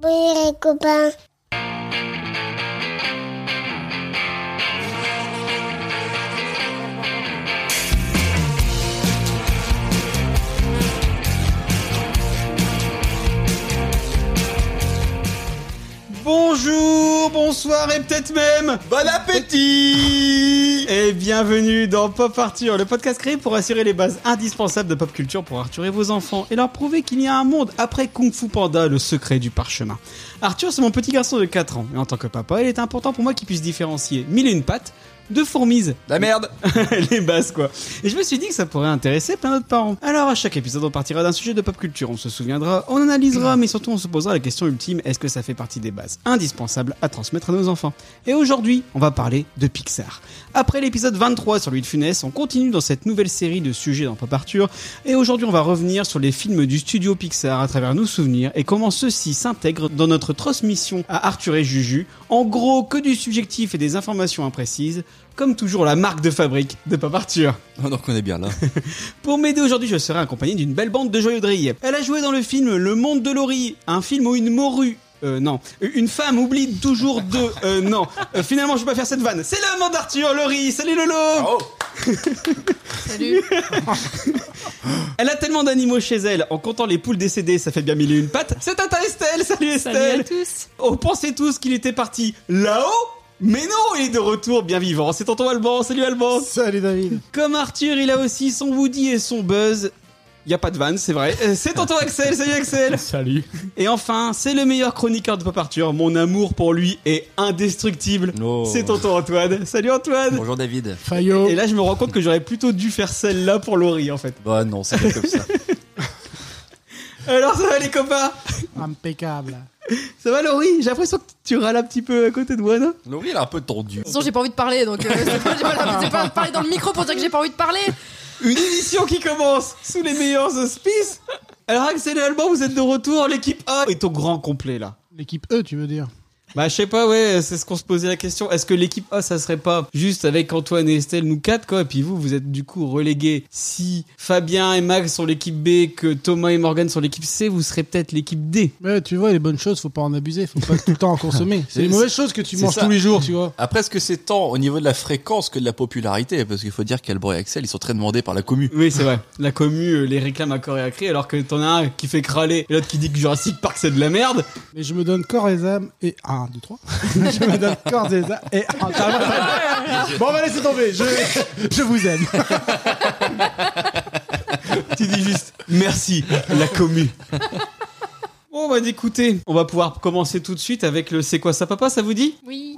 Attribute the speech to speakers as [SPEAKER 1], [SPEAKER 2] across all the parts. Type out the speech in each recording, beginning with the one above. [SPEAKER 1] Oui, les copains.
[SPEAKER 2] Bonjour, bonsoir et peut-être même
[SPEAKER 3] Bon appétit
[SPEAKER 2] et bienvenue dans Pop Arthur, le podcast créé pour assurer les bases indispensables de pop culture pour Arthur vos enfants et leur prouver qu'il y a un monde après Kung Fu Panda, le secret du parchemin. Arthur, c'est mon petit garçon de 4 ans et en tant que papa, il est important pour moi qu'il puisse différencier mille et une pattes de fourmises
[SPEAKER 3] La merde
[SPEAKER 2] les bases quoi. Et je me suis dit que ça pourrait intéresser plein d'autres parents. Alors à chaque épisode on partira d'un sujet de pop culture, on se souviendra, on analysera, mais surtout on se posera la question ultime, est-ce que ça fait partie des bases indispensables à transmettre à nos enfants Et aujourd'hui on va parler de Pixar. Après l'épisode 23 sur Louis de Funès, on continue dans cette nouvelle série de sujets dans Pop Arthur, et aujourd'hui on va revenir sur les films du studio Pixar à travers nos souvenirs et comment ceux-ci s'intègrent dans notre transmission à Arthur et Juju. En gros que du subjectif et des informations imprécises, comme toujours la marque de fabrique de Pop Arthur.
[SPEAKER 3] On en reconnaît bien là.
[SPEAKER 2] Pour m'aider aujourd'hui, je serai accompagné d'une belle bande de joyeux drilles. Elle a joué dans le film Le Monde de Laurie, un film où une morue. Euh, non, une femme oublie toujours deux. Euh, non, Euh, finalement, je vais pas faire cette vanne. C'est le monde d'Arthur, Laurie. Salut Lolo.
[SPEAKER 3] Oh
[SPEAKER 4] Salut.
[SPEAKER 2] Elle a tellement d'animaux chez elle. En comptant les poules décédées, ça fait bien mille et une pattes. C'est Tata Estelle. Salut Estelle.
[SPEAKER 4] Salut à tous.
[SPEAKER 2] On pensait tous qu'il était parti là-haut. Mais non, il est de retour bien vivant. C'est tonton Alban. Salut Alban.
[SPEAKER 5] Salut David.
[SPEAKER 2] Comme Arthur, il a aussi son Woody et son Buzz. Y a pas de vanne, c'est vrai. Euh, C'est tonton Axel, salut Axel
[SPEAKER 5] Salut.
[SPEAKER 2] Et enfin, c'est le meilleur chroniqueur de Pop Arthur. Mon amour pour lui est indestructible.
[SPEAKER 3] Oh.
[SPEAKER 2] C'est tonton Antoine. Salut Antoine
[SPEAKER 3] Bonjour David.
[SPEAKER 5] Fayot.
[SPEAKER 2] Et là, je me rends compte que j'aurais plutôt dû faire celle-là pour Laurie, en fait.
[SPEAKER 3] Bah non, c'est pas comme ça.
[SPEAKER 2] Alors, ça va les copains
[SPEAKER 5] Impeccable.
[SPEAKER 2] Ça va Laurie J'ai l'impression que tu râles un petit peu à côté de moi, non
[SPEAKER 3] Laurie, elle est un peu tendue.
[SPEAKER 4] De toute façon, j'ai pas envie de parler, donc euh, c'est pas- j'ai pas envie j'ai pas envie de parler dans le micro pour dire que j'ai pas envie de parler.
[SPEAKER 2] Une émission qui commence sous les meilleurs auspices Alors Axel et Alban, vous êtes de retour, l'équipe A est au grand complet, là.
[SPEAKER 5] L'équipe E, tu veux dire
[SPEAKER 2] Bah je sais pas ouais c'est ce qu'on se posait la question est-ce que l'équipe A ça serait pas juste avec Antoine et Estelle nous quatre quoi et puis vous vous êtes du coup relégués si Fabien et Max sont l'équipe B que Thomas et Morgan sont l'équipe C vous serez peut-être l'équipe D
[SPEAKER 5] Ouais, tu vois, les bonnes choses, faut pas en abuser, faut pas tout le temps en consommer. C'est les
[SPEAKER 3] C'est-
[SPEAKER 5] mauvaises choses que tu
[SPEAKER 3] c'est
[SPEAKER 5] manges
[SPEAKER 3] ça.
[SPEAKER 5] tous les jours, tu vois.
[SPEAKER 3] Après, est-ce que c'est tant au niveau de la fréquence que de la popularité Parce qu'il faut dire qu'Albor et Axel, ils sont très demandés par la commu.
[SPEAKER 2] oui c'est vrai la commu euh, les réclame à corps et à cri alors que t'en as un qui fait râler et l'autre qui dit que Jurassic Park c'est de la merde
[SPEAKER 5] Mais je me donne corps et âme et. 1, 2, 3. je me donne corps et âme et. âme. Ah, bon, on va laisser tomber, je, je vous aime.
[SPEAKER 2] tu dis juste merci la commu Bon bah écoutez on va pouvoir commencer tout de suite avec le c'est quoi ça papa ça vous dit
[SPEAKER 4] Oui.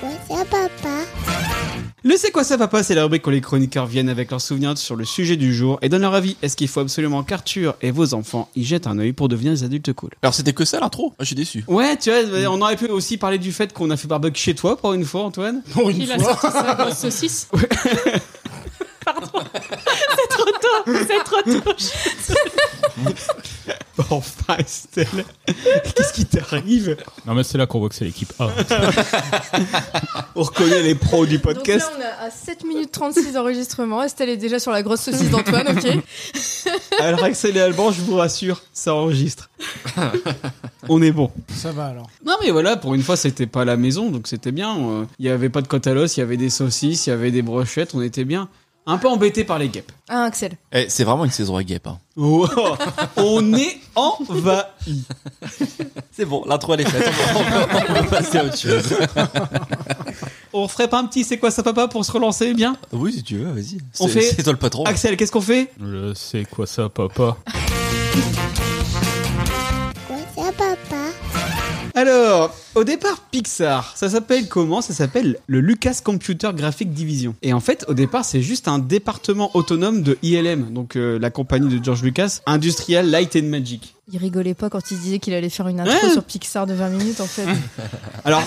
[SPEAKER 1] Quoi ça, papa
[SPEAKER 2] Le C'est quoi ça papa, c'est la rubrique où les chroniqueurs viennent avec leurs souvenirs sur le sujet du jour et donnent leur avis. Est-ce qu'il faut absolument qu'Arthur et vos enfants y jettent un œil pour devenir des adultes cool
[SPEAKER 3] Alors, c'était que ça l'intro Ah, Je suis déçu.
[SPEAKER 2] Ouais, tu vois, on aurait pu aussi parler du fait qu'on a fait barbecue chez toi pour une fois, Antoine.
[SPEAKER 5] Pour une
[SPEAKER 6] Il a
[SPEAKER 5] fois.
[SPEAKER 6] sorti sa grosse saucisse. Pardon. C'est trop tôt. C'est trop tôt.
[SPEAKER 2] Enfin, Estelle, qu'est-ce qui t'arrive
[SPEAKER 7] Non, mais c'est là qu'on voit que c'est l'équipe A.
[SPEAKER 2] On reconnaît les pros du
[SPEAKER 4] Donc là,
[SPEAKER 2] podcast.
[SPEAKER 4] on est à 7 minutes 36 d'enregistrement. Estelle est déjà sur la grosse saucisse d'Antoine, ok
[SPEAKER 2] Alors, Axel et Alban, je vous rassure, ça enregistre. On est bon.
[SPEAKER 5] Ça va alors.
[SPEAKER 2] Non mais voilà, pour une fois c'était pas à la maison, donc c'était bien. Euh, Il y avait pas de côte à l'os, il y avait des saucisses, il y avait des brochettes, on était bien. Un peu embêté par les guêpes.
[SPEAKER 4] Ah, Axel.
[SPEAKER 3] Eh, c'est vraiment une saison à guêpe. hein.
[SPEAKER 2] Wow, Oh, on est envahi.
[SPEAKER 3] C'est bon, l'intro, elle est faite. On peut- on peut passer à autre chose.
[SPEAKER 2] On ferait pas un petit c'est quoi ça papa pour se relancer bien
[SPEAKER 3] Oui, si tu veux, vas-y.
[SPEAKER 2] On
[SPEAKER 3] C'est-
[SPEAKER 2] fait-
[SPEAKER 3] C'est toi le patron.
[SPEAKER 2] Axel, qu'est-ce qu'on fait
[SPEAKER 7] Je sais quoi ça, papa.
[SPEAKER 1] Quoi ça, papa
[SPEAKER 2] Alors, au départ Pixar, ça s'appelle comment Ça s'appelle le Lucas Computer Graphic Division. Et en fait, au départ, c'est juste un département autonome de ILM, donc euh, la compagnie de George Lucas, Industrial Light and Magic.
[SPEAKER 4] Il rigolait pas quand il disait qu'il allait faire une intro
[SPEAKER 2] Ouais.
[SPEAKER 4] sur Pixar de 20 minutes, en fait.
[SPEAKER 2] Alors,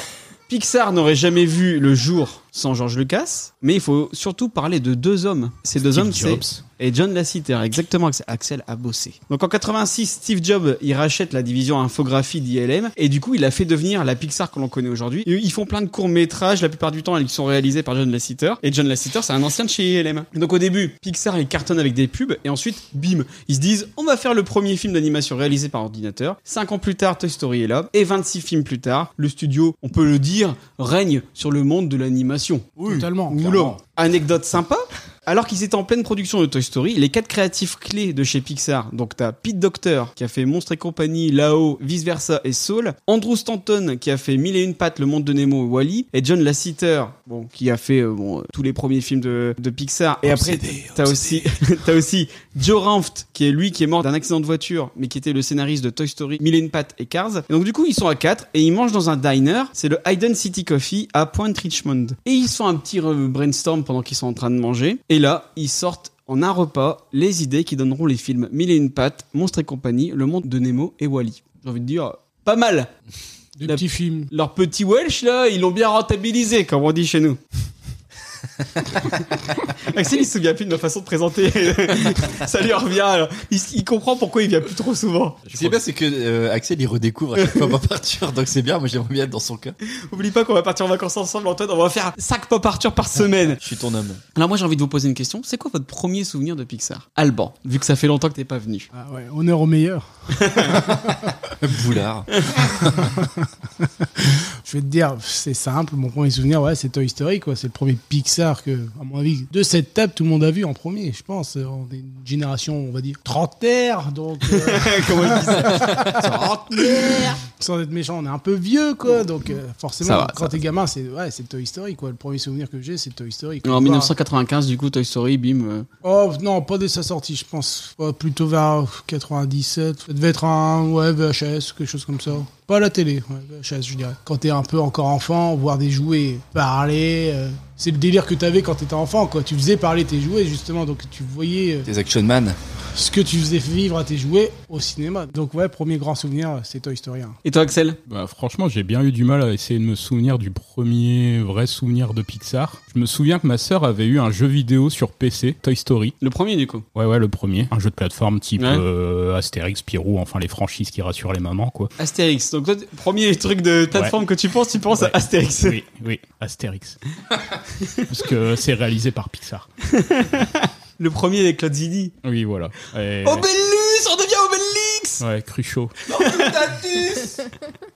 [SPEAKER 2] Pixar n'aurait jamais vu le jour sans George Lucas, mais il faut surtout parler de deux hommes. Ces deux
[SPEAKER 7] Steve
[SPEAKER 2] hommes, c'est
[SPEAKER 7] Jobs.
[SPEAKER 2] et John Lasseter, exactement. Axel a bossé. Donc en 86, Steve Jobs, il rachète la division infographie d'ILM et du coup, il a fait devenir la Pixar que l'on connaît aujourd'hui. Et Ils font plein de courts-métrages, la plupart du temps, ils sont réalisés par John Lasseter et John Lasseter, c'est un ancien de chez ILM. Et donc au début, Pixar, il cartonne avec des pubs et ensuite, bim, ils se disent on va faire le premier film d'animation réalisé par ordinateur. Cinq ans plus tard, Toy Story est là et 26 films plus tard, le studio, on peut le dire, règne sur le monde de l'animation.
[SPEAKER 5] Totalement.
[SPEAKER 2] Oula.
[SPEAKER 5] clairement.
[SPEAKER 2] Anecdote sympa. Alors qu'ils étaient en pleine production de Toy Story, les quatre créatifs clés de chez Pixar, donc t'as Pete Docter qui a fait Monstre et compagnie, Lao, Vice Versa et Soul, Andrew Stanton qui a fait Mille et une pattes, Le Monde de Nemo et Wally, et John Lasseter, bon, qui a fait euh, bon, euh, tous les premiers films de, de Pixar. Et après, t'as aussi, t'as aussi Joe Ranft qui est lui qui est mort d'un accident de voiture, mais qui était le scénariste de Toy Story, Mille et une pattes et Cars. Et donc du coup, ils sont à quatre et ils mangent dans un diner. C'est le Hayden City Coffee à Point Richmond. Et ils font un petit euh, brainstorm pendant qu'ils sont en train de manger. Et là, ils sortent en un repas les idées qui donneront les films Mille et une pattes, Monstres et compagnie, Le Monde de Nemo et Wally. J'ai envie de dire, pas mal.
[SPEAKER 5] Des
[SPEAKER 2] La-
[SPEAKER 5] petits films.
[SPEAKER 2] Leur petit Welsh là, ils l'ont bien rentabilisé, comme on dit chez nous. Axel, il se souvient plus de ma façon de présenter. Ça lui revient. alors. Il, il comprend pourquoi il vient plus trop souvent.
[SPEAKER 3] Ce qui est bien, c'est que euh, Axel, il redécouvre à chaque fois ma parture, donc c'est bien, moi j'aimerais bien être dans son cas.
[SPEAKER 2] Oublie pas qu'on va partir en vacances ensemble, Antoine. On va faire 5 pop Arthur par semaine.
[SPEAKER 3] Je suis ton homme.
[SPEAKER 2] Alors, moi, j'ai envie de vous poser une question. C'est quoi votre premier souvenir de Pixar Alban, vu que ça fait longtemps que t'es pas venu.
[SPEAKER 5] Ah ouais, honneur au meilleur.
[SPEAKER 3] Boulard.
[SPEAKER 5] Je vais te dire, c'est simple. Mon premier souvenir, ouais, c'est Toy Story, quoi. C'est le premier Pixar que, à mon avis, de cette table, tout le monde a vu en premier, je pense. On est une génération, on va dire, trentaire, donc. euh,
[SPEAKER 2] Comment il dit ça
[SPEAKER 5] sans être méchant, on est un peu vieux, quoi. Donc, euh,
[SPEAKER 2] Ça
[SPEAKER 5] forcément,
[SPEAKER 2] va, ça
[SPEAKER 5] quand t'es gamin, c'est ouais, c'est Toy Story, quoi. Le premier souvenir que j'ai, c'est Toy Story. quoi.
[SPEAKER 2] En
[SPEAKER 5] Bah,
[SPEAKER 2] 1995, du coup, Toy Story, bim. euh,
[SPEAKER 5] Oh non, pas dès sa sortie, je pense. Ouais, plutôt vers 97. Ça devait être un ouais, VHS, quelque chose comme ça. Pas à la télé, ouais, VHS, je dirais. Quand t'es un peu encore enfant, voir des jouets parler. euh, c'est le délire que t'avais quand t'étais enfant, quoi. Tu faisais parler tes jouets, justement. Donc tu voyais euh,
[SPEAKER 3] T'es action man.
[SPEAKER 5] ce que tu faisais vivre à tes jouets au cinéma. Donc, ouais, premier grand souvenir, c'est Toy Story 1.
[SPEAKER 2] Et toi, Axel
[SPEAKER 7] Bah, franchement, j'ai bien eu du mal à essayer de me souvenir du premier vrai souvenir de Pixar. Je me souviens que ma sœur avait eu un jeu vidéo sur PC, Toy Story.
[SPEAKER 2] Le premier, du coup.
[SPEAKER 7] Ouais, ouais, le premier. Un jeu de plateforme type
[SPEAKER 2] Ouais.
[SPEAKER 7] euh, Astérix, Spirou, enfin les franchises qui rassurent les mamans, quoi.
[SPEAKER 2] Astérix. Donc, toi, t- premier truc de plateforme que tu penses, tu penses
[SPEAKER 7] Ouais.
[SPEAKER 2] à Astérix.
[SPEAKER 7] Oui, oui, Astérix. Parce que c'est réalisé par Pixar.
[SPEAKER 2] Le premier avec Claude Zidi. Oh,
[SPEAKER 7] Oui, voilà. Et-
[SPEAKER 2] Obélus On devient Obélix
[SPEAKER 7] Ouais, Cruchot.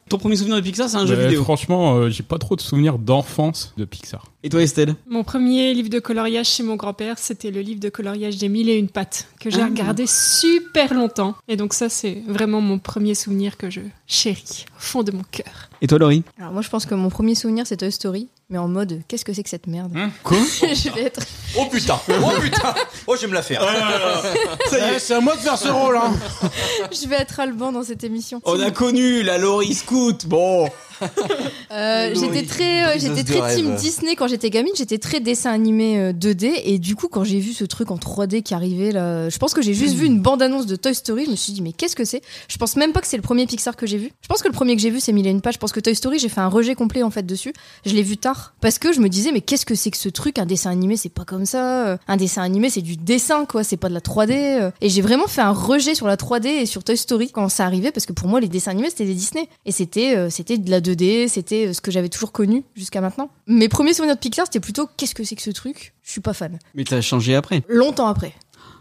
[SPEAKER 2] Ton premier souvenir de Pixar, c'est un jeu
[SPEAKER 7] Ouais,
[SPEAKER 2] vidéo.
[SPEAKER 7] Franchement, euh, j'ai pas trop de souvenirs d'enfance de Pixar.
[SPEAKER 2] Et toi, Estelle
[SPEAKER 6] Mon premier livre de coloriage chez mon grand-père, c'était le livre de coloriage des mille et une pattes, que j'ai
[SPEAKER 2] Ah.
[SPEAKER 6] regardé super longtemps. Et donc ça, c'est vraiment mon premier souvenir que je chéris au fond de mon cœur.
[SPEAKER 2] Et toi, Laurie
[SPEAKER 8] Alors moi je pense que mon premier souvenir c'est Toy Story, mais en mode qu'est-ce que c'est que cette merde
[SPEAKER 2] Hein? Quoi
[SPEAKER 8] Je vais être
[SPEAKER 3] Oh putain Oh putain Oh, je vais me la faire
[SPEAKER 5] Eh, c'est à moi de faire ce rôle, hein.
[SPEAKER 8] je vais être Alban dans cette émission.
[SPEAKER 2] On a connu la Laurie Scout, bon
[SPEAKER 8] Euh,
[SPEAKER 3] Laurie,
[SPEAKER 8] j'étais très euh,
[SPEAKER 3] briseuse
[SPEAKER 8] j'étais
[SPEAKER 3] de
[SPEAKER 8] très team
[SPEAKER 3] rêve.
[SPEAKER 8] Disney quand j'étais gamine, j'étais très dessin animé euh, 2D et du coup quand j'ai vu ce truc en 3D qui arrivait là, je pense que j'ai juste vu une bande-annonce de Toy Story, je me suis dit mais qu'est-ce que c'est Je pense même pas que c'est le premier Pixar que j'ai vu. Je pense que le premier que j'ai vu c'est Mille et une pages, je pense que Toy Story, j'ai fait un rejet complet en fait dessus. Je l'ai vu tard parce que je me disais mais qu'est-ce que c'est que ce truc Un dessin animé c'est pas comme ça. euh, Un dessin animé c'est du dessin quoi, c'est pas de la 3D. euh. Et j'ai vraiment fait un rejet sur la 3D et sur Toy Story quand ça arrivait parce que pour moi les dessins animés c'était des Disney et c'était euh, c'était de la 2D, c'était euh, ce que j'avais toujours connu jusqu'à maintenant. Mes premiers souvenirs de Pixar c'était plutôt qu'est-ce que c'est que ce truc Je suis pas fan.
[SPEAKER 2] Mais t'as changé après.
[SPEAKER 8] Longtemps après.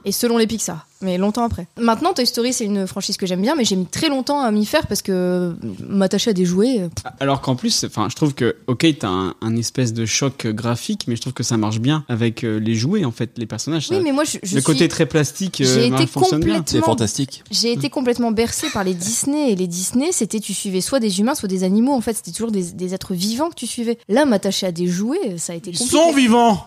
[SPEAKER 8] Et selon les Pixar, mais longtemps après. Maintenant, Toy Story, c'est une franchise que j'aime bien, mais j'ai mis très longtemps à m'y faire parce que euh, m'attacher à des jouets, euh,
[SPEAKER 2] Alors qu'en plus, enfin, je trouve que, ok, t'as un, un espèce de choc graphique, mais je trouve que ça marche bien avec euh, les jouets, en fait, les personnages. ça-
[SPEAKER 8] oui, mais moi, je, je
[SPEAKER 2] le
[SPEAKER 8] suis-
[SPEAKER 2] côté très plastique, euh,
[SPEAKER 8] J'ai
[SPEAKER 2] ben,
[SPEAKER 8] été
[SPEAKER 2] fonctionne bien.
[SPEAKER 3] C'est
[SPEAKER 8] complètement
[SPEAKER 3] fantastique.
[SPEAKER 8] J'ai été complètement bercée par les Disney et les Disney, c'était tu suivais soit des humains, soit des animaux. En fait, c'était toujours des, des êtres vivants que tu suivais. Là, m'attacher à des jouets, ça a été
[SPEAKER 5] Ils
[SPEAKER 8] compliqué.
[SPEAKER 5] sont vivants.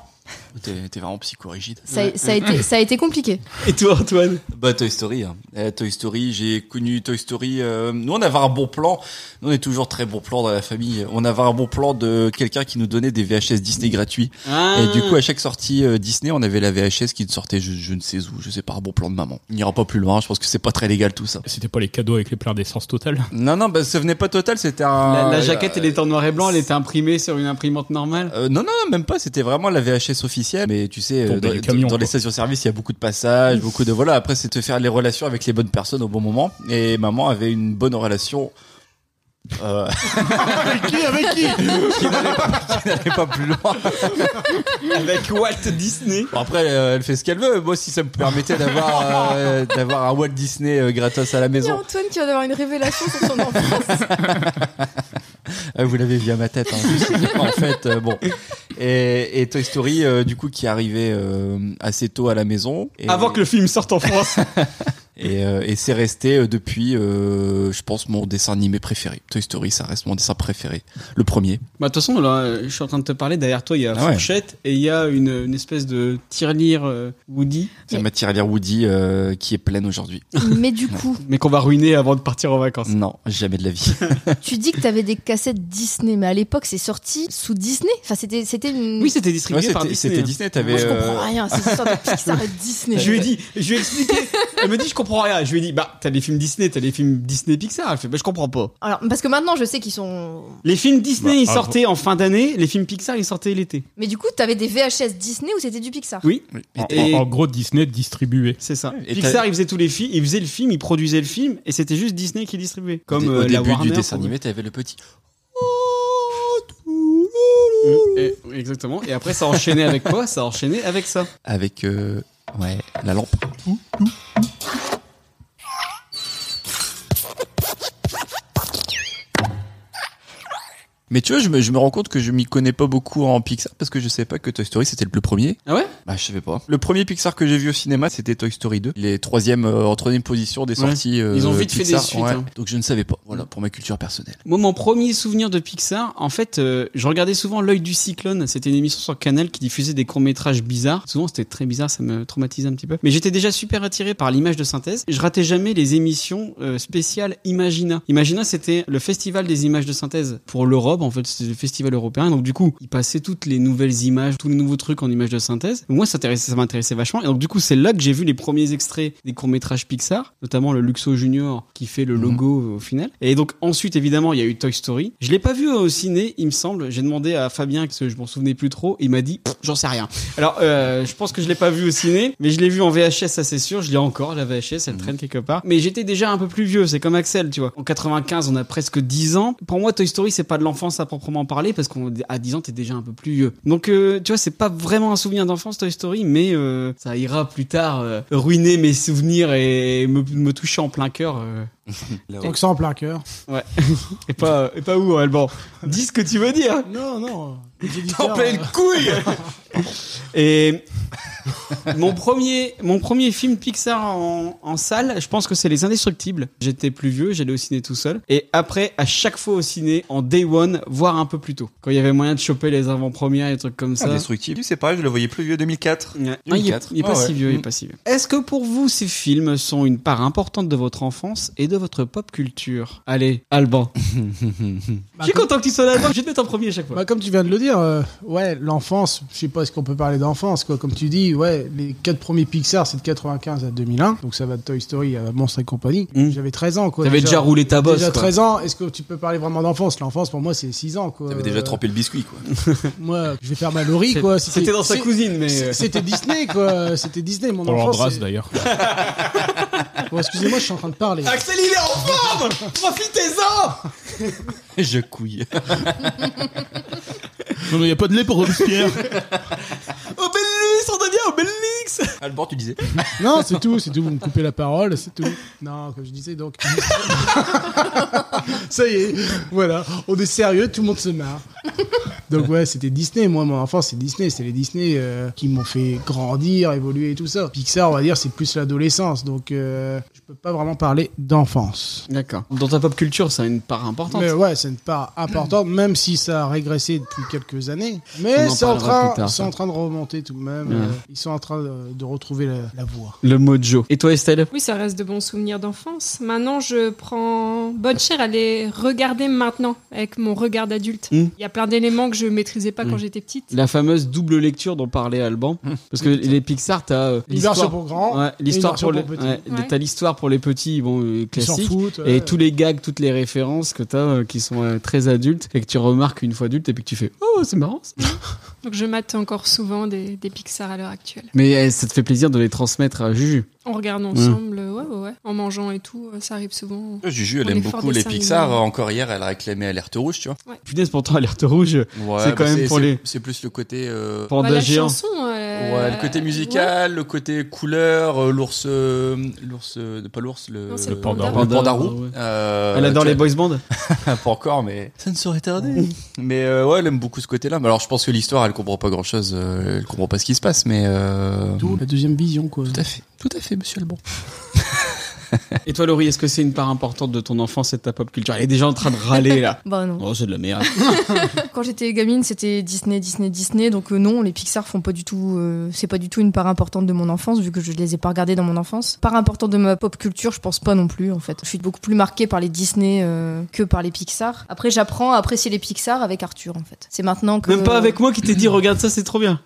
[SPEAKER 3] T'es t'es vraiment psychorigide.
[SPEAKER 8] Ça, ça a été, ça a été compliqué.
[SPEAKER 2] Et toi, Antoine
[SPEAKER 3] Bah Toy Story, hein. Eh, Toy Story, j'ai connu Toy Story. euh, Nous on avait un bon plan. Nous on est toujours très bon plan dans la famille. On avait un bon plan de quelqu'un qui nous donnait des VHS Disney gratuits. Et
[SPEAKER 2] Ah.
[SPEAKER 3] du coup à chaque sortie euh, Disney, on avait la VHS qui sortait je, je ne sais où, je sais pas, un bon plan de maman. Il n'ira pas plus loin. Je pense que c'est pas très légal tout ça.
[SPEAKER 7] C'était pas les cadeaux avec les pleins d'essence totale.
[SPEAKER 3] Non non, bah ça venait pas total. C'était un.
[SPEAKER 2] Ah, la, la jaquette, elle
[SPEAKER 3] euh,
[SPEAKER 2] était en noir et blanc, elle était imprimée sur une imprimante normale.
[SPEAKER 3] Euh, non, non, non, même pas. C'était vraiment la VHS officielle. Mais tu sais, euh,
[SPEAKER 7] Tomber
[SPEAKER 3] dans,
[SPEAKER 7] du camion,
[SPEAKER 3] dans
[SPEAKER 7] quoi.
[SPEAKER 3] les stations-service, il y a beaucoup de passages, beaucoup de voilà. Après, c'est te faire les relations avec les bonnes personnes au bon moment. Et maman avait une bonne relation. Euh,
[SPEAKER 5] Avec qui
[SPEAKER 3] qui n'allait pas plus loin.
[SPEAKER 2] Avec Walt Disney.
[SPEAKER 3] Bon, après, euh, elle fait ce qu'elle veut. Moi, si ça me permettait d'avoir euh, d'avoir un Walt Disney euh, gratos à la
[SPEAKER 4] Il y a
[SPEAKER 3] maison,
[SPEAKER 4] Antoine qui vient d'avoir une révélation sur son enfant.
[SPEAKER 3] Ah, vous l'avez vu à ma tête. hein, je sais. en fait, euh, bon. Et, et Toy Story, euh, du coup, qui arrivait euh, assez tôt à la maison. Et-
[SPEAKER 2] Avant que le film sorte en France.
[SPEAKER 3] Et, euh, et c'est resté euh, depuis, euh, je pense, mon dessin animé préféré. Toy Story, ça reste mon dessin préféré. Le premier.
[SPEAKER 2] Bah, de toute façon, là, euh, je suis en train de te parler. Derrière toi, il y a
[SPEAKER 3] Ah ouais.
[SPEAKER 2] Fourchette et il y a une, une espèce de tirelire euh, Woody,
[SPEAKER 3] C'est
[SPEAKER 8] Mais-
[SPEAKER 3] ma tirelire Woody euh, qui est pleine aujourd'hui.
[SPEAKER 8] Mais du coup,
[SPEAKER 2] mais qu'on va ruiner avant de partir en
[SPEAKER 8] Mm.
[SPEAKER 2] vacances.
[SPEAKER 3] Non, jamais de la vie.
[SPEAKER 8] tu dis que t'avais des cassettes Disney, mais à l'époque, c'est sorti sous Disney. Enfin, c'était, c'était une.
[SPEAKER 2] Oui, c'était
[SPEAKER 3] Ouais,
[SPEAKER 2] distribué par
[SPEAKER 3] c'était
[SPEAKER 2] Disney.
[SPEAKER 3] c'était
[SPEAKER 2] hein.
[SPEAKER 3] Disney, t'avais...
[SPEAKER 8] Moi, je
[SPEAKER 3] euh,
[SPEAKER 8] comprends rien. C'est sorte de Pixar et Disney.
[SPEAKER 2] Je lui ai dit, je lui ai expliqué. Elle me dit, je comprends rien. Je lui ai dit, bah, t'as les films Disney, t'as les films Disney Pixar. Elle fait, bah, je comprends pas.
[SPEAKER 8] Alors, parce que maintenant, je sais qu'ils sont.
[SPEAKER 2] Les films Disney,
[SPEAKER 7] Bah,
[SPEAKER 2] ils
[SPEAKER 3] ah,
[SPEAKER 7] avant-
[SPEAKER 2] sortaient en fin d'année. Les films Pixar, ils sortaient l'été.
[SPEAKER 8] Mais du coup, t'avais des VHS Disney ou c'était du Pixar
[SPEAKER 2] Oui,
[SPEAKER 3] oui.
[SPEAKER 7] En,
[SPEAKER 2] Et-
[SPEAKER 7] en- en gros, Disney distribuait.
[SPEAKER 2] c'est ça.
[SPEAKER 3] Et
[SPEAKER 2] Pixar,
[SPEAKER 3] t'as-
[SPEAKER 2] ils faisaient tous les films, ils faisaient le film, ils produisaient le film, et c'était juste Disney qui distribuait. Comme
[SPEAKER 3] au
[SPEAKER 2] euh, la
[SPEAKER 3] début
[SPEAKER 2] Warner,
[SPEAKER 3] du dessin
[SPEAKER 2] pour-
[SPEAKER 3] animé, t'avais le petit...
[SPEAKER 2] Et- exactement. Et après, ça enchaînait avec quoi Ça enchaînait avec ça.
[SPEAKER 3] Avec... euh, ouais, la lampe. Mais tu vois, je me, je me rends compte que je m'y connais pas beaucoup en Pixar parce que je savais pas que Toy Story c'était le plus premier.
[SPEAKER 2] Ah ouais
[SPEAKER 3] Bah, je savais pas. Le premier Pixar que j'ai vu au cinéma, c'était Toy Story 2. Il est troisième, euh, en troisième position des
[SPEAKER 2] Ouais.
[SPEAKER 3] sorties. euh,
[SPEAKER 2] Ils ont vite fait
[SPEAKER 3] Pixar,
[SPEAKER 2] des suites,
[SPEAKER 3] ouais.
[SPEAKER 2] hein. Mm.
[SPEAKER 3] Donc je ne savais pas. Voilà, pour ma culture personnelle.
[SPEAKER 2] Moi, mon premier souvenir de Pixar, en fait, euh, je regardais souvent L'œil du cyclone. C'était une émission sur Canal qui diffusait des courts-métrages bizarres. Souvent, c'était très bizarre, ça me traumatisait un petit peu. Mais j'étais déjà super attiré par l'image de synthèse. Je ratais jamais les émissions euh, spéciales Imagina. Imagina, c'était le festival des images de synthèse pour l'Europe. En fait, c'était le festival européen. Donc, du coup, ils passaient toutes les nouvelles images, tous les nouveaux trucs en images de synthèse. Moi, ça, intéressait- ça m'intéressait vachement. Et donc, du coup, c'est là que j'ai vu les premiers extraits des courts-métrages Pixar, notamment le Luxo Junior qui fait le
[SPEAKER 3] Mhm.
[SPEAKER 2] logo euh, au final. Et donc, ensuite, évidemment, il y a eu Toy Story. Je l'ai pas vu au ciné, il me semble. J'ai demandé à Fabien, parce que je m'en souvenais plus trop. Il m'a dit, Pff, j'en sais rien. Alors, euh, je pense que je l'ai pas vu au ciné, mais je l'ai vu en VHS, ça c'est sûr. Je l'ai encore, la VHS, elle traîne quelque part. Mais j'étais déjà un peu plus vieux, c'est comme Axel, tu vois. En 95, on a presque 10 ans. Pour moi, Toy Story, c'est pas de l'enfance à proprement parler, parce qu'à 10 ans, t'es déjà un peu plus vieux. Donc, euh, tu vois, c'est pas vraiment un souvenir d'enfance, Toy Story, mais euh, ça ira plus tard euh, ruiner mes souvenirs et me, me toucher en plein cœur. euh,
[SPEAKER 5] Tant que ça en plein cœur.
[SPEAKER 2] et pas, et pas où, Alban Dis ce que tu veux dire
[SPEAKER 5] Non, non. les
[SPEAKER 3] En
[SPEAKER 5] éditeurs,
[SPEAKER 3] pleine
[SPEAKER 5] euh,
[SPEAKER 3] couille
[SPEAKER 2] hein. Et mon premier, mon premier film Pixar en, en salle, je pense que c'est Les Indestructibles. J'étais plus vieux, j'allais au ciné tout seul. Et après, à chaque fois au ciné, en day one, voire un peu plus tôt, quand il y avait moyen de choper les avant-premières et des trucs comme
[SPEAKER 3] Ah,
[SPEAKER 2] ça.
[SPEAKER 3] Destructible, c'est pareil, je le voyais plus vieux 2004.
[SPEAKER 2] Ouais. Ah, il, est,
[SPEAKER 3] 2004.
[SPEAKER 2] il est pas
[SPEAKER 3] Ah ouais.
[SPEAKER 2] si vieux, il est
[SPEAKER 3] Mm.
[SPEAKER 2] pas si vieux. Est-ce que pour vous, ces films sont une part importante de votre enfance et de votre pop culture Allez, Alban. Je suis content que tu sois là, Alban. Je vais te mettre en premier à chaque fois.
[SPEAKER 5] Bah, comme tu viens de le dire, euh, ouais, l'enfance, je sais pas ce qu'on peut parler d'enfance, quoi. Comme tu dis, ouais, les quatre premiers Pixar, c'est de 95 à 2001, donc ça va de Toy Story à Monstre et compagnie.
[SPEAKER 2] Mm.
[SPEAKER 5] J'avais 13 ans, quoi.
[SPEAKER 2] T'avais déjà roulé ta bosse.
[SPEAKER 5] Déjà
[SPEAKER 2] quoi.
[SPEAKER 5] 13 ans, est-ce que tu peux parler vraiment d'enfance L'enfance, pour moi, c'est 6 ans, quoi.
[SPEAKER 3] T'avais déjà
[SPEAKER 5] Euh,
[SPEAKER 3] trempé le biscuit, quoi.
[SPEAKER 5] Moi, je vais faire ma Laurie, quoi.
[SPEAKER 2] C'était dans sa
[SPEAKER 5] c'est-
[SPEAKER 2] cousine, mais. euh,
[SPEAKER 5] c'est- C'était Disney, quoi. C'était Disney, mon
[SPEAKER 7] On
[SPEAKER 5] enfance.
[SPEAKER 7] l'embrasse
[SPEAKER 5] c'est-
[SPEAKER 7] d'ailleurs.
[SPEAKER 5] Bon, excusez-moi, je suis en train de parler.
[SPEAKER 2] Axel, il est en forme Profitez-en
[SPEAKER 3] je couille.
[SPEAKER 7] Non, mais y a pas de lait pour Robespierre.
[SPEAKER 2] Obélix, on devient Obélix
[SPEAKER 3] Alban, tu disais
[SPEAKER 5] Non, c'est tout, c'est tout. Vous me coupez la parole, c'est tout. Non, comme je disais, donc. Ça y est, voilà. On est sérieux, tout le monde se marre. Donc ouais, c'était Disney. Moi, mon enfance, c'est Disney. C'est les Disney euh, qui m'ont fait grandir, évoluer et tout ça. Pixar, on va dire, c'est plus l'adolescence. Donc euh, je peux pas vraiment parler d'enfance.
[SPEAKER 2] D'accord. Dans ta pop culture, ça a une part importante.
[SPEAKER 5] Mais ouais, c'est une part importante, même si ça a régressé depuis quelques années. Mais
[SPEAKER 2] On en
[SPEAKER 5] c'est en,
[SPEAKER 2] parlera
[SPEAKER 5] train,
[SPEAKER 2] plus tard,
[SPEAKER 5] ils sont
[SPEAKER 2] ça.
[SPEAKER 5] en train de remonter tout de même.
[SPEAKER 2] Ouais.
[SPEAKER 5] Euh, ils sont en train de, de retrouver la, la voie.
[SPEAKER 2] Le mojo. Et toi, Estelle
[SPEAKER 6] Oui, ça reste de bons souvenirs d'enfance. Maintenant, je prends bonne chère à les regarder maintenant avec mon regard d'adulte.
[SPEAKER 2] Hmm.
[SPEAKER 6] Il y a plein d'éléments que je maîtrisais pas
[SPEAKER 2] Hmm.
[SPEAKER 6] quand j'étais petite.
[SPEAKER 2] La fameuse double lecture dont parlait Alban. Parce que les Pixar, t'as euh,
[SPEAKER 5] Une version
[SPEAKER 2] l'histoire.
[SPEAKER 5] Hum. pour grand,
[SPEAKER 2] Ouais, l'histoire
[SPEAKER 5] version
[SPEAKER 2] pour les.
[SPEAKER 5] pour petits.
[SPEAKER 2] ouais,
[SPEAKER 6] Ouais.
[SPEAKER 2] T'as l'histoire pour les petits, bon, euh,
[SPEAKER 5] ils s'en
[SPEAKER 2] classique.
[SPEAKER 5] foutent.
[SPEAKER 2] Et
[SPEAKER 5] ouais.
[SPEAKER 2] tous les gags, toutes les références que t'as euh, qui sont euh, très adultes et que tu remarques une fois adulte et puis que tu fais Oh, c'est marrant ça.
[SPEAKER 6] Donc je mate encore souvent des, des Pixar à l'heure actuelle.
[SPEAKER 2] Mais euh, ça te fait plaisir de les transmettre à Juju.
[SPEAKER 6] On regarde
[SPEAKER 2] Hmm.
[SPEAKER 6] ensemble, ouais, ouais, ouais. En mangeant et tout, euh, ça arrive souvent.
[SPEAKER 3] Juju, elle
[SPEAKER 6] On
[SPEAKER 3] aime
[SPEAKER 6] est fort
[SPEAKER 3] beaucoup
[SPEAKER 6] des
[SPEAKER 3] les
[SPEAKER 6] cinq
[SPEAKER 3] Pixar.
[SPEAKER 6] minutes.
[SPEAKER 3] Encore hier, elle a réclamé Alerte Rouge, tu vois.
[SPEAKER 2] Punaise, pourtant, alerte rouge,
[SPEAKER 3] Ouais, bah,
[SPEAKER 2] C'est quand même
[SPEAKER 3] c'est-
[SPEAKER 2] pour
[SPEAKER 3] c'est-
[SPEAKER 2] les-
[SPEAKER 3] C'est plus le côté. euh,
[SPEAKER 2] panda
[SPEAKER 6] Bah, la
[SPEAKER 2] géant.
[SPEAKER 6] chanson, euh,
[SPEAKER 3] Ouais, le côté musical, le côté couleur, euh, l'ours, euh, l'ours, euh, pas l'ours, le,
[SPEAKER 6] Non, c'est le
[SPEAKER 3] le
[SPEAKER 6] panda.
[SPEAKER 3] le panda roux.
[SPEAKER 2] Ouais.
[SPEAKER 3] Euh,
[SPEAKER 2] Elle adore
[SPEAKER 3] tu
[SPEAKER 2] les
[SPEAKER 3] vois,
[SPEAKER 2] boys bands.
[SPEAKER 3] Pas encore, mais ça ne saurait tarder. mais euh, ouais, elle aime beaucoup ce côté-là. Mais alors, je pense que l'histoire, elle comprend pas grand-chose. euh, Elle comprend pas ce qui se passe, mais euh,
[SPEAKER 5] D'où la deuxième vision, quoi.
[SPEAKER 3] tout à fait, tout à fait, Monsieur Albon.
[SPEAKER 2] Et toi, Laurie, est-ce que c'est une part importante de ton enfance et de ta pop culture Elle est déjà en train de râler là.
[SPEAKER 8] Bah non.
[SPEAKER 2] Oh, c'est de la merde.
[SPEAKER 8] Quand j'étais gamine, c'était Disney, Disney, Disney. Donc euh, non, les Pixar font pas du tout. euh, c'est pas du tout une part importante de mon enfance vu que je les ai pas regardés dans mon enfance. Part importante de ma pop culture, je pense pas non plus en fait. Je suis beaucoup plus marquée par les Disney euh, que par les Pixar. Après, j'apprends à apprécier les Pixar avec Arthur en fait. C'est maintenant que.
[SPEAKER 2] Même pas avec moi qui t'ai dit, regarde ça, c'est trop bien.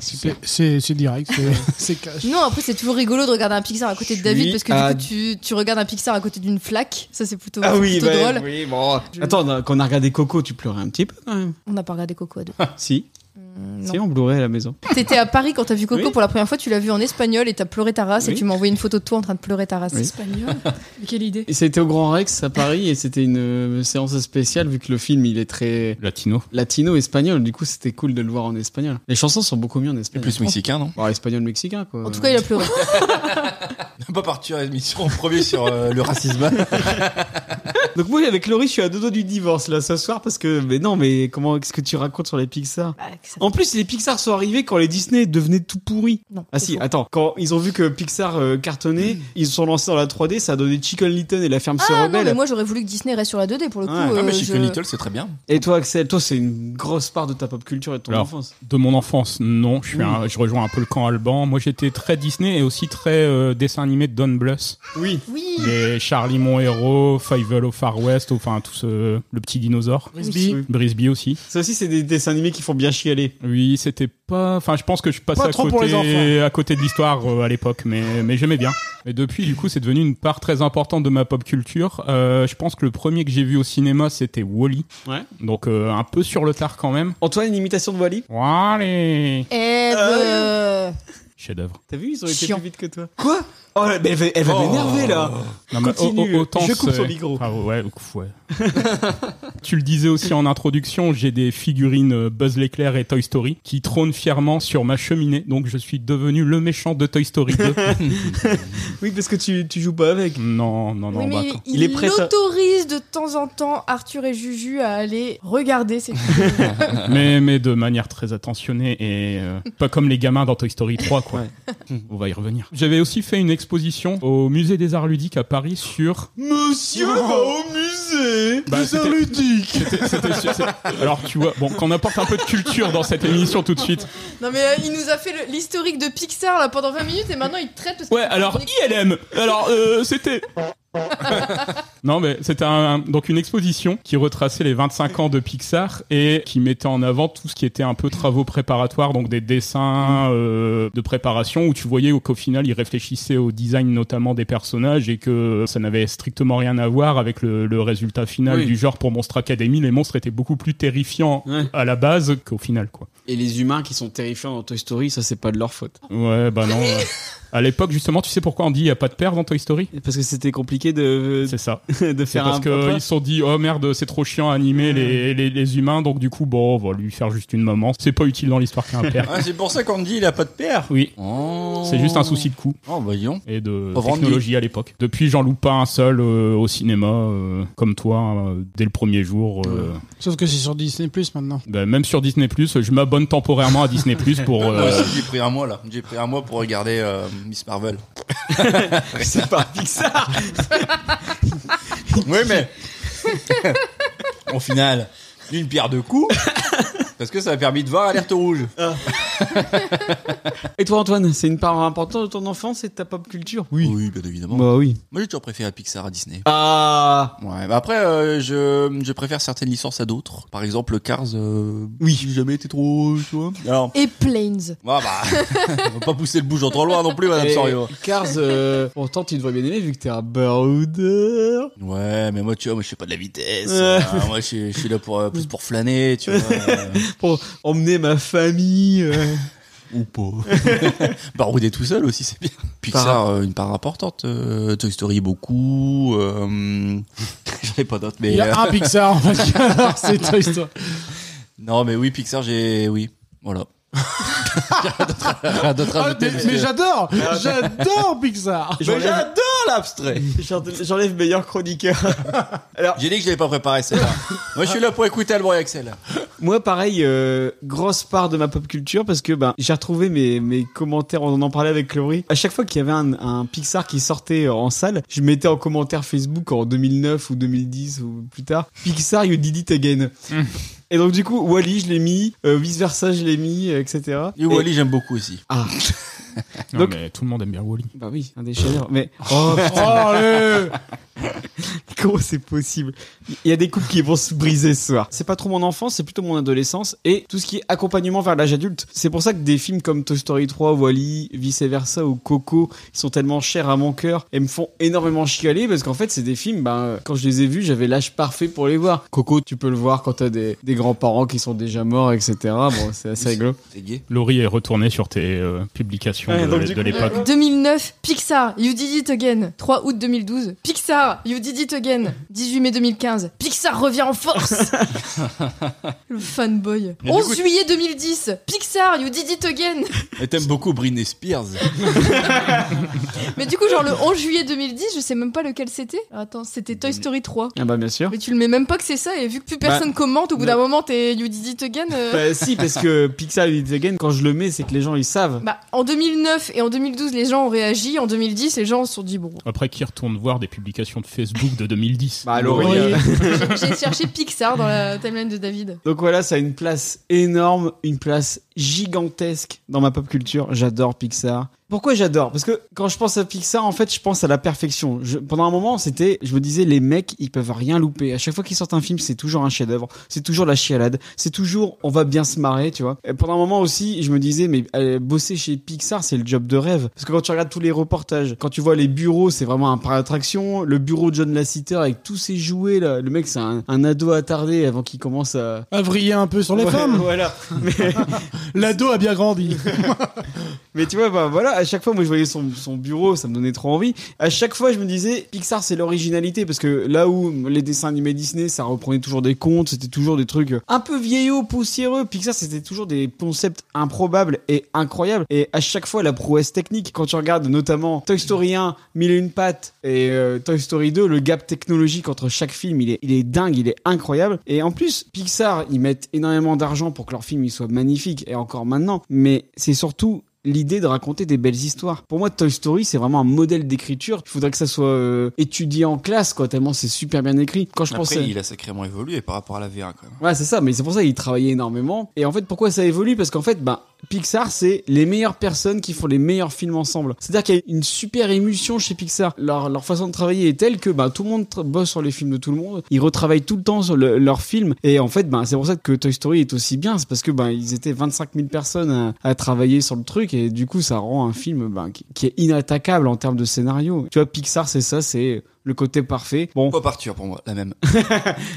[SPEAKER 5] C'est- C'est c'est direct, c'est- c'est cash.
[SPEAKER 8] Non, après c'est toujours rigolo de regarder un Pixar à côté
[SPEAKER 2] Je
[SPEAKER 8] de David
[SPEAKER 2] suis
[SPEAKER 8] parce que du
[SPEAKER 2] à-
[SPEAKER 8] coup tu, tu regardes un Pixar à côté d'une flaque, ça c'est plutôt, c'est plutôt
[SPEAKER 2] bah,
[SPEAKER 8] drôle.
[SPEAKER 2] oui, bon.
[SPEAKER 8] Je-
[SPEAKER 2] Attends, on a- quand on a regardé Coco, tu pleurais un petit peu quand même.
[SPEAKER 8] On n'a pas regardé Coco à deux.
[SPEAKER 3] Ah.
[SPEAKER 2] Si,
[SPEAKER 8] Mm, non.
[SPEAKER 2] si, on blu à la maison.
[SPEAKER 8] T'étais à Paris quand t'as vu Coco
[SPEAKER 2] Oui.
[SPEAKER 8] pour la première fois, tu l'as vu en espagnol et t'as pleuré ta race et
[SPEAKER 2] Oui.
[SPEAKER 8] tu m'as envoyé une photo de toi en train de pleurer ta race.
[SPEAKER 2] Oui.
[SPEAKER 6] Espagnol. Mais quelle idée.
[SPEAKER 2] Et ça a été au Grand Rex à Paris et c'était une euh, séance spéciale vu que le film il est très
[SPEAKER 7] Latino.
[SPEAKER 2] latino-espagnol. Du coup, c'était cool de le voir en espagnol. Les chansons sont beaucoup mieux en
[SPEAKER 3] Et
[SPEAKER 2] espagnol.
[SPEAKER 3] plus mexicain, non
[SPEAKER 2] Bon, espagnol-mexicain quoi.
[SPEAKER 8] En tout cas, il a pleuré.
[SPEAKER 3] On va partir à l'émission en premier sur euh, le racisme.
[SPEAKER 2] Donc moi avec Laurie je suis à deux doigts du divorce là ce soir parce que mais non mais comment qu'est-ce que tu racontes sur les Pixar
[SPEAKER 8] Bah, que ça-
[SPEAKER 2] En plus les Pixar sont arrivés quand les Disney devenaient tout pourris.
[SPEAKER 8] Non,
[SPEAKER 2] Ah
[SPEAKER 8] c'est
[SPEAKER 2] si
[SPEAKER 8] faux.
[SPEAKER 2] attends quand ils ont vu que Pixar euh, cartonnait ils se sont lancés dans la 3D ça a donné Chicken Little et la ferme se
[SPEAKER 8] Ah non, mais
[SPEAKER 2] rebelle.
[SPEAKER 8] moi j'aurais voulu que Disney reste sur la 2D pour le coup.
[SPEAKER 2] Ouais.
[SPEAKER 3] Ah,
[SPEAKER 8] euh,
[SPEAKER 3] mais
[SPEAKER 8] je-
[SPEAKER 3] Chicken Little, c'est très bien.
[SPEAKER 2] Et toi Axel toi c'est une grosse part de ta pop culture et de ton
[SPEAKER 7] Alors,
[SPEAKER 2] enfance.
[SPEAKER 7] De mon enfance, non. Je, suis un- je rejoins un peu le camp Alban. Moi, j'étais très Disney et aussi très euh, dessin animé de Don Bluth.
[SPEAKER 2] Oui.
[SPEAKER 8] Oui,
[SPEAKER 7] Les Charlie Mon Héros, Five au Far West, enfin, tout ce... le petit dinosaure.
[SPEAKER 5] Frisbee.
[SPEAKER 2] Oui.
[SPEAKER 7] Brisby aussi.
[SPEAKER 2] Ça aussi c'est des dessins animés qui font bien chialer.
[SPEAKER 7] Oui, c'était pas. Enfin, je pense que je passais
[SPEAKER 5] Pas
[SPEAKER 7] à
[SPEAKER 5] trop pour les
[SPEAKER 7] côté, à côté de l'histoire euh, à l'époque, mais, mais j'aimais bien. Et depuis, du coup, c'est devenu une part très importante de ma pop culture. Euh, je pense que le premier que j'ai vu au cinéma, c'était Wally.
[SPEAKER 2] Ouais.
[SPEAKER 7] Donc, euh, un peu sur le tard quand même.
[SPEAKER 2] Antoine une imitation de Wally
[SPEAKER 7] Wally
[SPEAKER 8] Eve,
[SPEAKER 2] Ah,
[SPEAKER 8] euh,
[SPEAKER 7] Chef-d'œuvre.
[SPEAKER 2] T'as vu ils ont été
[SPEAKER 8] Chiant.
[SPEAKER 2] plus vite que toi. Quoi Oh mais elle va, elle va m'énerver là.
[SPEAKER 7] Non, mais
[SPEAKER 2] Continue,
[SPEAKER 7] au- au- autant
[SPEAKER 2] je coupe
[SPEAKER 7] c'est-
[SPEAKER 2] son micro.
[SPEAKER 7] Ah ouais, ouf, ouais. tu le disais aussi en introduction, j'ai des figurines euh, Buzz l'éclair et Toy Story qui trônent fièrement sur ma cheminée, donc je suis devenu le méchant de Toy Story 2.
[SPEAKER 2] Oui parce que tu tu joues pas avec.
[SPEAKER 7] non, non, non,
[SPEAKER 8] oui,
[SPEAKER 7] bah,
[SPEAKER 8] mais
[SPEAKER 7] quand-
[SPEAKER 8] il,
[SPEAKER 2] hein. Il est prêt à-
[SPEAKER 8] autorise de temps en temps Arthur et Juju à aller regarder ces films.
[SPEAKER 7] mais, mais de manière très attentionnée et euh, pas comme les gamins dans Toy Story 3, quoi. On va y revenir. J'avais aussi fait une exposition au musée des arts ludiques à Paris sur.
[SPEAKER 2] Monsieur va au musée.
[SPEAKER 7] Bah, c'était- c'était- c'était sur- c'est- Alors, tu vois, bon, qu'on apporte un peu de culture dans cette émission tout de suite.
[SPEAKER 8] non mais euh, il nous a fait le- l'historique de Pixar là pendant 20 minutes et maintenant il traite parce que-
[SPEAKER 7] Ouais, alors ILM. Alors euh, c'était. non mais c'était un- un- donc une exposition qui retraçait les 25 ans de Pixar et qui mettait en avant tout ce qui était un peu travaux préparatoires, donc des dessins euh, de préparation où tu voyais qu'au final ils réfléchissaient au design notamment des personnages et que ça n'avait strictement rien à voir avec le, le résultat final
[SPEAKER 2] Oui.
[SPEAKER 7] du genre pour Monstre Academy. Les monstres étaient beaucoup plus terrifiants
[SPEAKER 2] Ouais.
[SPEAKER 7] à la base qu'au final quoi.
[SPEAKER 2] Et les humains qui sont terrifiants dans Toy Story, ça c'est pas de leur faute.
[SPEAKER 7] Ouais bah non. euh, À l'époque justement, tu sais pourquoi on dit il y a pas de père dans Toy Story
[SPEAKER 2] Parce que c'était compliqué de.
[SPEAKER 7] C'est ça.
[SPEAKER 2] de
[SPEAKER 7] C'est
[SPEAKER 2] faire
[SPEAKER 7] parce
[SPEAKER 2] un papa.
[SPEAKER 7] qu'ils se sont dit, oh merde, c'est trop chiant à animer les, les, les humains, donc du coup, bon, on va lui faire juste une maman. C'est pas utile dans l'histoire qu'un père.
[SPEAKER 3] Ah, c'est pour ça qu'on me dit il a pas de père.
[SPEAKER 7] Oui,
[SPEAKER 3] Oh.
[SPEAKER 7] c'est juste un souci de coût
[SPEAKER 3] Oh, bah, dis donc.
[SPEAKER 7] et de
[SPEAKER 3] Pauvre Andy.
[SPEAKER 7] technologie à l'époque. Depuis, j'en loupe pas un seul euh, au cinéma, euh, comme toi, euh, dès le premier jour. euh,
[SPEAKER 5] Sauf que c'est sur Disney Plus maintenant.
[SPEAKER 7] bah, même sur Disney+, je m'abonne temporairement à Disney+, pour...
[SPEAKER 3] Moi
[SPEAKER 7] euh,
[SPEAKER 3] aussi, j'ai pris un mois là. J'ai pris un mois pour regarder euh, Miss Marvel.
[SPEAKER 2] C'est pas Pixar.
[SPEAKER 3] oui, mais. Au final, d'une pierre deux coups. Parce que ça a permis de voir Alerte Rouge.
[SPEAKER 2] Et toi, Antoine, c'est une part importante de ton enfance et de ta pop culture
[SPEAKER 3] bien évidemment.
[SPEAKER 2] Bah oui.
[SPEAKER 3] Moi, j'ai toujours préféré Pixar à Disney.
[SPEAKER 2] Ah.
[SPEAKER 3] Ouais, bah après, euh, je, je préfère certaines licences à d'autres. Par exemple, Cars. oui. J'ai jamais été trop. Tu vois Alors.
[SPEAKER 8] Et Planes.
[SPEAKER 3] Bah, bah. on va pas pousser le bougeon trop loin non plus, madame
[SPEAKER 2] Et
[SPEAKER 3] Sorio.
[SPEAKER 2] Cars, euh, pourtant tu devrais bien aimer vu que t'es un birder.
[SPEAKER 3] Ouais, mais moi, tu vois, moi, je fais pas de la vitesse.
[SPEAKER 2] Euh.
[SPEAKER 3] hein. moi, je suis- je suis là pour, euh, plus pour flâner, tu vois.
[SPEAKER 2] Pour emmener ma famille. euh.
[SPEAKER 3] Ou pas. Barouder Bah, tout seul aussi, c'est bien. Pixar, euh, une part importante. euh, Toy Story, beaucoup. Euh, J'en ai pas d'autres,
[SPEAKER 5] Il
[SPEAKER 3] mais.
[SPEAKER 5] y
[SPEAKER 3] euh,
[SPEAKER 5] a un Pixar en fait. Alors, c'est Toy Story.
[SPEAKER 3] Non, mais oui, Pixar, j'ai. Oui. Voilà. J'ai rien d'autre à- rien d'autre à
[SPEAKER 5] Ah,
[SPEAKER 3] ajouter,
[SPEAKER 5] mais
[SPEAKER 3] parce
[SPEAKER 5] mais
[SPEAKER 3] que-
[SPEAKER 5] j'adore J'adore Pixar
[SPEAKER 3] Mais j'adore l'abstrait
[SPEAKER 2] J'enlève j'enlève meilleur chroniqueur.
[SPEAKER 3] J'ai dit que je l'avais pas préparé celle-là. Moi je suis là pour écouter Albon et Axel.
[SPEAKER 2] Moi, pareil, euh, grosse part de ma pop culture parce que ben, j'ai retrouvé mes, mes commentaires, on en parlait avec Laurie. À chaque fois qu'il y avait un, un Pixar qui sortait euh, en salle, je mettais en commentaire Facebook en 2009 ou 2010 ou plus tard Pixar, you did it again. Et donc, du coup, Wally, je l'ai mis, euh, vice versa, je l'ai mis, euh, etc.
[SPEAKER 3] Et Wally j'aime beaucoup aussi.
[SPEAKER 2] Ah,
[SPEAKER 7] non,
[SPEAKER 2] Donc-
[SPEAKER 7] mais tout le monde aime bien Wally.
[SPEAKER 2] bah oui, un des chefs-d'œuvre. Mais oh,
[SPEAKER 5] Oh, le-
[SPEAKER 2] Comment c'est possible Il y a des couples qui vont se briser ce soir. C'est pas trop mon enfance, c'est plutôt mon adolescence et tout ce qui est accompagnement vers l'âge adulte. C'est pour ça que des films comme Toy Story 3, Wally, Vice Versa ou Coco ils sont tellement chers à mon cœur et me font énormément chialer parce qu'en fait, c'est des films, ben, euh, quand je les ai vus, j'avais l'âge parfait pour les voir. Coco, tu peux le voir quand t'as des, des grands-parents qui sont déjà morts, etc. Bon, c'est assez rigolo.
[SPEAKER 3] C'est gay.
[SPEAKER 7] Laurie est retournée sur tes euh, publications
[SPEAKER 2] Ouais,
[SPEAKER 7] de,
[SPEAKER 2] donc du
[SPEAKER 7] de
[SPEAKER 2] coup-
[SPEAKER 7] l'époque.
[SPEAKER 8] Euh, 2009, Pixar, You Did It Again. 3 août 2012, Pixar, You Did It Again. 18 mai 2015, Pixar revient en force. Le fanboy.
[SPEAKER 3] Mais du
[SPEAKER 8] 11
[SPEAKER 3] coup-
[SPEAKER 8] juillet 2010, Pixar, You Did It Again.
[SPEAKER 3] Et t'aimes beaucoup Britney Spears.
[SPEAKER 8] Mais du coup, genre le 11 juillet 2010, je sais même pas lequel c'était. Attends, c'était Toy Story 3.
[SPEAKER 2] Ah bah bien sûr.
[SPEAKER 8] Mais tu le mets même pas que c'est ça, et vu que plus
[SPEAKER 2] Bah,
[SPEAKER 8] personne commente, au bout
[SPEAKER 2] non.
[SPEAKER 8] d'un moment, t'es You Did It Again. euh,
[SPEAKER 2] Bah si, parce que Pixar et Little Again, quand je le mets, c'est que les gens ils savent.
[SPEAKER 8] Bah, en 2009 et en 2012, les gens ont réagi. En 2010, les gens se sont dit, bon,
[SPEAKER 7] Après, qui retourne voir des publications de Facebook de 2010
[SPEAKER 2] Bah Laurie,
[SPEAKER 5] Oui.
[SPEAKER 2] euh,
[SPEAKER 8] j'ai cherché Pixar dans la timeline de David.
[SPEAKER 2] Donc voilà, ça a une place énorme, une place gigantesque dans ma pop culture. J'adore Pixar. Pourquoi j'adore Parce que quand je pense à Pixar, en fait, je pense à la perfection. Je- pendant un moment, c'était, je me disais, les mecs, ils peuvent rien louper. À chaque fois qu'ils sortent un film, c'est toujours un chef-d'œuvre. C'est toujours la chialade. C'est toujours, on va bien se marrer, tu vois. Et pendant un moment aussi, je me disais, mais euh, bosser chez Pixar, c'est le job de rêve. Parce que quand tu regardes tous les reportages, quand tu vois les bureaux, c'est vraiment un parc d'attraction. Le bureau de John Lasseter avec tous ses jouets là, le mec, c'est un, un ado attardé avant qu'il commence à
[SPEAKER 5] À vriller un peu sur les
[SPEAKER 2] Ouais,
[SPEAKER 5] femmes
[SPEAKER 2] Voilà. Mais,
[SPEAKER 5] L'ado a bien grandi
[SPEAKER 2] mais tu vois, bah, voilà, à chaque fois, moi, je voyais son, son bureau, ça me donnait trop envie. À chaque fois, je me disais, Pixar, c'est l'originalité, parce que là où les dessins animés Disney, ça reprenait toujours des contes, c'était toujours des trucs euh, un peu vieillots, poussiéreux. Pixar, c'était toujours des concepts improbables et incroyables. Et à chaque fois, la prouesse technique, quand tu regardes notamment Toy Story 1, Mille et une pattes et euh, Toy Story 2, le gap technologique entre chaque film, il est, il est dingue, il est incroyable. Et en plus, Pixar, ils mettent énormément d'argent pour que leur film il soit magnifique, et encore maintenant. Mais c'est surtout l'idée de raconter des belles histoires. Pour moi, Toy Story, c'est vraiment un modèle d'écriture. Il faudrait que ça soit euh, étudié en classe, quoi, tellement c'est super bien écrit. Quand je
[SPEAKER 3] Après
[SPEAKER 2] pensais...
[SPEAKER 3] il a sacrément évolué par rapport à la V1 quand même.
[SPEAKER 2] Ouais, c'est ça, mais c'est pour ça qu'il travaillait énormément. Et en fait, pourquoi ça évolue Parce qu'en fait, ben, Pixar, c'est les meilleures personnes qui font les meilleurs films ensemble. C'est-à-dire qu'il y a une super émulsion chez Pixar. Leur, leur façon de travailler est telle que ben, tout le monde tra- bosse sur les films de tout le monde. Ils retravaillent tout le temps sur le- leurs films. Et en fait, ben, c'est pour ça que Toy Story est aussi bien. C'est parce que ben, ils étaient 25 000 personnes à, à travailler sur le truc. Et du coup, ça rend un film ben, qui, qui est inattaquable en termes de scénario. Tu vois, Pixar, c'est ça, c'est le côté parfait. Bon,
[SPEAKER 3] Pourquoi partir pour moi La même.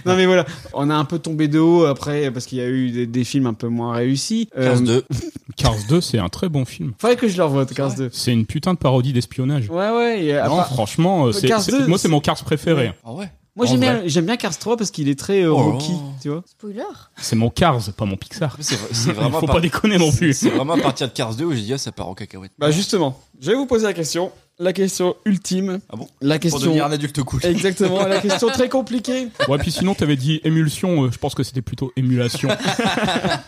[SPEAKER 2] non mais voilà, on a un peu tombé de haut après parce qu'il y a eu des, des films un peu moins réussis. Euh,
[SPEAKER 3] 15-2.
[SPEAKER 7] Cars 2, c'est un très bon film.
[SPEAKER 2] Faudrait que je le revoie, Cars 2.
[SPEAKER 7] C'est une putain de parodie d'espionnage.
[SPEAKER 2] Ouais, ouais. et, euh,
[SPEAKER 7] non,
[SPEAKER 2] à part-
[SPEAKER 7] franchement, euh, c'est-
[SPEAKER 2] Cars
[SPEAKER 7] c'est-
[SPEAKER 2] 2,
[SPEAKER 7] moi, c'est
[SPEAKER 2] c'est-
[SPEAKER 7] mon Cars préféré.
[SPEAKER 2] Ouais.
[SPEAKER 3] Ah ouais.
[SPEAKER 2] Moi,
[SPEAKER 3] En
[SPEAKER 2] j'aime
[SPEAKER 3] vrai.
[SPEAKER 2] bien, j'aime bien Cars 3 parce qu'il est très euh,
[SPEAKER 3] Oh là
[SPEAKER 2] Rocky,
[SPEAKER 3] là.
[SPEAKER 2] tu vois.
[SPEAKER 8] Spoiler.
[SPEAKER 7] C'est mon Cars, pas mon Pixar.
[SPEAKER 3] C'est c'est
[SPEAKER 7] Il
[SPEAKER 3] vraiment
[SPEAKER 7] faut
[SPEAKER 3] par-
[SPEAKER 7] pas déconner non plus.
[SPEAKER 3] C'est vraiment à partir de Cars 2 où j'ai dit ah, ça part en cacahuète.
[SPEAKER 2] Bah, justement, je vais vous poser la question. La question ultime.
[SPEAKER 3] Ah bon
[SPEAKER 2] La
[SPEAKER 3] Pour
[SPEAKER 2] question.
[SPEAKER 3] devenir un adulte cool.
[SPEAKER 2] Exactement, la question très compliquée.
[SPEAKER 7] Ouais, puis sinon, t'avais dit émulsion, euh, je pense que c'était plutôt émulation.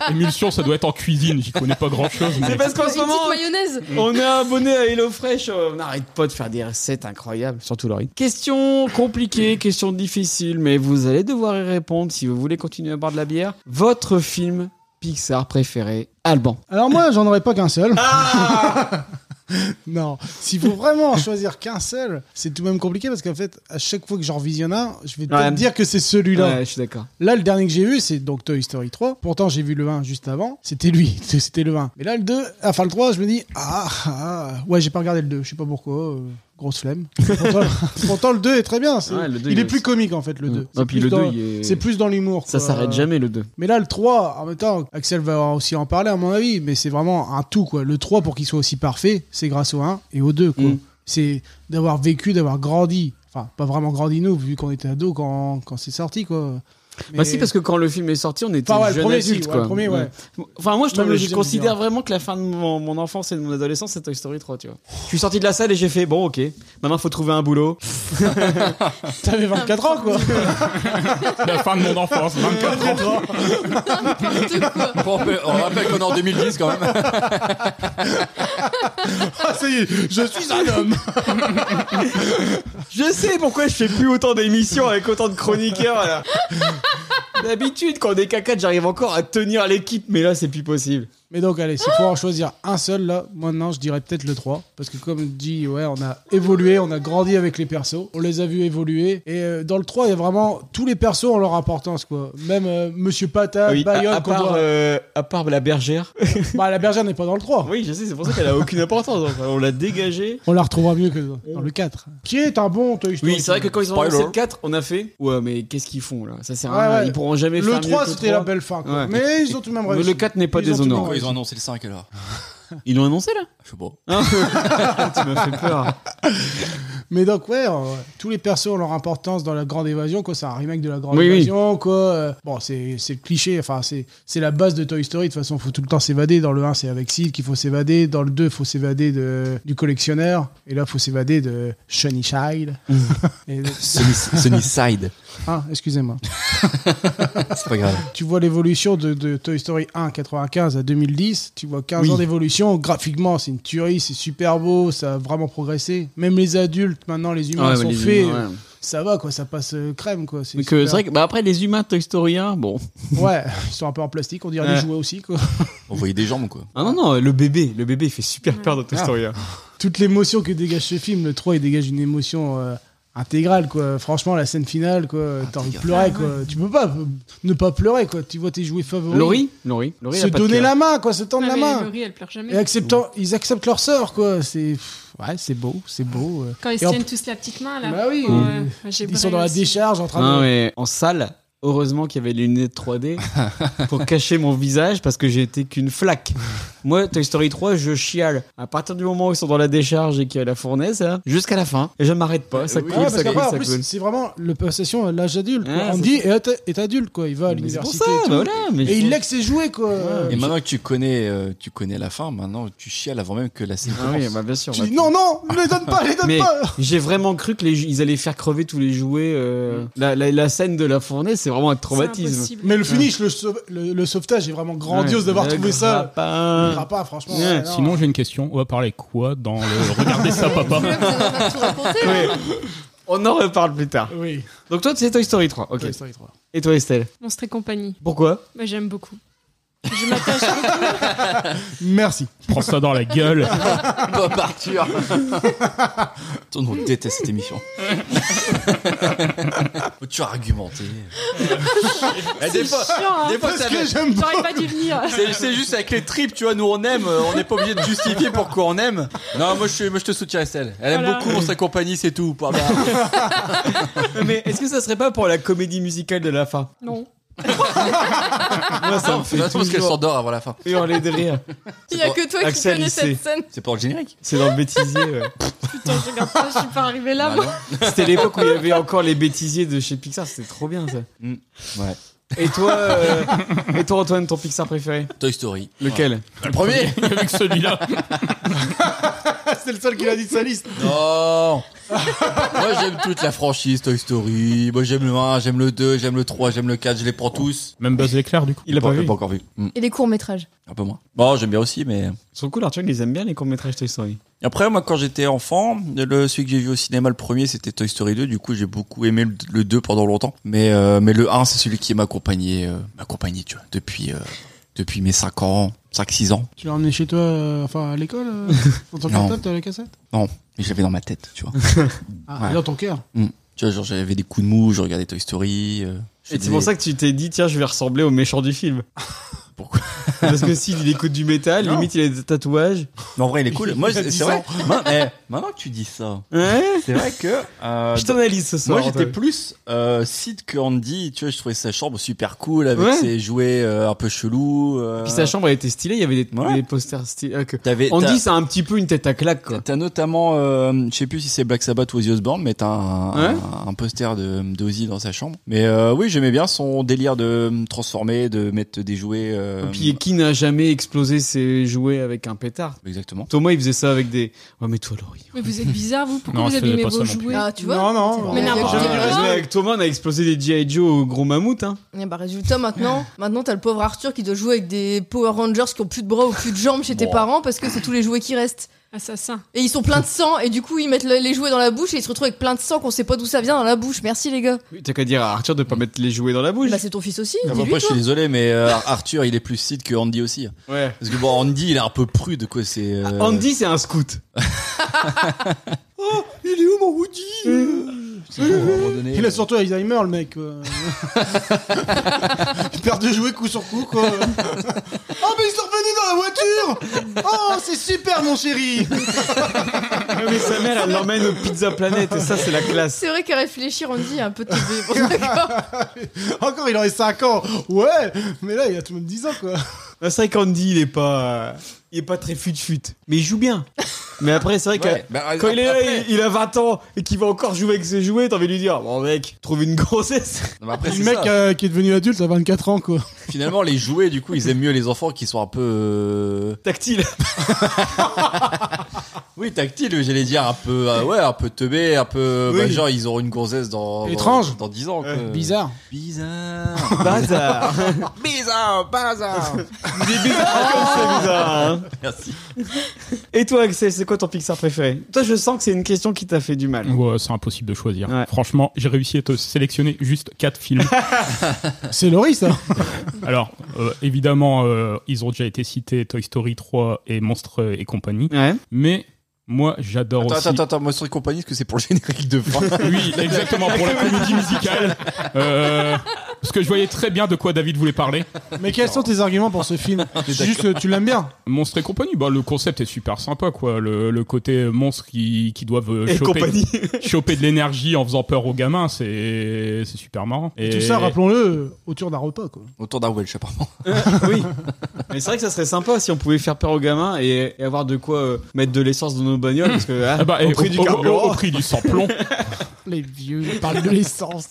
[SPEAKER 7] émulsion, ça doit être en cuisine, j'y connais pas grand chose.
[SPEAKER 2] C'est
[SPEAKER 7] Mais...
[SPEAKER 2] parce qu'en
[SPEAKER 8] Une
[SPEAKER 2] ce moment,
[SPEAKER 8] petite mayonnaise.
[SPEAKER 2] On est abonné à HelloFresh, euh, on n'arrête pas de faire des recettes incroyables, surtout Laurie. Question compliquée, question difficile, mais vous allez devoir y répondre si vous voulez continuer à boire de la bière. Votre film Pixar préféré, Alban.
[SPEAKER 5] Alors moi, j'en aurais pas qu'un seul.
[SPEAKER 2] Ah
[SPEAKER 5] non, s'il faut vraiment en choisir qu'un seul, c'est tout de même compliqué parce qu'en fait, à chaque fois que j'en visionne un, je vais
[SPEAKER 2] Ouais.
[SPEAKER 5] peut-être dire que c'est celui-là.
[SPEAKER 2] Ouais, je suis d'accord.
[SPEAKER 5] Là, le dernier que j'ai vu, c'est donc Toy Story 3. Pourtant, j'ai vu le 1 juste avant. C'était lui, c'était le 1. Mais là, le 2, enfin le 3, je me dis, ah, ah. ouais, j'ai pas regardé le 2, je sais pas pourquoi, euh, grosse flemme. Pourtant, pourtant, le 2 est très bien. c'est-
[SPEAKER 2] Ouais, le 2,
[SPEAKER 5] il
[SPEAKER 2] il
[SPEAKER 5] est
[SPEAKER 2] est-
[SPEAKER 5] plus comique en fait, le 2.
[SPEAKER 2] Ouais.
[SPEAKER 5] C'est
[SPEAKER 2] Ah, puis le
[SPEAKER 5] plus dans-
[SPEAKER 2] 2, il est-
[SPEAKER 5] C'est plus Euh, dans l'humour.
[SPEAKER 2] Ça
[SPEAKER 5] quoi.
[SPEAKER 2] s'arrête jamais le 2.
[SPEAKER 5] Mais là, le 3, en même temps, Axel va aussi en parler, à mon avis, mais c'est vraiment un tout, quoi. Le 3, pour qu'il soit aussi parfait, c'est grâce au 1 et au 2, quoi.
[SPEAKER 2] Mm.
[SPEAKER 5] C'est d'avoir vécu, d'avoir grandi. Enfin, pas vraiment grandi, nous, vu qu'on était ados quand, quand c'est sorti, quoi. Mais-
[SPEAKER 2] Bah si, parce que quand le film est sorti, on était
[SPEAKER 5] Enfin, ouais, le
[SPEAKER 2] jeune
[SPEAKER 5] premier,
[SPEAKER 2] adulte,
[SPEAKER 5] si, ouais,
[SPEAKER 2] quoi.
[SPEAKER 5] le premier, ouais.
[SPEAKER 2] Enfin, moi, je, trouve-
[SPEAKER 5] Même le
[SPEAKER 2] je
[SPEAKER 5] deuxième,
[SPEAKER 2] considère
[SPEAKER 5] bien.
[SPEAKER 2] vraiment que la fin de mon, mon enfance et de mon adolescence, c'est Toy Story 3, tu vois. Je suis sorti de la salle et j'ai fait, bon, ok, maintenant, faut trouver un boulot.
[SPEAKER 5] T'avais 24 ans, quoi.
[SPEAKER 7] La fin de mon enfance, 24 ans.
[SPEAKER 3] Bon, on peut- on rappelle qu'on est en 2010 quand même.
[SPEAKER 5] Ah, ça y est, je suis un homme.
[SPEAKER 2] Je sais pourquoi je fais plus autant d'émissions avec autant de chroniqueurs là. D'habitude, quand on est caca, j'arrive encore à tenir l'équipe, mais là, c'est plus possible.
[SPEAKER 5] Mais donc, allez, s'il faut en choisir un seul, là, maintenant, je dirais peut-être le 3. Parce que, comme dit, ouais, on a évolué, on a grandi avec les persos, on les a vus évoluer. Et euh, dans le 3, il y a vraiment tous les persos ont leur importance, quoi. Même euh, Monsieur Pata,
[SPEAKER 2] Oui,
[SPEAKER 5] Bayonne,
[SPEAKER 2] à, à
[SPEAKER 5] qu'on
[SPEAKER 2] part,
[SPEAKER 5] voit-
[SPEAKER 2] euh, à part la bergère.
[SPEAKER 5] Bah, la bergère n'est pas dans le 3.
[SPEAKER 2] oui, je sais, c'est pour ça qu'elle a aucune importance. enfin, on l'a dégagée.
[SPEAKER 5] On la retrouvera mieux que dans le 4. Qui est un bon Toy Story.
[SPEAKER 2] Oui, c'est vrai que quand ils ont
[SPEAKER 3] Spoiler.
[SPEAKER 2] lancé le 4, on a fait. Ouais, mais qu'est-ce qu'ils font là Ça sert à
[SPEAKER 5] Ouais,
[SPEAKER 2] rien.
[SPEAKER 5] ouais.
[SPEAKER 2] Ils pourront jamais faire.
[SPEAKER 5] Le
[SPEAKER 2] mieux
[SPEAKER 5] 3,
[SPEAKER 2] que le
[SPEAKER 5] c'était la
[SPEAKER 2] 3.
[SPEAKER 5] belle fin, quoi.
[SPEAKER 2] Ouais.
[SPEAKER 5] Mais ils ont tout de même
[SPEAKER 2] Mais
[SPEAKER 5] réussi.
[SPEAKER 2] le 4 n'est pas
[SPEAKER 5] Ils ont tout de même
[SPEAKER 2] déshonorant.
[SPEAKER 3] Pourquoi ils
[SPEAKER 5] réussi.
[SPEAKER 3] ont annoncé le 5 alors
[SPEAKER 2] Ils l'ont annoncé là
[SPEAKER 3] Je sais pas.
[SPEAKER 2] Tu m'as fait peur.
[SPEAKER 5] Mais donc, ouais, euh, ouais. tous les persos ont leur importance dans la Grande Évasion, quoi. C'est un remake de la Grande
[SPEAKER 2] Oui, oui.
[SPEAKER 5] Évasion, quoi. Euh, Bon, c'est c'est le cliché, enfin, c'est c'est la base de Toy Story. De toute façon, faut tout le temps s'évader. Dans le 1, c'est avec Sid qu'il faut s'évader. Dans le 2, faut s'évader de- du collectionneur. Et là, faut s'évader de Shiny Child. Et donc-
[SPEAKER 3] Sunnyside.
[SPEAKER 5] ah, excusez-moi.
[SPEAKER 3] C'est pas grave.
[SPEAKER 5] Tu vois l'évolution de, de Toy Story 1, 95 à 2010. Tu vois 15
[SPEAKER 2] Oui.
[SPEAKER 5] ans d'évolution. Graphiquement, c'est une tuerie, c'est super beau, ça a vraiment progressé. Même les adultes, maintenant, les humains
[SPEAKER 2] Ah Ouais, mais
[SPEAKER 5] sont
[SPEAKER 2] les
[SPEAKER 5] faits.
[SPEAKER 2] humains, ouais.
[SPEAKER 5] ça va quoi, ça passe euh, crème quoi.
[SPEAKER 2] Mais que
[SPEAKER 5] super.
[SPEAKER 2] c'est vrai que bah après les humains de Toy Story 1, bon.
[SPEAKER 5] Ouais, ils sont un peu en plastique, on dirait
[SPEAKER 2] Ouais.
[SPEAKER 5] les jouets aussi quoi.
[SPEAKER 3] On voyait des jambes quoi.
[SPEAKER 2] Ah non non, le bébé, le bébé il fait super peur dans Toy Story 1.
[SPEAKER 5] Toute l'émotion que dégage ce film, le 3 il dégage une émotion euh, intégrale quoi. Franchement la scène finale quoi,
[SPEAKER 6] Ah,
[SPEAKER 5] t'as envie de pleurer quoi. Tu peux pas euh, ne pas pleurer quoi, tu vois tes jouets favoris.
[SPEAKER 2] Laurie, Laurie, Laurie, elle
[SPEAKER 5] se
[SPEAKER 2] a pas de
[SPEAKER 5] donner
[SPEAKER 2] cœur.
[SPEAKER 5] la main quoi, se tendre la
[SPEAKER 6] Ah, mais
[SPEAKER 5] main.
[SPEAKER 6] Laurie, elle pleure jamais.
[SPEAKER 5] Et acceptant, ils acceptent leur sœur quoi, c'est pff, ouais, c'est beau, c'est beau. euh.
[SPEAKER 6] Quand ils
[SPEAKER 5] Et
[SPEAKER 6] se
[SPEAKER 5] en-
[SPEAKER 6] tiennent tous la petite main là.
[SPEAKER 5] Bah oui,
[SPEAKER 6] Ouais, j'ai
[SPEAKER 5] ils
[SPEAKER 6] brûlé
[SPEAKER 5] sont dans la
[SPEAKER 6] aussi.
[SPEAKER 5] décharge en train
[SPEAKER 2] Non,
[SPEAKER 5] de
[SPEAKER 2] mais en salle, heureusement qu'il y avait les lunettes 3D pour cacher mon visage parce que j'étais qu'une flaque. Moi, Toy Story 3, je chiale. À partir du moment où ils sont dans la décharge et qu'il y a la fournaise, là, jusqu'à la fin. Et je m'arrête pas. Ça
[SPEAKER 3] Oui,
[SPEAKER 2] coule,
[SPEAKER 5] Ouais, parce
[SPEAKER 2] ça coule,
[SPEAKER 5] qu'après, en
[SPEAKER 2] ça coule.
[SPEAKER 5] plus, c'est vraiment le possession à l'âge adulte. quoi.
[SPEAKER 2] Ah,
[SPEAKER 5] on
[SPEAKER 2] c'est
[SPEAKER 5] dit, est, est adulte, quoi. Il va à
[SPEAKER 2] Mais C'est pour
[SPEAKER 5] l'université.
[SPEAKER 2] ça,
[SPEAKER 5] et tout.
[SPEAKER 2] bah voilà. Mais
[SPEAKER 5] Et
[SPEAKER 2] je
[SPEAKER 5] il
[SPEAKER 2] trouve-
[SPEAKER 5] laisse ses jouets, quoi.
[SPEAKER 3] Et maintenant que tu connais, euh, tu connais la fin, maintenant tu chiales avant même que la séquence.
[SPEAKER 2] Ah oui, bah bien sûr.
[SPEAKER 5] Tu
[SPEAKER 2] bah,
[SPEAKER 5] dis, non, non, ne les donne pas, ne les donne
[SPEAKER 2] Mais
[SPEAKER 5] pas.
[SPEAKER 2] j'ai vraiment cru que les ju- ils allaient faire crever tous les jouets.
[SPEAKER 5] Mm.
[SPEAKER 2] euh, la, la- la scène de la fournaise, c'est vraiment un
[SPEAKER 6] C'est
[SPEAKER 2] traumatisme.
[SPEAKER 6] impossible.
[SPEAKER 5] Mais le finish, le, sau- le, le sauvetage est vraiment grandiose d'avoir trouvé ça. Il ira
[SPEAKER 2] ça.
[SPEAKER 5] pas, franchement.
[SPEAKER 2] Ouais,
[SPEAKER 5] non.
[SPEAKER 7] Sinon, j'ai une question. On va parler quoi dans le. Regardez ça, papa.
[SPEAKER 4] Là, vous avez pas tout raconté. là.
[SPEAKER 2] On en reparle plus tard.
[SPEAKER 5] Oui,
[SPEAKER 2] Donc toi, c'est Toy Story 3. Ok.
[SPEAKER 5] Toy Story 3.
[SPEAKER 2] Et toi, Estelle
[SPEAKER 6] Monstre et compagnie.
[SPEAKER 2] Pourquoi
[SPEAKER 6] Bah, J'aime beaucoup.
[SPEAKER 5] Merci.
[SPEAKER 7] Prends ça dans la gueule.
[SPEAKER 3] Bob Arthur. Ton on déteste cette émission. Faut toujours argumenter. Eh, des fois,
[SPEAKER 2] hein.
[SPEAKER 3] des fois, ça va-
[SPEAKER 5] j'aime
[SPEAKER 6] J'aurais pas dû venir.
[SPEAKER 3] c'est c'est juste avec les tripes, tu vois, nous on aime, euh, on n'est pas obligé de justifier pourquoi on aime. Non, moi je, suis- moi, je te soutiens Estelle. Elle aime
[SPEAKER 6] Voilà.
[SPEAKER 3] beaucoup sa compagnie, c'est tout. Pas mal.
[SPEAKER 2] Mais est-ce que ça serait pas pour la comédie musicale de la fin
[SPEAKER 6] Non.
[SPEAKER 2] Moi, ça me fait
[SPEAKER 3] je pense qu'elle
[SPEAKER 2] toujours
[SPEAKER 3] s'endort avant la fin.
[SPEAKER 2] hurler de rire.
[SPEAKER 8] Il y a que toi qui
[SPEAKER 2] Axel,
[SPEAKER 8] connais
[SPEAKER 2] il
[SPEAKER 8] cette
[SPEAKER 2] sait.
[SPEAKER 8] scène.
[SPEAKER 3] C'est pour le générique.
[SPEAKER 2] C'est dans le bêtisier. ouais.
[SPEAKER 6] Putain, je regarde pas, je suis pas arrivée là.
[SPEAKER 3] Ah
[SPEAKER 6] moi.
[SPEAKER 3] non.
[SPEAKER 2] C'était l'époque où il y avait encore les bêtisiers de chez Pixar. C'était trop bien ça.
[SPEAKER 3] Mm. Ouais.
[SPEAKER 2] Et toi, euh, et toi Antoine, ton Pixar préféré
[SPEAKER 3] Toy Story.
[SPEAKER 2] Lequel
[SPEAKER 3] Le premier
[SPEAKER 7] Avec celui-là.
[SPEAKER 2] Ah, C'est le seul qui l'a dit de sa liste.
[SPEAKER 3] Non Moi j'aime toute la franchise Toy Story. Moi j'aime le 1, j'aime le 2, j'aime le 3, j'aime le 4, je les prends tous.
[SPEAKER 7] Même Buzz l'éclair, du coup.
[SPEAKER 2] Il a
[SPEAKER 3] Bon,
[SPEAKER 2] pas
[SPEAKER 3] j'ai
[SPEAKER 2] vu.
[SPEAKER 3] pas encore vu. Mm.
[SPEAKER 8] Et les courts-métrages.
[SPEAKER 3] Un peu moins. Bon, j'aime bien aussi, mais.
[SPEAKER 2] Son cool, Arthur, ils aiment bien les courts-métrages Toy Story.
[SPEAKER 3] Après, moi, quand j'étais enfant, le, celui que j'ai vu au cinéma, le premier, c'était Toy Story 2. Du coup, j'ai beaucoup aimé le, le 2 pendant longtemps. Mais, euh, mais le 1, c'est celui qui m'a accompagné, euh, m'a accompagné, tu vois, depuis, euh, depuis mes 5 ans, 5-6 ans.
[SPEAKER 5] Tu l'as emmené chez toi, euh, enfin à l'école euh, Dans ton
[SPEAKER 3] Non.
[SPEAKER 5] cartable, t'as la cassette
[SPEAKER 3] Mais j'avais dans ma tête, tu vois.
[SPEAKER 5] Ah,
[SPEAKER 3] Ouais.
[SPEAKER 5] et dans ton cœur.
[SPEAKER 3] tu vois, genre, j'avais des coups de mou, je regardais Toy Story. euh, je
[SPEAKER 2] Et c'est
[SPEAKER 3] faisais-
[SPEAKER 2] pour ça que tu t'es dit, tiens, je vais ressembler au méchant du film.
[SPEAKER 3] Pourquoi
[SPEAKER 2] Parce que s'il il écoute du métal,
[SPEAKER 3] Non.
[SPEAKER 2] limite il a des tatouages.
[SPEAKER 3] Mais en vrai, il est cool. Moi,
[SPEAKER 5] Il a
[SPEAKER 3] c'est
[SPEAKER 5] 10
[SPEAKER 3] c'est vrai. Ma- eh, maintenant que tu dis ça,
[SPEAKER 2] Hein
[SPEAKER 3] c'est vrai que. euh,
[SPEAKER 2] je t'analyse ce soir.
[SPEAKER 3] Moi j'étais
[SPEAKER 2] Antoine.
[SPEAKER 3] plus euh, Sid que Andy, tu vois, je trouvais sa chambre super cool avec
[SPEAKER 2] Ouais.
[SPEAKER 3] ses jouets euh, un peu chelous. euh,
[SPEAKER 2] Puis sa chambre elle était stylée, il y avait des,
[SPEAKER 3] Ouais.
[SPEAKER 2] des posters stylés. Ah, que-
[SPEAKER 3] t'avais-
[SPEAKER 2] Andy,
[SPEAKER 3] t'as-
[SPEAKER 2] c'est un petit peu une tête à claque quoi.
[SPEAKER 3] T'as notamment, euh, je sais plus si c'est Black Sabbath ou Ozzy Osbourne, mais t'as un,
[SPEAKER 2] Ouais.
[SPEAKER 3] un- un poster de d'Ozzy dans sa chambre. Mais euh, oui, j'aimais bien son délire de me transformer, de mettre des jouets. euh,
[SPEAKER 2] Et puis qui n'a jamais explosé ses jouets avec un pétard
[SPEAKER 3] Exactement.
[SPEAKER 2] Thomas il faisait ça avec des. Ouais, mais toi Laurie.
[SPEAKER 6] Mais vous êtes bizarre, vous. Pourquoi
[SPEAKER 7] Non,
[SPEAKER 6] vous
[SPEAKER 7] je faisais
[SPEAKER 6] abîmez
[SPEAKER 7] pas ça
[SPEAKER 6] vos
[SPEAKER 7] non plus.
[SPEAKER 6] jouets
[SPEAKER 8] Ah, tu vois
[SPEAKER 5] non, non.
[SPEAKER 8] Mais
[SPEAKER 5] euh,
[SPEAKER 8] n'importe
[SPEAKER 5] j'ai-
[SPEAKER 2] Jamais du
[SPEAKER 8] quoi.
[SPEAKER 2] reste, mais avec Thomas on a explosé les G.I. Joe au gros mammouth hein.
[SPEAKER 8] Eh bah, résultat, maintenant, maintenant t'as le pauvre Arthur qui doit jouer avec des Power Rangers qui ont plus de bras ou plus de jambes chez tes
[SPEAKER 3] Bon.
[SPEAKER 8] parents parce que c'est tous les jouets qui restent.
[SPEAKER 6] Assassin.
[SPEAKER 8] Et ils sont pleins de sang et du coup ils mettent le- les jouets dans la bouche et ils se retrouvent avec plein de sang qu'on sait pas d'où ça vient dans la bouche. Merci les gars.
[SPEAKER 2] Oui, T'as qu'à dire à Arthur de pas mettre les jouets dans la bouche.
[SPEAKER 8] Bah c'est ton fils aussi.
[SPEAKER 2] Ah,
[SPEAKER 3] Après,
[SPEAKER 8] Dis-lui
[SPEAKER 3] je
[SPEAKER 8] toi.
[SPEAKER 3] suis désolé, mais euh, Ar- Arthur, il est plus Sid que Andy aussi.
[SPEAKER 2] Ouais.
[SPEAKER 3] Parce que bon, Andy, il est un peu prude, quoi. C'est euh,
[SPEAKER 2] Andy c'est un scout. oh, il est où mon Woody
[SPEAKER 3] c'est bon, à un moment donné,
[SPEAKER 5] Il
[SPEAKER 3] euh,
[SPEAKER 5] a surtout Alzheimer, le mec. quoi. Il perd de jouer coup sur coup, quoi. oh, mais ils sont revenus dans la voiture Oh, c'est super, mon chéri
[SPEAKER 2] Ouais, Ah, mais sa mère, elle l'emmène au Pizza Planet et ça, c'est la classe.
[SPEAKER 8] C'est vrai qu'à réfléchir on dit un peu teubé. Bon,
[SPEAKER 5] Encore, il en reste 5 ans. Ouais, mais là, il a tout de même 10 ans, quoi.
[SPEAKER 2] C'est vrai qu'Andy, il est pas, euh, il est pas très fut-fut, mais il joue bien. Mais après, c'est vrai que
[SPEAKER 3] ouais, bah,
[SPEAKER 2] quand il est là,
[SPEAKER 3] après-
[SPEAKER 2] il, il a 20 ans et qu'il va encore jouer avec ses jouets, t'as envie de lui dire, bon mec, trouve une grossesse.
[SPEAKER 3] Non, mais après,
[SPEAKER 5] Le
[SPEAKER 3] c'est
[SPEAKER 5] mec
[SPEAKER 3] ça.
[SPEAKER 5] euh, qui est devenu adulte à 24 ans, quoi.
[SPEAKER 3] Finalement, les jouets, du coup, ils aiment mieux les enfants qui sont un peu. euh,
[SPEAKER 2] Tactile.
[SPEAKER 3] Oui, tactile, j'allais dire un peu, euh, ouais, un peu teubé, un peu,
[SPEAKER 5] Oui.
[SPEAKER 3] bah, genre ils auront une grossesse dans dans-
[SPEAKER 5] Étrange. Euh,
[SPEAKER 3] dans, 10 ans. quoi.
[SPEAKER 5] Bizarre.
[SPEAKER 3] bizarre,
[SPEAKER 2] Bazar.
[SPEAKER 3] bizarre, bazar.
[SPEAKER 2] Il est bizarre comme c'est bizarre. hein.
[SPEAKER 3] Merci.
[SPEAKER 2] Et toi, Axel, c'est quoi ton Pixar préféré Toi, je sens que c'est une question qui t'a fait du mal.
[SPEAKER 7] Ouais, c'est impossible de choisir.
[SPEAKER 2] Ouais.
[SPEAKER 7] Franchement, j'ai réussi à te sélectionner juste quatre films.
[SPEAKER 5] C'est Laurie, ça.
[SPEAKER 7] Alors, euh, évidemment, euh, ils ont déjà été cités Toy Story 3 et Monstres et compagnie.
[SPEAKER 2] Ouais.
[SPEAKER 7] Mais moi, j'adore
[SPEAKER 3] Attends,
[SPEAKER 7] aussi.
[SPEAKER 3] attends, attends, attends, Monster et compagnie, est-ce que c'est pour le générique de fin
[SPEAKER 7] Oui, exactement, pour la comédie musicale. Euh, parce que je voyais très bien de quoi David voulait parler.
[SPEAKER 5] Mais quels sont tes arguments pour ce film C'est juste que tu l'aimes bien.
[SPEAKER 7] Monstres et compagnie, bah, le concept est super sympa, quoi. Le, le côté monstre qui, qui doivent euh,
[SPEAKER 2] Et
[SPEAKER 7] choper,
[SPEAKER 2] compagnie.
[SPEAKER 7] choper de l'énergie en faisant peur aux gamins, c'est c'est super marrant. Et
[SPEAKER 5] Tout ça, rappelons-le, euh, autour d'un repas, quoi.
[SPEAKER 3] Autour d'un Welsh, apparemment.
[SPEAKER 2] oui. Mais c'est vrai que ça serait sympa si on pouvait faire peur aux gamins et, et avoir de quoi euh, mettre de l'essence dans nos bagnoles parce que ah,
[SPEAKER 7] Ah bah,
[SPEAKER 2] au
[SPEAKER 7] et
[SPEAKER 2] prix du
[SPEAKER 7] au- au-
[SPEAKER 2] carburant,
[SPEAKER 7] au prix du sans-plomb.
[SPEAKER 5] Les vieux, ils parlent de l'essence.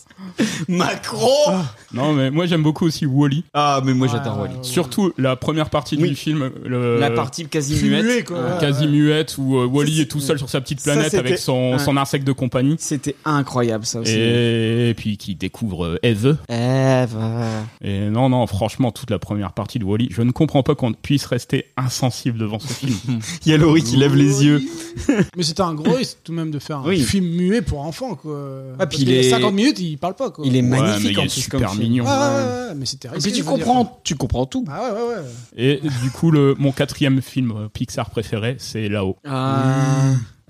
[SPEAKER 2] Macron.
[SPEAKER 7] Non, mais moi j'aime beaucoup aussi Wally.
[SPEAKER 2] Ah mais moi
[SPEAKER 5] Ouais,
[SPEAKER 2] j'adore
[SPEAKER 5] ouais,
[SPEAKER 2] Wally.
[SPEAKER 5] ouais.
[SPEAKER 7] Surtout la première partie
[SPEAKER 2] Oui.
[SPEAKER 7] du film, le-
[SPEAKER 2] La partie quasi
[SPEAKER 5] Fumée,
[SPEAKER 2] muette.
[SPEAKER 5] quoi.
[SPEAKER 2] euh,
[SPEAKER 7] quasi muette où euh,
[SPEAKER 2] Ça,
[SPEAKER 7] Wally
[SPEAKER 2] c'est-
[SPEAKER 7] est tout seul sur sa petite
[SPEAKER 2] Ça,
[SPEAKER 7] planète
[SPEAKER 2] c'était-
[SPEAKER 7] avec son,
[SPEAKER 2] ouais.
[SPEAKER 7] son insecte de compagnie.
[SPEAKER 2] C'était incroyable ça aussi.
[SPEAKER 7] Et, et puis qui découvre euh, Eve.
[SPEAKER 2] Eve.
[SPEAKER 7] Et non, non, franchement, toute la première partie de Wally, je ne comprends pas qu'on puisse rester insensible devant ce film.
[SPEAKER 2] Il y a Laurie qui lève les yeux.
[SPEAKER 5] Mais c'était un gros risque tout de même de faire un
[SPEAKER 2] Oui.
[SPEAKER 5] film muet pour enfants quoi.
[SPEAKER 2] Ah,
[SPEAKER 5] Parce
[SPEAKER 2] puis il
[SPEAKER 5] qu'il y a
[SPEAKER 2] est-
[SPEAKER 5] 50 minutes, il parle pas quoi.
[SPEAKER 2] Il est
[SPEAKER 7] Ouais, mais
[SPEAKER 2] magnifique
[SPEAKER 7] il
[SPEAKER 2] en
[SPEAKER 7] est
[SPEAKER 2] plus
[SPEAKER 7] super
[SPEAKER 2] comme film.
[SPEAKER 7] mignon.
[SPEAKER 5] Ah, ouais, ouais, ouais, mais c'était
[SPEAKER 2] Et
[SPEAKER 5] risqué.
[SPEAKER 2] puis tu
[SPEAKER 5] je veux dire.
[SPEAKER 2] comprends, tu comprends tout.
[SPEAKER 5] Ah ouais ouais ouais. Ah.
[SPEAKER 7] Et du coup, le, mon quatrième film euh, Pixar préféré, c'est là-haut.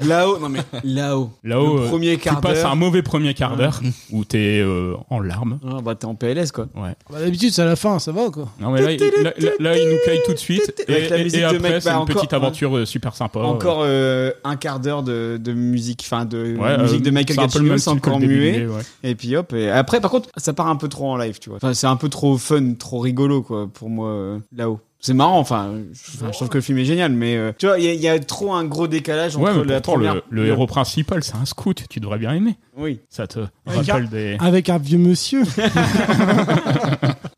[SPEAKER 2] Là-haut, non mais là-haut.
[SPEAKER 7] Là-haut,
[SPEAKER 2] Le
[SPEAKER 7] euh,
[SPEAKER 2] premier
[SPEAKER 7] tu
[SPEAKER 2] quart
[SPEAKER 7] passes
[SPEAKER 2] d'heure.
[SPEAKER 7] un mauvais premier quart d'heure où t'es euh, en larmes.
[SPEAKER 2] Ah, bah t'es en PLS quoi.
[SPEAKER 7] Ouais.
[SPEAKER 5] Bah, D'habitude, c'est à la fin, ça va quoi.
[SPEAKER 7] Non mais là, il, là, là- là, il nous caille tout de suite et,
[SPEAKER 2] Avec la
[SPEAKER 7] et-
[SPEAKER 2] musique
[SPEAKER 7] et
[SPEAKER 2] de mec,
[SPEAKER 7] après c'est
[SPEAKER 2] bah,
[SPEAKER 7] une petite
[SPEAKER 2] encore-
[SPEAKER 7] aventure euh, super sympa.
[SPEAKER 2] Encore euh, un quart d'heure de, de musique, enfin de
[SPEAKER 7] Ouais,
[SPEAKER 2] musique de
[SPEAKER 7] euh,
[SPEAKER 2] Michael
[SPEAKER 7] c'est un peu le
[SPEAKER 2] Giacchino,
[SPEAKER 7] même
[SPEAKER 2] c'est
[SPEAKER 7] style que le
[SPEAKER 2] encore
[SPEAKER 7] début
[SPEAKER 2] muet.
[SPEAKER 7] du dé, ouais.
[SPEAKER 2] Et puis hop, et après par contre, ça part un peu trop en live, tu vois. Enfin, c'est un peu trop fun, trop rigolo quoi pour moi euh, là-haut. C'est marrant, enfin, je, enfin, je trouve que le film est génial, mais euh, tu vois, il y, a- il y a trop un gros décalage entre
[SPEAKER 7] Ouais, mais
[SPEAKER 2] la
[SPEAKER 7] pourtant,
[SPEAKER 2] première.
[SPEAKER 7] le, le héros principal, c'est un scout. Tu devrais bien aimer.
[SPEAKER 2] Oui.
[SPEAKER 7] Ça te
[SPEAKER 5] Avec
[SPEAKER 7] rappelle des.
[SPEAKER 5] Avec un vieux monsieur.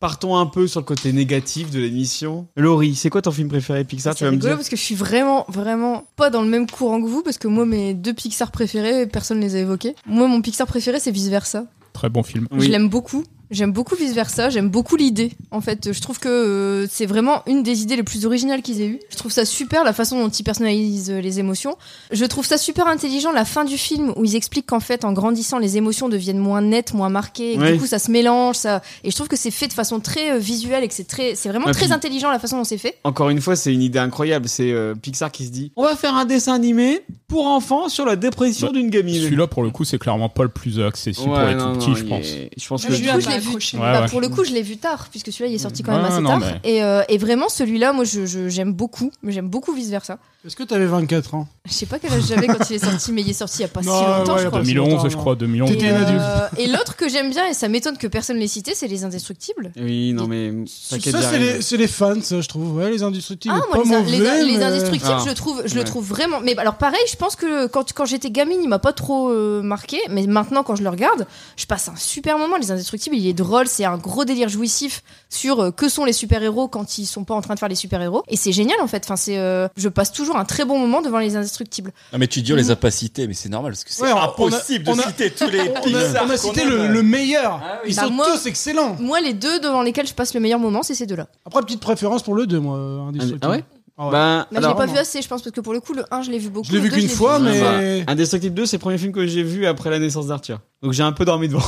[SPEAKER 2] Partons un peu sur le côté négatif de l'émission. Laurie, c'est quoi ton film préféré Pixar Tu
[SPEAKER 4] C'est
[SPEAKER 2] vas me
[SPEAKER 4] rigolo
[SPEAKER 2] dire.
[SPEAKER 8] parce que je suis vraiment, vraiment pas dans le même courant que vous, parce que moi, mes deux Pixar préférés, personne les a évoqués. Moi, mon Pixar préféré, c'est Vice Versa.
[SPEAKER 7] Très bon film.
[SPEAKER 2] Oui.
[SPEAKER 8] Je l'aime beaucoup. J'aime beaucoup vice versa, j'aime beaucoup l'idée. En fait, je trouve que euh, c'est vraiment une des idées les plus originales qu'ils aient eues. Je trouve ça super la façon dont ils personnalisent euh, les émotions. Je trouve ça super intelligent la fin du film où ils expliquent qu'en fait, en grandissant, les émotions deviennent moins nettes, moins marquées. et que
[SPEAKER 2] Ouais.
[SPEAKER 8] Du coup, ça se mélange. Ça... Et je trouve que c'est fait de façon très euh, visuelle et que c'est très, c'est vraiment
[SPEAKER 2] Ah,
[SPEAKER 8] très
[SPEAKER 2] puis-
[SPEAKER 8] intelligent la façon dont c'est fait.
[SPEAKER 2] Encore une fois, c'est une idée incroyable. C'est euh, Pixar qui se dit on va faire un dessin animé pour enfants sur la dépression
[SPEAKER 7] Bah,
[SPEAKER 2] d'une gamine.
[SPEAKER 7] Celui-là, pour le coup, c'est clairement pas le plus accessible pour les
[SPEAKER 2] non, non,
[SPEAKER 7] tout petits, je
[SPEAKER 2] il
[SPEAKER 7] pense.
[SPEAKER 2] est- Je pense
[SPEAKER 6] Je
[SPEAKER 2] que
[SPEAKER 8] Ah, Mais
[SPEAKER 6] lui
[SPEAKER 8] du
[SPEAKER 6] ai
[SPEAKER 8] coup,
[SPEAKER 6] pas
[SPEAKER 8] je l'ai vu.
[SPEAKER 6] accroché.
[SPEAKER 7] Ouais,
[SPEAKER 8] Bah,
[SPEAKER 7] Ah ouais.
[SPEAKER 8] Pour le coup, je l'ai vu tard, puisque celui-là, il est sorti quand même
[SPEAKER 7] Ouais,
[SPEAKER 8] assez tard.
[SPEAKER 7] non, mais-
[SPEAKER 8] Et, euh, et vraiment, celui-là, moi, je, je- j'aime beaucoup. J'aime beaucoup vice versa.
[SPEAKER 5] Est-ce que t'avais 24 ans
[SPEAKER 8] Je sais pas quel âge j'avais quand il est sorti, mais il est sorti il y a pas
[SPEAKER 5] Non,
[SPEAKER 8] si longtemps,
[SPEAKER 5] ouais,
[SPEAKER 8] je
[SPEAKER 5] il y a
[SPEAKER 8] crois.
[SPEAKER 5] pas si
[SPEAKER 7] 2011, je
[SPEAKER 5] longtemps,
[SPEAKER 7] crois, 2011.
[SPEAKER 5] T'étais
[SPEAKER 8] Et,
[SPEAKER 5] un adulte.
[SPEAKER 8] euh, et l'autre que j'aime bien, et ça m'étonne que personne l'ait cité, c'est Les Indestructibles.
[SPEAKER 2] Oui, non mais t'inquiète,
[SPEAKER 5] Ça, c'est
[SPEAKER 2] j'arrive.
[SPEAKER 5] les, c'est les fans, ça, je trouve. Ouais, les indestructibles.
[SPEAKER 8] Ah,
[SPEAKER 5] pas
[SPEAKER 8] moi, les,
[SPEAKER 5] mauvais,
[SPEAKER 8] les- les
[SPEAKER 5] mais-
[SPEAKER 8] Indestructibles,
[SPEAKER 2] Ah.
[SPEAKER 8] je, le trouve, je le
[SPEAKER 2] Ouais.
[SPEAKER 8] trouve vraiment. Mais alors, pareil, je pense que quand, quand j'étais gamine, il m'a pas trop euh, marqué. Mais maintenant, quand je le regarde, je passe un super moment. Les Indestructibles, il est drôle, c'est un gros délire jouissif sur euh, que sont les super-héros quand ils sont pas en train de faire les super-héros. Et c'est génial, en fait. Enfin, c'est, euh, je passe toujours un très bon moment devant Les Indestructibles.
[SPEAKER 3] Non, mais tu dis on les a pas cités, mais c'est normal parce que c'est
[SPEAKER 5] Ouais, on-
[SPEAKER 3] impossible
[SPEAKER 5] on a-
[SPEAKER 3] de
[SPEAKER 5] on a-
[SPEAKER 3] citer tous les
[SPEAKER 5] On a-
[SPEAKER 3] Pixar.
[SPEAKER 5] on a
[SPEAKER 3] qu'on
[SPEAKER 5] cité
[SPEAKER 3] aime.
[SPEAKER 5] le, le meilleur. Ils
[SPEAKER 8] Bah,
[SPEAKER 5] sont
[SPEAKER 8] moi-
[SPEAKER 5] tous excellents.
[SPEAKER 8] Moi, les deux devant lesquels je passe le meilleur moment, c'est ces deux-là.
[SPEAKER 5] Après, petite préférence pour le 2, moi, euh, indestructible.
[SPEAKER 2] Ah ouais
[SPEAKER 5] Ah ouais.
[SPEAKER 2] Bah,
[SPEAKER 8] Mais je l'ai
[SPEAKER 2] alors,
[SPEAKER 8] pas
[SPEAKER 5] non.
[SPEAKER 8] vu assez, je pense, parce que pour le coup, le 1, je l'ai vu beaucoup.
[SPEAKER 5] Je l'ai
[SPEAKER 8] le
[SPEAKER 5] vu
[SPEAKER 8] deux, je
[SPEAKER 5] qu'une fois,
[SPEAKER 8] vu. Ah
[SPEAKER 5] mais-
[SPEAKER 2] bah, Indestructible 2, c'est le premier film que j'ai vu après la naissance d'Arthur. Donc j'ai un peu dormi devant.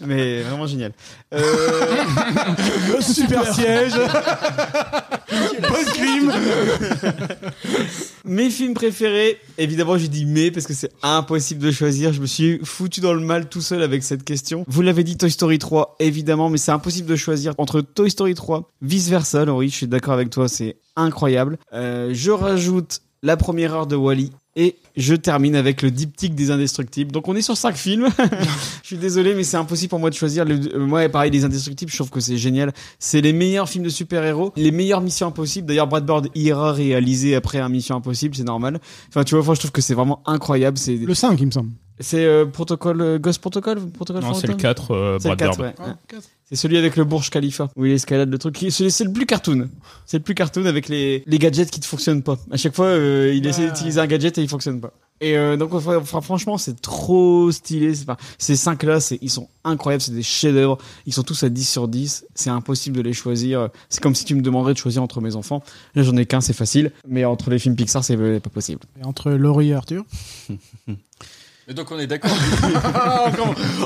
[SPEAKER 2] mais vraiment génial. Euh,
[SPEAKER 8] bah.
[SPEAKER 5] Super siège.
[SPEAKER 2] mes films préférés, évidemment j'ai dit mais parce que c'est impossible de choisir. Je me suis foutu dans le mal tout seul avec cette question. Vous l'avez dit Toy Story 3, évidemment, mais c'est impossible de choisir entre Toy Story 3, vice versa, Laurie, je suis d'accord avec toi, c'est incroyable. Euh, je rajoute la première heure de Wally. Et je termine avec le diptyque des indestructibles. Donc on est sur cinq films. je suis désolé, mais c'est impossible pour moi de choisir. Le, euh, moi, pareil, les indestructibles, je trouve que c'est génial. C'est les meilleurs films de super-héros, les meilleures missions impossibles. D'ailleurs, Brad Bird ira réaliser après un Mission Impossible, c'est normal. Enfin, tu vois, moi, je trouve que c'est vraiment incroyable. C'est
[SPEAKER 5] Le 5, il me semble.
[SPEAKER 2] c'est euh, protocole euh, Ghost Protocol, protocole
[SPEAKER 7] Non, c'est le
[SPEAKER 2] Phantom
[SPEAKER 7] 4, euh,
[SPEAKER 2] C'est le
[SPEAKER 7] Brad
[SPEAKER 2] 4,
[SPEAKER 7] Bird.
[SPEAKER 2] ouais.
[SPEAKER 8] Ah.
[SPEAKER 2] Ouais. C'est celui avec le Burj Khalifa où il escalade le truc. qui- C'est c'est le plus cartoon. C'est le plus cartoon avec les, les gadgets qui ne fonctionnent pas. À chaque fois, euh, il essaie
[SPEAKER 5] Ouais.
[SPEAKER 2] d'utiliser un gadget et il fonctionne pas. Et euh, donc, enfin, enfin, franchement, c'est trop stylé. c'est pas- Ces cinq-là, c'est- ils sont incroyables. C'est des chefs-d'œuvre. Ils sont tous à 10 sur 10. C'est impossible de les choisir. C'est comme si tu me demanderais de choisir entre mes enfants. Là, j'en ai qu'un, c'est facile. Mais entre les films Pixar, c'est euh, pas possible.
[SPEAKER 5] Et entre Laurie et Arthur.
[SPEAKER 3] Mais donc on est d'accord.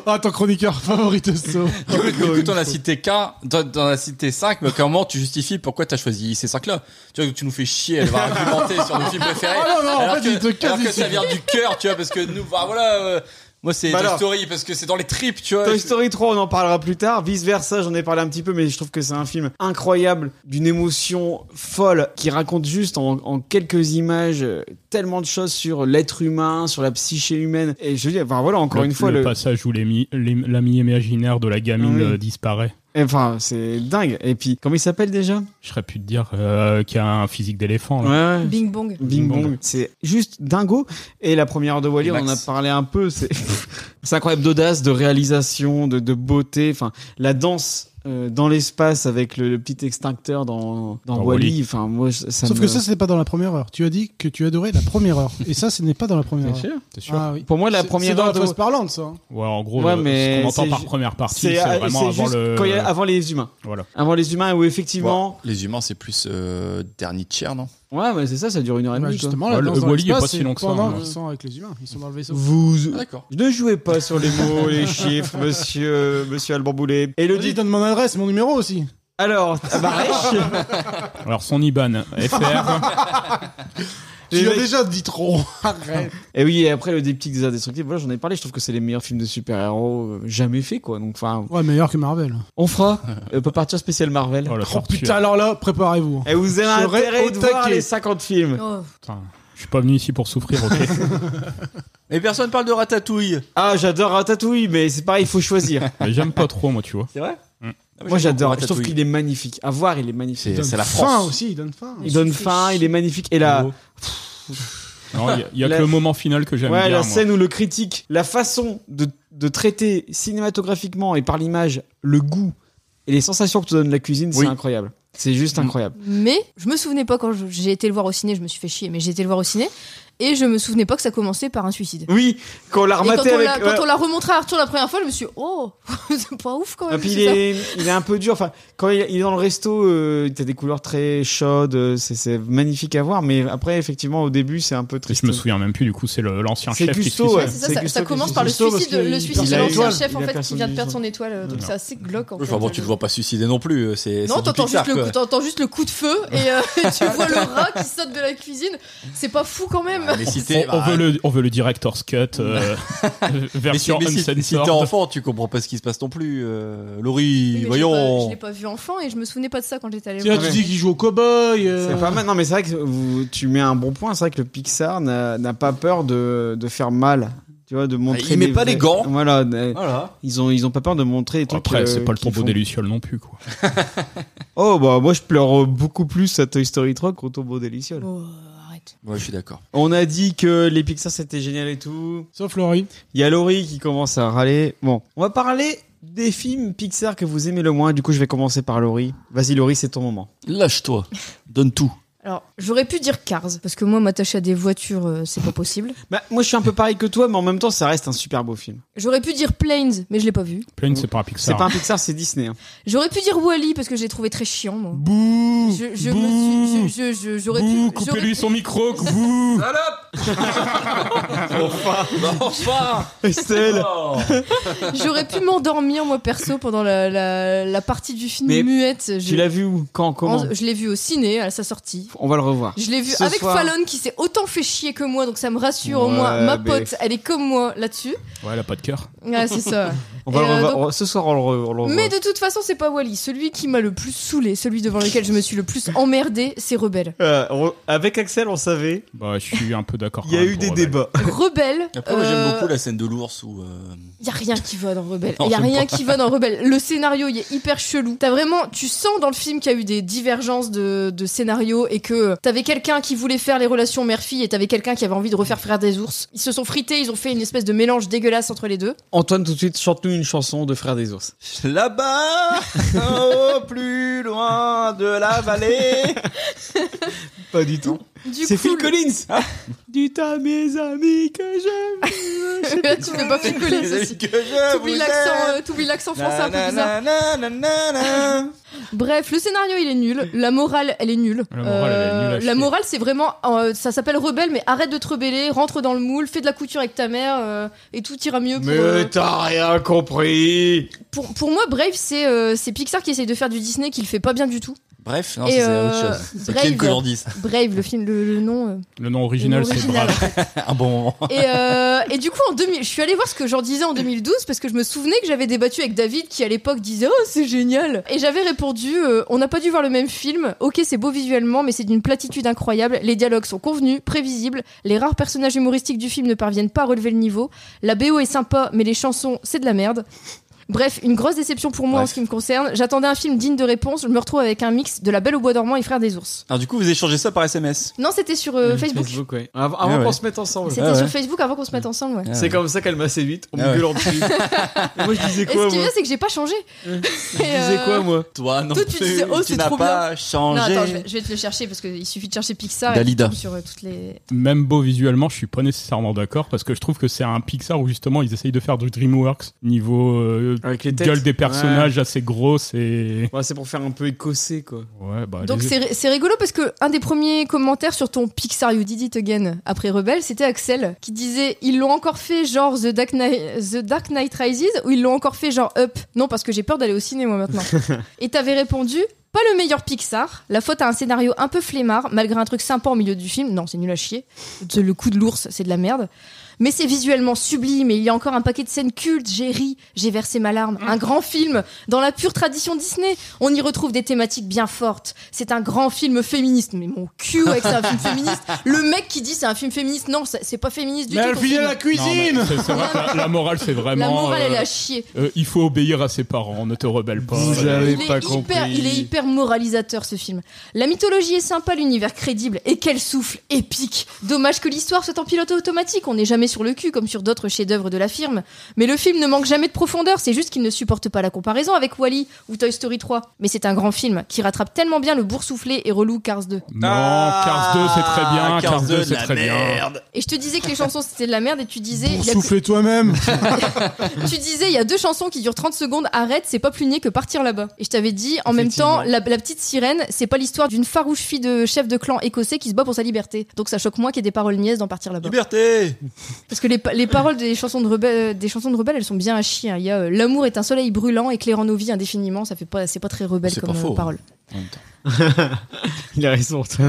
[SPEAKER 5] Ah, ton chroniqueur favori de saut. Ah
[SPEAKER 3] Écoute, on a cité qu'un, dans, dans la cité 5, mais comment tu justifies pourquoi t'as choisi ces 5-là Tu vois, tu nous fais chier, elle va argumenter sur nos films préférés.
[SPEAKER 5] Ah non,
[SPEAKER 8] Oh,
[SPEAKER 5] non, en
[SPEAKER 3] alors
[SPEAKER 5] fait,
[SPEAKER 3] que,
[SPEAKER 5] il te casse
[SPEAKER 3] alors que
[SPEAKER 5] ici.
[SPEAKER 3] ça vient du cœur, tu vois, parce que nous, bah, voilà, euh, moi c'est
[SPEAKER 2] Bah
[SPEAKER 3] Toy
[SPEAKER 2] alors.
[SPEAKER 3] Story, parce que c'est dans les tripes, tu vois.
[SPEAKER 2] Toy
[SPEAKER 3] Je-
[SPEAKER 2] Story 3, on en parlera plus tard. Vice versa, j'en ai parlé un petit peu, mais je trouve que c'est un film incroyable, d'une émotion folle, qui raconte juste en, en quelques images euh, tellement de choses sur l'être humain, sur la psyché humaine. Et je dis, enfin voilà, encore
[SPEAKER 7] Le-
[SPEAKER 2] une fois,
[SPEAKER 7] le,
[SPEAKER 2] le, Ah
[SPEAKER 7] passage où l'ami l'ami- l'ami imaginaire de la gamine
[SPEAKER 2] Oui.
[SPEAKER 7] euh, disparaît.
[SPEAKER 2] enfin c'est dingue. Et puis, comment il s'appelle déjà
[SPEAKER 7] Je serais pu te dire euh, qu'il y a un physique d'éléphant. là.
[SPEAKER 2] ouais.
[SPEAKER 8] Bing Bong.
[SPEAKER 2] Bing Bong, c'est juste dingo. Et la première heure de Wally,
[SPEAKER 3] Et
[SPEAKER 2] on en a
[SPEAKER 3] Max.
[SPEAKER 2] parlé un peu. C'est c'est incroyable d'audace, de réalisation, de, de beauté. Enfin, la danse euh, dans l'espace avec le, le petit extincteur dans, dans,
[SPEAKER 7] Dans
[SPEAKER 2] Wally.
[SPEAKER 7] Wall-E.
[SPEAKER 2] Enfin, moi, ça ça
[SPEAKER 5] Sauf
[SPEAKER 2] me-
[SPEAKER 5] que ça, c'est pas dans la première heure. Tu as dit que tu adorais la première heure. Et ça, ce n'est pas dans la première heure.
[SPEAKER 7] T'es sûr
[SPEAKER 5] Ah oui.
[SPEAKER 2] pour moi, la
[SPEAKER 5] C'est-
[SPEAKER 2] première
[SPEAKER 5] C'est dans
[SPEAKER 2] heure
[SPEAKER 5] la
[SPEAKER 2] de
[SPEAKER 5] presse parlante, ça. hein.
[SPEAKER 7] Ouais, en gros,
[SPEAKER 2] Ouais,
[SPEAKER 7] le-
[SPEAKER 2] mais
[SPEAKER 7] ce qu'on entend
[SPEAKER 2] c'est
[SPEAKER 7] par
[SPEAKER 2] ju-
[SPEAKER 7] première partie,
[SPEAKER 2] c'est
[SPEAKER 7] c'est
[SPEAKER 2] ah,
[SPEAKER 7] vraiment
[SPEAKER 2] c'est
[SPEAKER 7] avant
[SPEAKER 2] juste
[SPEAKER 7] le.
[SPEAKER 2] quand il y a- avant les humains,
[SPEAKER 7] Voilà.
[SPEAKER 2] avant les humains où effectivement,
[SPEAKER 3] Bon, les humains, c'est plus euh, dernier tiers, non
[SPEAKER 2] ouais, mais c'est ça, ça dure une heure et
[SPEAKER 5] Bah,
[SPEAKER 2] demie. quoi.
[SPEAKER 5] justement,
[SPEAKER 7] Ouais,
[SPEAKER 5] la
[SPEAKER 7] le-
[SPEAKER 5] danse
[SPEAKER 7] le
[SPEAKER 5] dans
[SPEAKER 7] Wall-E est
[SPEAKER 5] l'espace,
[SPEAKER 7] pas si
[SPEAKER 5] c'est
[SPEAKER 7] long que ça,
[SPEAKER 5] pendant
[SPEAKER 7] hein.
[SPEAKER 5] qu'ils sont avec les humains. Ils sont dans le vaisseau.
[SPEAKER 2] Vous euh,
[SPEAKER 3] D'accord.
[SPEAKER 2] ne jouez pas sur les mots, les chiffres, monsieur, monsieur Alban Boulet.
[SPEAKER 5] Elodie,
[SPEAKER 2] Elodie,
[SPEAKER 5] donne mon adresse, mon numéro aussi.
[SPEAKER 2] alors, Tabarèche
[SPEAKER 7] euh,
[SPEAKER 2] Oh,
[SPEAKER 7] Alors son IBAN, FR,
[SPEAKER 5] Tu
[SPEAKER 2] Les
[SPEAKER 5] l'as
[SPEAKER 2] mecs-
[SPEAKER 5] déjà dit trop. Arrête.
[SPEAKER 2] Et oui, et après le diptyque des indestructibles, voilà, j'en ai parlé, je trouve que c'est les meilleurs films de super-héros euh, jamais faits, quoi. Donc, enfin,
[SPEAKER 5] Ouais, meilleur que Marvel.
[SPEAKER 3] Oh,
[SPEAKER 2] on fera. On peut partir spécial Marvel.
[SPEAKER 7] Oh, la
[SPEAKER 5] Oh
[SPEAKER 7] torture.
[SPEAKER 5] putain, alors là, préparez-vous.
[SPEAKER 2] Et vous avez
[SPEAKER 5] J'aurais
[SPEAKER 2] intérêt de voir
[SPEAKER 5] attaqué.
[SPEAKER 2] les 50 films.
[SPEAKER 8] Oh.
[SPEAKER 7] Putain, Je suis pas venu ici pour souffrir, ok
[SPEAKER 3] Et personne parle de ratatouille.
[SPEAKER 2] Ah, j'adore Ratatouille, mais c'est pareil, il faut choisir.
[SPEAKER 7] Mais J'aime pas trop, moi, tu vois.
[SPEAKER 3] C'est vrai
[SPEAKER 7] Mm.
[SPEAKER 2] Moi, j'adore. Je trouve
[SPEAKER 3] Ratatouille.
[SPEAKER 2] qu'il est magnifique. À voir, il est magnifique.
[SPEAKER 3] C'est c'est la
[SPEAKER 5] Fin
[SPEAKER 3] France.
[SPEAKER 5] aussi, il donne fin.
[SPEAKER 2] Il donne faim, il est magnifique. Et la,
[SPEAKER 7] Non, il y a- il y a,
[SPEAKER 2] La-
[SPEAKER 7] que le moment final que Oh, j'aime
[SPEAKER 2] ouais,
[SPEAKER 7] bien.
[SPEAKER 2] la
[SPEAKER 7] moi.
[SPEAKER 2] scène où le critique, la façon de, de traiter cinématographiquement et par l'image le goût et les sensations que te donne la cuisine,
[SPEAKER 3] Oui.
[SPEAKER 2] c'est incroyable. C'est
[SPEAKER 7] Mm.
[SPEAKER 2] juste incroyable.
[SPEAKER 8] Mais je me souvenais pas quand je- j'ai été le voir au ciné, je me suis fait chier, mais j'ai été le voir au ciné et je me souvenais pas que ça commençait par un suicide.
[SPEAKER 2] Oui, quand on l'a
[SPEAKER 8] Et quand
[SPEAKER 2] rematé
[SPEAKER 8] on,
[SPEAKER 2] avec. euh,
[SPEAKER 8] l'a,
[SPEAKER 2] ouais.
[SPEAKER 8] quand on l'a remontré à Arthur la première fois, je me suis dit, oh, c'est pas ouf quand
[SPEAKER 2] Ah,
[SPEAKER 8] même.
[SPEAKER 2] puis il
[SPEAKER 8] c'est ça.
[SPEAKER 2] est, il est un peu dur. Enfin, quand il il est dans le resto, euh, t'as des couleurs très chaudes, euh, c'est- c'est magnifique à voir. Mais après, effectivement, au début, c'est un peu
[SPEAKER 7] Et
[SPEAKER 2] triste.
[SPEAKER 7] Je me souviens même plus, du coup, c'est le- l'ancien
[SPEAKER 2] C'est
[SPEAKER 7] chef qui
[SPEAKER 2] Gusto,
[SPEAKER 7] suicide.
[SPEAKER 2] ouais.
[SPEAKER 8] Ouais, c'est ça,
[SPEAKER 2] C'est
[SPEAKER 8] ça,
[SPEAKER 2] Gusto
[SPEAKER 8] ça
[SPEAKER 2] qui
[SPEAKER 8] commence
[SPEAKER 2] dit
[SPEAKER 8] par le
[SPEAKER 5] Gusto parce
[SPEAKER 8] suicide, de-
[SPEAKER 5] qu'il-
[SPEAKER 8] le
[SPEAKER 5] il
[SPEAKER 8] suicide
[SPEAKER 2] perd
[SPEAKER 8] de
[SPEAKER 2] son
[SPEAKER 8] l'ancien
[SPEAKER 2] étoile.
[SPEAKER 8] chef en
[SPEAKER 2] Il a
[SPEAKER 8] fait
[SPEAKER 2] perdu
[SPEAKER 8] qui vient de
[SPEAKER 2] son
[SPEAKER 8] perdre
[SPEAKER 2] étoile.
[SPEAKER 8] son étoile. euh, Donc
[SPEAKER 7] Non.
[SPEAKER 8] c'est assez glauque en
[SPEAKER 3] Oui,
[SPEAKER 8] fait. euh,
[SPEAKER 3] enfin bon, tu le vois pas suicider non plus. euh, C'est
[SPEAKER 8] Non,
[SPEAKER 3] c'est du
[SPEAKER 8] t'entends
[SPEAKER 3] Pixar,
[SPEAKER 8] juste, le coup-
[SPEAKER 3] quoi.
[SPEAKER 8] t'entends juste le coup de feu et euh, tu vois le rat qui saute de la cuisine. C'est pas fou quand même.
[SPEAKER 3] Ah, Mais si t'es
[SPEAKER 7] on, on
[SPEAKER 3] bah,
[SPEAKER 7] veut le, on veut le director's cut euh,
[SPEAKER 3] mais si-
[SPEAKER 7] version
[SPEAKER 3] mais si- si t'es
[SPEAKER 7] uncensored.
[SPEAKER 3] enfant, tu comprends pas ce qui se passe non plus. euh, Laurie,
[SPEAKER 8] Mais je l'ai pas- Je
[SPEAKER 3] voyons.
[SPEAKER 8] l'ai pas vu enfant et je me souvenais pas de ça quand j'étais allée
[SPEAKER 5] Tu
[SPEAKER 8] le
[SPEAKER 5] vois,
[SPEAKER 8] voir.
[SPEAKER 5] tu dis qu'il joue au cowboy. euh,
[SPEAKER 2] C'est pas mal. Non, mais c'est vrai que vous- tu mets un bon point. C'est vrai que le Pixar n'a n'a pas peur de, de faire mal. Tu vois, de
[SPEAKER 7] Ah,
[SPEAKER 2] montrer.
[SPEAKER 3] il met
[SPEAKER 2] des
[SPEAKER 3] pas les
[SPEAKER 2] vrais-
[SPEAKER 3] gants.
[SPEAKER 2] Voilà. des-
[SPEAKER 3] Voilà.
[SPEAKER 2] Ils ont, ils ont pas peur de montrer. les trucs,
[SPEAKER 7] Après,
[SPEAKER 2] euh,
[SPEAKER 7] c'est pas le
[SPEAKER 2] qu'ils
[SPEAKER 7] tombeau
[SPEAKER 2] font.
[SPEAKER 7] des Lucioles non plus, quoi.
[SPEAKER 2] Oh, bah, moi, je pleure euh, beaucoup plus à Toy Story 3 qu'au tombeau des Lucioles.
[SPEAKER 8] Oh, arrête.
[SPEAKER 3] Ouais, je suis d'accord.
[SPEAKER 2] On a dit que les Pixar, c'était génial et tout.
[SPEAKER 5] Sauf Laurie.
[SPEAKER 2] Il y a Laurie qui commence à râler. Bon, on va parler des films Pixar que vous aimez le moins. Du coup, je vais commencer par Laurie. Vas-y, Laurie, c'est ton moment.
[SPEAKER 3] Lâche-toi. Donne tout.
[SPEAKER 8] Alors, j'aurais pu dire Cars, parce que moi, m'attacher à des voitures, euh, c'est pas possible.
[SPEAKER 2] Bah, moi, je suis un peu pareil que toi, mais en même temps, ça reste un super beau film.
[SPEAKER 8] J'aurais pu dire Planes, mais je l'ai pas vu.
[SPEAKER 7] Plane, c'est pas un
[SPEAKER 2] C'est
[SPEAKER 7] Pixar.
[SPEAKER 2] pas un Pixar, c'est Disney. hein.
[SPEAKER 8] J'aurais pu dire Wally, parce que j'ai trouvé très chiant, moi.
[SPEAKER 7] Bouh
[SPEAKER 8] Je, je
[SPEAKER 7] Bouh
[SPEAKER 8] me suis. je- je- je- J'aurais
[SPEAKER 7] Bouh
[SPEAKER 8] pu. j'aurais
[SPEAKER 7] Coupez-lui son micro Bouh
[SPEAKER 2] Estelle
[SPEAKER 8] Oh, J'aurais pu m'endormir, moi, perso, pendant la, la- la partie du film
[SPEAKER 2] Mais
[SPEAKER 8] muette. Je-
[SPEAKER 2] Tu l'as vu où Quand Comment
[SPEAKER 8] en- je l'ai vu au ciné, à sa sortie.
[SPEAKER 2] On va le revoir.
[SPEAKER 8] Je l'ai vu
[SPEAKER 2] Ce
[SPEAKER 8] avec
[SPEAKER 2] soir-
[SPEAKER 8] Fallon qui s'est autant fait chier que moi, donc ça me rassure au moins.
[SPEAKER 2] Ouais,
[SPEAKER 8] Ma
[SPEAKER 2] mais-
[SPEAKER 8] pote, elle est comme moi là-dessus.
[SPEAKER 7] Ouais, elle a pas de cœur.
[SPEAKER 8] Ouais, c'est ça.
[SPEAKER 2] On va
[SPEAKER 8] Et,
[SPEAKER 2] le
[SPEAKER 8] euh,
[SPEAKER 2] revoir.
[SPEAKER 8] donc-
[SPEAKER 2] on- Ce soir, on le, re- on le revoit.
[SPEAKER 8] Mais de toute façon, c'est pas Wally. Celui qui m'a le plus saoulé, celui devant lequel je me suis le plus emmerdé, c'est Rebelle.
[SPEAKER 2] Euh, on- avec Axel, on savait.
[SPEAKER 7] Bah, je suis un peu d'accord.
[SPEAKER 2] Il y a
[SPEAKER 7] quand même
[SPEAKER 2] eu
[SPEAKER 7] pour euh,
[SPEAKER 2] des
[SPEAKER 7] Rebelle.
[SPEAKER 2] débats.
[SPEAKER 8] Rebelle.
[SPEAKER 3] Après, moi, j'aime
[SPEAKER 8] euh,
[SPEAKER 3] beaucoup la scène de l'ours où. euh,
[SPEAKER 8] Y a rien qui va dans Rebelle.
[SPEAKER 3] Non,
[SPEAKER 8] y a
[SPEAKER 3] j'aime
[SPEAKER 8] rien qui va dans Rebelle. Le scénario, il est hyper chelou. T'as vraiment, tu sens dans le film qu'il y a eu des divergences de, de scénario et que t'avais quelqu'un qui voulait faire les relations mère-fille et t'avais quelqu'un qui avait envie de refaire frère des ours. Ils se sont frités, ils ont fait une espèce de mélange dégueulasse entre les deux.
[SPEAKER 2] Antoine, tout de suite, chante-nous une chanson de Frères des Ours.
[SPEAKER 3] Là-bas, au plus loin de la vallée.
[SPEAKER 2] Pas du tout.
[SPEAKER 8] Du
[SPEAKER 2] C'est
[SPEAKER 8] coup,
[SPEAKER 2] Phil
[SPEAKER 8] le-
[SPEAKER 2] Collins hein. Dites à mes amis que j'aime.
[SPEAKER 8] tu fais pas Phil Collins
[SPEAKER 3] Les
[SPEAKER 8] aussi.
[SPEAKER 3] amis que je
[SPEAKER 8] T'oublies
[SPEAKER 3] vous
[SPEAKER 8] l'accent,
[SPEAKER 3] aime.
[SPEAKER 8] euh, t'oublies l'accent français un peu bizarre.
[SPEAKER 3] bizarre.
[SPEAKER 8] Bref, le scénario il est nul, la morale elle est nulle.
[SPEAKER 7] La morale, elle est nulle à chier.
[SPEAKER 8] la morale, c'est vraiment, euh, ça s'appelle rebelle, mais arrête de te rebeller, rentre dans le moule, fais de la couture avec ta mère euh, et tout ira mieux. Pour, euh,
[SPEAKER 2] Mais t'as rien compris
[SPEAKER 8] pour, pour moi, Brave c'est euh, c'est Pixar qui essaye de faire du Disney qui le fait pas bien du tout.
[SPEAKER 3] Bref, non,
[SPEAKER 8] Et,
[SPEAKER 3] c'est
[SPEAKER 8] euh,
[SPEAKER 3] autre chose. C'est
[SPEAKER 8] Brave.
[SPEAKER 3] Ken Coyote.
[SPEAKER 8] Brave le film, le, le nom. euh.
[SPEAKER 7] Le nom original,
[SPEAKER 8] Le nom
[SPEAKER 7] c'est
[SPEAKER 8] original.
[SPEAKER 7] Brave.
[SPEAKER 3] Un bon moment.
[SPEAKER 8] Et, euh, et du coup, en 2000, je suis allée voir ce que j'en disais en 2012 parce que je me souvenais que j'avais débattu avec David qui à l'époque disait oh c'est génial et j'avais répondu euh, on n'a pas dû voir le même film. Ok c'est beau visuellement mais c'est d'une platitude incroyable. Les dialogues sont convenus, prévisibles. Les rares personnages humoristiques du film ne parviennent pas à relever le niveau. La BO est sympa mais les chansons c'est de la merde. Bref, une grosse déception pour moi
[SPEAKER 3] Bref.
[SPEAKER 8] en ce qui me concerne. J'attendais un film digne de réponse. Je me retrouve avec un mix de La Belle au Bois dormant et Frères des ours.
[SPEAKER 3] Alors, du coup, vous échangez ça par SMS.
[SPEAKER 8] Non, c'était sur euh, Facebook.
[SPEAKER 2] ouais. Ah Avant, avant
[SPEAKER 3] Ah ouais.
[SPEAKER 2] qu'on se mette ensemble.
[SPEAKER 8] C'était
[SPEAKER 3] Ah ouais.
[SPEAKER 8] sur Facebook avant qu'on se mette ensemble. Ouais.
[SPEAKER 2] C'est comme ça qu'elle m'a séduite. On
[SPEAKER 3] Ah
[SPEAKER 2] me
[SPEAKER 3] ouais.
[SPEAKER 2] gueule en dessus. Et moi, je disais
[SPEAKER 8] Et
[SPEAKER 2] quoi,
[SPEAKER 8] ce qui est
[SPEAKER 2] moi
[SPEAKER 8] bien, c'est que euh, j'ai pas changé.
[SPEAKER 2] Je disais quoi, moi
[SPEAKER 3] Toi, non.
[SPEAKER 8] Toi, tu
[SPEAKER 3] plus,
[SPEAKER 8] disais, oh, c'est
[SPEAKER 3] n'as
[SPEAKER 8] trop
[SPEAKER 3] pas
[SPEAKER 8] euh, Non,
[SPEAKER 3] changé.
[SPEAKER 8] attends, je vais, je vais te le chercher parce qu'il suffit de chercher Pixar et
[SPEAKER 3] Dalida.
[SPEAKER 8] tu tombes sur euh, toutes les.
[SPEAKER 7] Même beau visuellement, je suis pas nécessairement d'accord parce que je trouve que c'est un Pixar où justement ils essayent de faire du DreamWorks niveau euh,
[SPEAKER 3] Ah,
[SPEAKER 2] Avec les têtes.
[SPEAKER 7] gueule des personnages assez grosses et.
[SPEAKER 2] Ouais, c'est pour faire un peu écossais, quoi.
[SPEAKER 7] Ouais, bah.
[SPEAKER 8] Donc
[SPEAKER 7] les-
[SPEAKER 8] c'est ri- c'est rigolo parce que un des premiers commentaires sur ton Pixar You Did It Again après Rebelle, c'était Axel qui disait ils l'ont encore fait genre The Dark Knight, The Dark Knight Rises ou ils l'ont encore fait genre Up. Non parce que j'ai peur d'aller au ciné moi maintenant. et t'avais répondu Pas le meilleur Pixar. La faute à un scénario un peu flemmard, malgré un truc sympa au milieu du film. Non, c'est nul à chier. Le coup de l'ours, c'est de la merde. Mais c'est visuellement sublime et il y a encore un paquet de scènes cultes. J'ai ri, j'ai versé ma larme. Un grand film dans la pure tradition Disney. On y retrouve des thématiques bien fortes. C'est un grand film féministe. Mais mon cul, ouais, que c'est un film féministe. Le mec qui dit c'est un film féministe, non, c'est c'est pas féministe du
[SPEAKER 5] Mais
[SPEAKER 8] tout.
[SPEAKER 5] elle
[SPEAKER 8] ton
[SPEAKER 5] finit à
[SPEAKER 8] film.
[SPEAKER 5] la cuisine
[SPEAKER 7] Non, mais c'est- c'est vrai que la, la morale, c'est vraiment.
[SPEAKER 8] La morale,
[SPEAKER 7] euh,
[SPEAKER 8] elle est à chier.
[SPEAKER 7] euh, il faut obéir à ses parents, ne te rebelle pas.
[SPEAKER 2] Vous avez
[SPEAKER 8] il est
[SPEAKER 2] pas
[SPEAKER 8] hyper,
[SPEAKER 2] compris.
[SPEAKER 8] Il est hyper moralisateur ce film. La mythologie est sympa, l'univers crédible, et quel souffle épique. Dommage que l'histoire soit en pilote automatique, on n'est jamais sur le cul comme sur d'autres chefs-d'œuvre de la firme. Mais le film ne manque jamais de profondeur, c'est juste qu'il ne supporte pas la comparaison avec Wally ou Toy Story 3. Mais c'est un grand film qui rattrape tellement bien le boursouflé et relou Cars 2.
[SPEAKER 7] Non, Cars 2, c'est très bien. Cars 2,
[SPEAKER 3] de
[SPEAKER 7] c'est
[SPEAKER 3] Ah, la
[SPEAKER 7] très bien.
[SPEAKER 3] merde.
[SPEAKER 8] Et je te disais que les chansons c'était de la merde et tu disais il y a que-
[SPEAKER 5] Soufflez toi-même
[SPEAKER 8] tu disais il y a deux chansons qui durent 30 secondes, arrête, c'est pas plus niais que partir là-bas. Et je t'avais dit en même temps la, la petite sirène, c'est pas l'histoire d'une farouche fille de chef de clan écossais qui se bat pour sa liberté. Donc ça choque moins qu'il y ait des paroles niaises d'en partir là-bas.
[SPEAKER 3] Liberté
[SPEAKER 8] Parce que les, pa- les paroles des chansons de rebelles des chansons de rebelles, elles sont bien à chier. hein. Il y a euh, l'amour est un soleil brûlant éclairant nos vies indéfiniment, ça fait pas c'est pas très rebelle
[SPEAKER 3] C'est
[SPEAKER 8] comme
[SPEAKER 3] pas
[SPEAKER 8] euh,
[SPEAKER 3] faux. hein.
[SPEAKER 8] parole.
[SPEAKER 2] Il a raison. toi.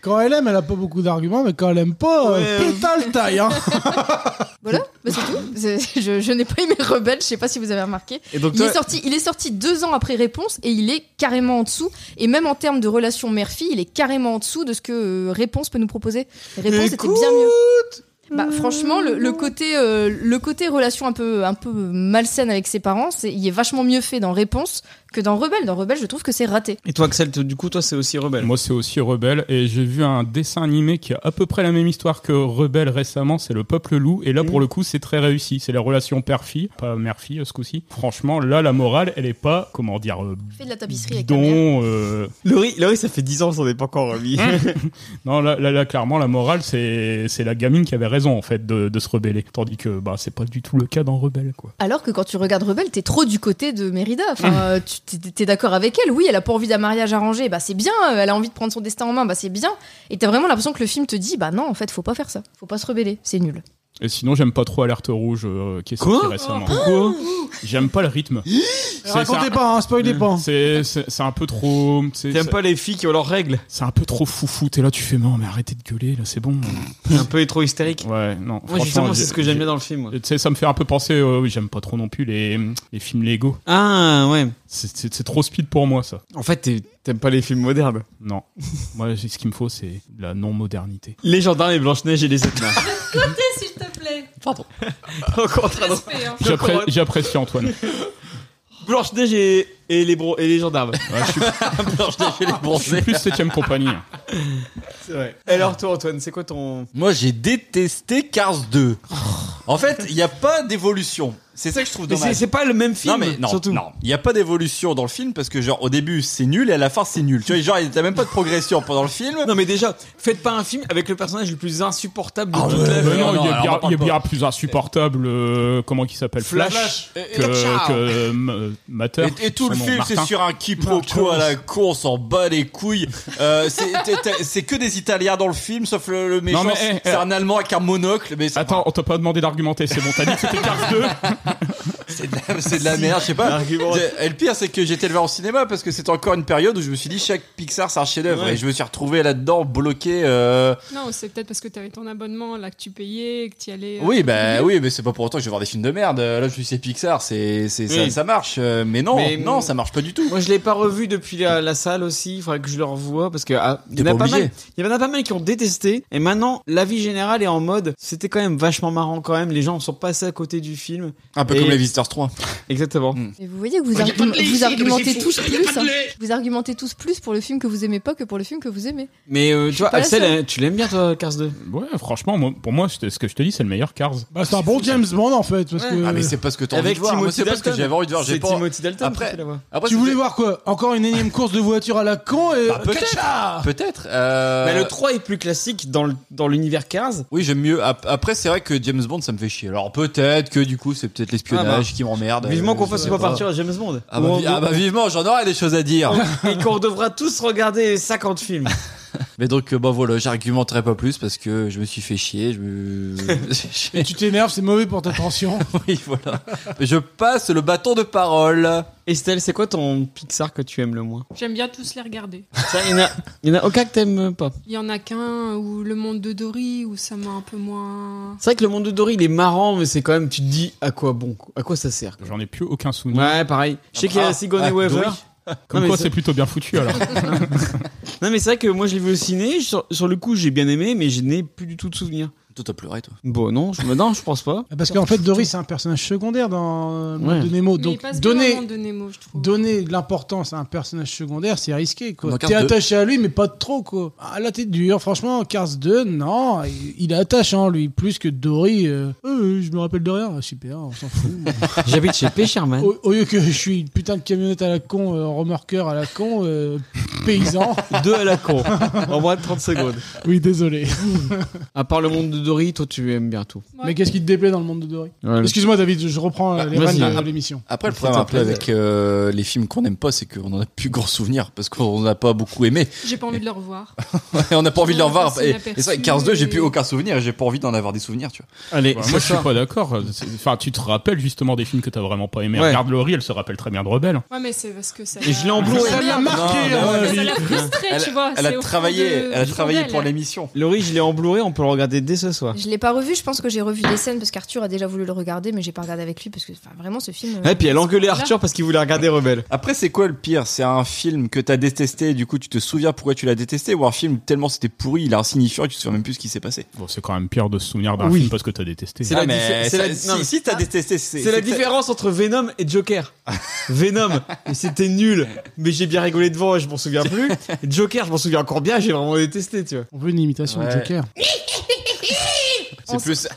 [SPEAKER 5] Quand elle aime, elle a pas beaucoup d'arguments, mais quand elle aime pas, euh,
[SPEAKER 2] Ouais.
[SPEAKER 5] putain le taille hein.
[SPEAKER 8] Voilà, bah, c'est tout. C'est- Je, je n'ai pas aimé Rebelle, je sais pas si vous avez remarqué.
[SPEAKER 2] Et donc
[SPEAKER 8] Il
[SPEAKER 2] toi,
[SPEAKER 8] est, sorti, il est sorti deux ans après Réponse et il est carrément en dessous. Et même en termes de relation mère-fille, il est carrément en dessous de ce que euh, Réponse peut nous proposer.
[SPEAKER 2] euh,
[SPEAKER 8] Réponse était bien mieux. Bah, franchement, le, le côté, euh, le côté relation un peu, un peu malsaine avec ses parents, c'est- il est vachement mieux fait dans Réponse que dans Rebelle. Dans Rebelle, je trouve que c'est raté.
[SPEAKER 2] et toi Axel, tu- du coup toi c'est aussi rebelle.
[SPEAKER 7] Moi, c'est aussi Rebelle. Et j'ai vu un dessin animé qui a à peu près la même histoire que Rebelle récemment. C'est Le Peuple Loup. Et
[SPEAKER 8] Mm.
[SPEAKER 7] là, pour le coup, c'est très réussi. C'est la relation père-fille, pas mère-fille euh, ce coup-ci. Franchement, là, la morale, elle est pas, comment dire, euh,
[SPEAKER 8] Fais de la tapisserie avec ta mère.
[SPEAKER 7] bidon. euh,
[SPEAKER 2] Laurie, Laurie, ça fait 10 ans qu'on n'est pas encore remis.
[SPEAKER 7] Non, là, là, là, clairement, la morale, c'est c'est la gamine qui avait raison, en fait, de, de se rebeller. Tandis que, bah, c'est pas du tout le cas dans Rebelle, quoi.
[SPEAKER 8] Alors que quand tu regardes Rebelle, t'es trop du côté de Mérida. Enfin, euh, tu t'es- t'es- t'es d'accord avec elle. Oui, elle a pas envie d'un mariage arrangé. Bah c'est bien. Euh, Elle a envie de prendre son destin en main. Bah c'est bien. Et t'as vraiment l'impression que le film te dit, bah non, en fait, faut pas faire ça. Faut pas se rebeller. C'est nul.
[SPEAKER 7] Et sinon, j'aime pas trop Alerte Rouge euh, qui est
[SPEAKER 2] Quoi
[SPEAKER 7] sorti récemment.
[SPEAKER 2] Pourquoi
[SPEAKER 7] J'aime pas le rythme. C'est- c'est
[SPEAKER 5] Racontez
[SPEAKER 7] un-
[SPEAKER 5] pas, hein, spoilez pas
[SPEAKER 7] C'est c'est- c'est un peu trop. C'est
[SPEAKER 2] T'aimes pas les filles qui ont leurs règles
[SPEAKER 7] c'est un peu trop foufou. T'es là, tu fais non, mais arrêtez de gueuler, là, c'est bon.
[SPEAKER 2] T'es un peu trop hystérique.
[SPEAKER 7] Ouais, non.
[SPEAKER 2] Moi justement
[SPEAKER 7] franchement,
[SPEAKER 2] c'est ce que j'aime bien dans le film. moi.
[SPEAKER 7] Tu sais, ça me fait un peu penser. euh, oui, j'aime pas trop non plus les, les films Lego.
[SPEAKER 2] Ah ouais.
[SPEAKER 7] C'est- C'est c'est trop speed pour moi, ça.
[SPEAKER 2] En fait t'es- t'aimes pas les films modernes.
[SPEAKER 7] Non. moi, j'ai- ce qu'il me faut, c'est de la non-modernité.
[SPEAKER 2] Les gendarmes, les Blanche-Neige et les sept nains.
[SPEAKER 6] s'il te plaît.
[SPEAKER 2] Encore en train de-
[SPEAKER 6] Respect, hein.
[SPEAKER 7] J'appré-
[SPEAKER 2] comprends.
[SPEAKER 7] J'apprécie Antoine.
[SPEAKER 2] Blanche-Neige et, et les bro- et les gendarmes.
[SPEAKER 7] Ouais, je suis Je suis plus septième compagnie.
[SPEAKER 2] C'est vrai. Alors toi Antoine, c'est quoi ton...
[SPEAKER 3] Moi, j'ai détesté Cars 2. En fait, il n'y a pas d'évolution. C'est ça que je trouve
[SPEAKER 2] Mais c'est-
[SPEAKER 3] dommage.
[SPEAKER 2] c'est pas le même film,
[SPEAKER 3] non mais non,
[SPEAKER 2] surtout.
[SPEAKER 3] non, il n'y a pas d'évolution dans le film parce que genre au début c'est nul et à la fin c'est nul. Tu vois, genre il n'y a même pas de progression pendant le film.
[SPEAKER 2] Non, mais déjà, faites pas un film avec le personnage le plus insupportable de
[SPEAKER 3] Ah
[SPEAKER 2] toute
[SPEAKER 3] ouais,
[SPEAKER 2] la
[SPEAKER 3] ouais,
[SPEAKER 2] vie.
[SPEAKER 3] non,
[SPEAKER 7] non, il y a
[SPEAKER 3] alors,
[SPEAKER 7] bien,
[SPEAKER 3] on parle
[SPEAKER 7] il y a
[SPEAKER 3] pas.
[SPEAKER 7] bien plus insupportable. euh, comment qui s'appelle Flash, que, que M- Mater.
[SPEAKER 3] Et, et tout le
[SPEAKER 7] son nom,
[SPEAKER 3] film,
[SPEAKER 7] Martin.
[SPEAKER 3] c'est sur un quiproquo à la con, on s'en bat les couilles. Euh, c'est- t'es- t'es- c'est que des Italiens dans le film, sauf le, le méchant.
[SPEAKER 7] Non, mais, eh,
[SPEAKER 3] c'est
[SPEAKER 7] eh.
[SPEAKER 3] un Allemand avec un monocle, mais c'est
[SPEAKER 7] Attends, on t'a pas demandé d'argumenter, c'est bon, t'as dit que c'était Cars 2
[SPEAKER 3] c'est de, la- c'est de la merde, je sais pas. Et le pire, c'est que j'étais le voir au cinéma parce que c'était encore une période où je me suis dit chaque Pixar c'est un chef-d'œuvre
[SPEAKER 2] Ouais.
[SPEAKER 3] et je me suis retrouvé là-dedans bloqué. euh,
[SPEAKER 6] Non, c'est peut-être parce que t'avais ton abonnement là que tu payais, que t'y allais. euh,
[SPEAKER 3] Oui, bah oui, mais c'est pas pour autant que je vais voir des films de merde. Euh, Là, je me suis dit, c'est Pixar, c'est c'est- ça,
[SPEAKER 2] Oui.
[SPEAKER 3] ça marche, Euh, mais non,
[SPEAKER 2] Mais-
[SPEAKER 3] non, ça marche pas du tout.
[SPEAKER 2] Moi, je l'ai pas revu depuis la, la salle aussi. Il faudrait que je le revoie parce que ah, il y en
[SPEAKER 3] T'es
[SPEAKER 2] a
[SPEAKER 3] pas
[SPEAKER 2] pas mal.
[SPEAKER 3] obligé.
[SPEAKER 2] Il y en a pas mal qui ont détesté. Et maintenant, l'avis général est en mode, c'était quand même vachement marrant quand même. Les gens sont passés à côté du film.
[SPEAKER 3] Un peu
[SPEAKER 2] Et-
[SPEAKER 3] comme les Visiteurs 3.
[SPEAKER 2] Exactement.
[SPEAKER 8] Mais vous voyez que vous, argum- vous argumentez tous plus. hein. Vous argumentez tous plus pour le film que vous aimez pas que pour le film que vous aimez.
[SPEAKER 2] Mais euh, tu vois,
[SPEAKER 8] pas la
[SPEAKER 2] Axel,
[SPEAKER 8] seule.
[SPEAKER 2] euh, tu l'aimes bien toi, Cars 2
[SPEAKER 7] Ouais, franchement, moi- pour moi, c'est- ce que je te dis, c'est le meilleur Cars.
[SPEAKER 5] Bah, c'est un bon James Bond en fait, parce
[SPEAKER 2] Ouais.
[SPEAKER 5] que.
[SPEAKER 3] Ah, mais c'est pas ce que t'as envie
[SPEAKER 2] Avec
[SPEAKER 3] de voir. Moi,
[SPEAKER 2] Timothy
[SPEAKER 3] c'est pas ce que
[SPEAKER 2] Dalton.
[SPEAKER 3] j'avais envie de voir. J'ai
[SPEAKER 2] C'est
[SPEAKER 3] pas.
[SPEAKER 2] Timothy Dalton.
[SPEAKER 3] Après-
[SPEAKER 2] qui fait la voix.
[SPEAKER 3] Après,
[SPEAKER 5] tu
[SPEAKER 3] c'est-
[SPEAKER 5] voulais voir quoi Encore une énième course de voiture à la con et.
[SPEAKER 3] Ah, peut-être. Peut-être. euh,
[SPEAKER 2] euh, Mais le 3 est plus classique dans le- dans l'univers Cars.
[SPEAKER 3] Oui, j'aime mieux. Ap- Après, c'est vrai que James Bond, ça me fait chier. Alors peut-être que du coup, c'est peut-être l'espionnage qui m'emmerde.
[SPEAKER 2] Ah, bah. Vivement
[SPEAKER 3] Euh,
[SPEAKER 2] qu'on
[SPEAKER 3] je
[SPEAKER 2] fasse
[SPEAKER 3] sais
[SPEAKER 2] pas partir à James Bond.
[SPEAKER 3] Ah bah,
[SPEAKER 2] Ou on-
[SPEAKER 3] vi- ah bah, vivement, j'en aurais des choses à dire.
[SPEAKER 2] et qu'on devra tous regarder 50 films.
[SPEAKER 3] Mais donc, euh, bah voilà, j'argumenterai pas plus parce que je me suis fait chier. Je me-
[SPEAKER 5] Et tu t'énerves, c'est mauvais pour ta tension.
[SPEAKER 3] oui, voilà. Je passe le bâton de parole.
[SPEAKER 2] Estelle, c'est quoi ton Pixar que tu aimes le moins
[SPEAKER 6] euh, J'aime bien tous les regarder.
[SPEAKER 2] Ça, il y en a, il y en a aucun que t'aimes pas.
[SPEAKER 6] Il y en a qu'un où le monde de Dory, où ça m'a un peu moins.
[SPEAKER 2] C'est vrai que le monde de Dory, il est marrant, mais c'est quand même, tu te dis, à quoi bon quoi À quoi ça sert quoi
[SPEAKER 7] J'en ai plus aucun souvenir.
[SPEAKER 2] Ouais, pareil. Je sais qu'il y a
[SPEAKER 3] Ah,
[SPEAKER 2] Sigourney
[SPEAKER 3] ah,
[SPEAKER 2] Weaver.
[SPEAKER 3] Dory.
[SPEAKER 7] Comme
[SPEAKER 2] Non, mais
[SPEAKER 7] quoi,
[SPEAKER 2] ça-
[SPEAKER 7] c'est plutôt bien foutu alors.
[SPEAKER 2] Non, mais c'est vrai que moi, je l'ai vu au ciné. Sur, sur le coup, j'ai bien aimé, mais je n'ai plus du tout de souvenirs.
[SPEAKER 3] Toi, t'as pleuré, toi.
[SPEAKER 2] Bon, non, je, non, je pense pas.
[SPEAKER 5] Parce qu'en fait, Dory, c'est un personnage secondaire dans le monde
[SPEAKER 2] Ouais.
[SPEAKER 5] de Nemo.
[SPEAKER 6] Mais il
[SPEAKER 5] Donc,
[SPEAKER 6] passe bien dans le
[SPEAKER 5] donner,
[SPEAKER 6] monde de Nemo, je trouve.
[SPEAKER 5] donner de l'importance à un personnage secondaire, c'est risqué.
[SPEAKER 3] Dans
[SPEAKER 5] quoi.
[SPEAKER 3] Cars
[SPEAKER 5] T'es
[SPEAKER 3] 2.
[SPEAKER 5] attaché à lui, mais pas trop. quoi. Ah, là, t'es dur. Franchement, Cars 2, non. il- Il est attachant, lui, plus que Dory. euh, Euh, je me rappelle de rien. Super, on s'en fout.
[SPEAKER 2] J'habite chez P. Sherman.
[SPEAKER 5] Au, au lieu que je suis une putain de camionnette à la con, euh, remorqueur à la con, euh, paysan.
[SPEAKER 2] Deux à la con. En moins de 30 secondes.
[SPEAKER 5] Oui, désolé.
[SPEAKER 2] À part le monde de Dory, toi, tu aimes bien tout.
[SPEAKER 6] Ouais.
[SPEAKER 5] Mais qu'est-ce qui te déplaît dans le monde de Dory Excuse-moi, David, je reprends euh, les
[SPEAKER 2] Euh. Vas-y.
[SPEAKER 5] rênes de
[SPEAKER 2] Ah,
[SPEAKER 5] de l'émission.
[SPEAKER 3] Après, le
[SPEAKER 2] Faites
[SPEAKER 3] problème
[SPEAKER 2] un
[SPEAKER 3] un peu avec euh, les films qu'on n'aime pas, c'est qu'on en a plus grand souvenir parce qu'on n'a pas beaucoup aimé.
[SPEAKER 6] J'ai pas envie de le revoir.
[SPEAKER 3] on n'a pas envie de les
[SPEAKER 6] On a
[SPEAKER 3] revoir.
[SPEAKER 6] passé
[SPEAKER 3] Et,
[SPEAKER 6] inaperçu
[SPEAKER 3] et ça, 15 2, j'ai plus
[SPEAKER 6] et-
[SPEAKER 3] aucun souvenir et j'ai pas envie d'en avoir des souvenirs, tu vois.
[SPEAKER 2] Allez,
[SPEAKER 7] Bah,
[SPEAKER 2] c'est
[SPEAKER 7] moi, je suis
[SPEAKER 2] ça.
[SPEAKER 7] pas d'accord. C'est- Enfin, tu te rappelles justement des films que t'as vraiment pas aimé.
[SPEAKER 2] Ouais.
[SPEAKER 7] Regarde Laurie, elle se rappelle très bien de Rebelle.
[SPEAKER 6] Ouais, mais c'est parce que ça.
[SPEAKER 2] Et je l'ai en
[SPEAKER 6] l'a-
[SPEAKER 2] Blu-ray.
[SPEAKER 6] Ça l'a marqué,
[SPEAKER 3] Non,
[SPEAKER 6] ça
[SPEAKER 3] non,
[SPEAKER 6] l'a-
[SPEAKER 3] non.
[SPEAKER 6] ça l'a frustré, tu vois.
[SPEAKER 3] Hein. Elle
[SPEAKER 6] c'est
[SPEAKER 3] a
[SPEAKER 6] au fond
[SPEAKER 3] travaillé,
[SPEAKER 6] de- hein.
[SPEAKER 3] elle a
[SPEAKER 6] du
[SPEAKER 3] travaillé
[SPEAKER 6] bordel.
[SPEAKER 3] pour l'émission.
[SPEAKER 2] Laurie, je l'ai en Blu-ray, on peut le regarder dès ce soir.
[SPEAKER 8] Je l'ai pas revu, je pense que j'ai revu des scènes parce qu'Arthur a déjà voulu le regarder, mais j'ai pas regardé avec lui parce que enfin, vraiment ce film. euh,
[SPEAKER 2] Et puis elle engueulait Arthur parce qu'il voulait regarder Rebelle.
[SPEAKER 3] Après, c'est quoi le pire C'est un film que t'as détesté et du coup, tu te souviens pourquoi tu l'as détesté ou un film tellement c'était pourri, il a insignifiant et tu te souviens même plus ce qui s'est passé.
[SPEAKER 7] Bon, c'est quand même pire de se souvenir d'un
[SPEAKER 2] Oui.
[SPEAKER 7] film parce que t'as détesté.
[SPEAKER 2] C'est la
[SPEAKER 3] Ah, mais
[SPEAKER 2] diffé- c'est
[SPEAKER 3] ça-
[SPEAKER 2] la-
[SPEAKER 3] si-
[SPEAKER 2] non, mais-
[SPEAKER 3] Si t'as détesté, c'est.
[SPEAKER 2] C'est la
[SPEAKER 3] que t'as-
[SPEAKER 2] différence entre Venom et Joker. Venom, et c'était nul, mais j'ai bien rigolé devant et je m'en souviens plus. Et Joker, je m'en souviens encore bien, j'ai vraiment détesté, tu vois.
[SPEAKER 5] On veut une imitation
[SPEAKER 3] Ouais.
[SPEAKER 5] de Joker.
[SPEAKER 3] C'est plus.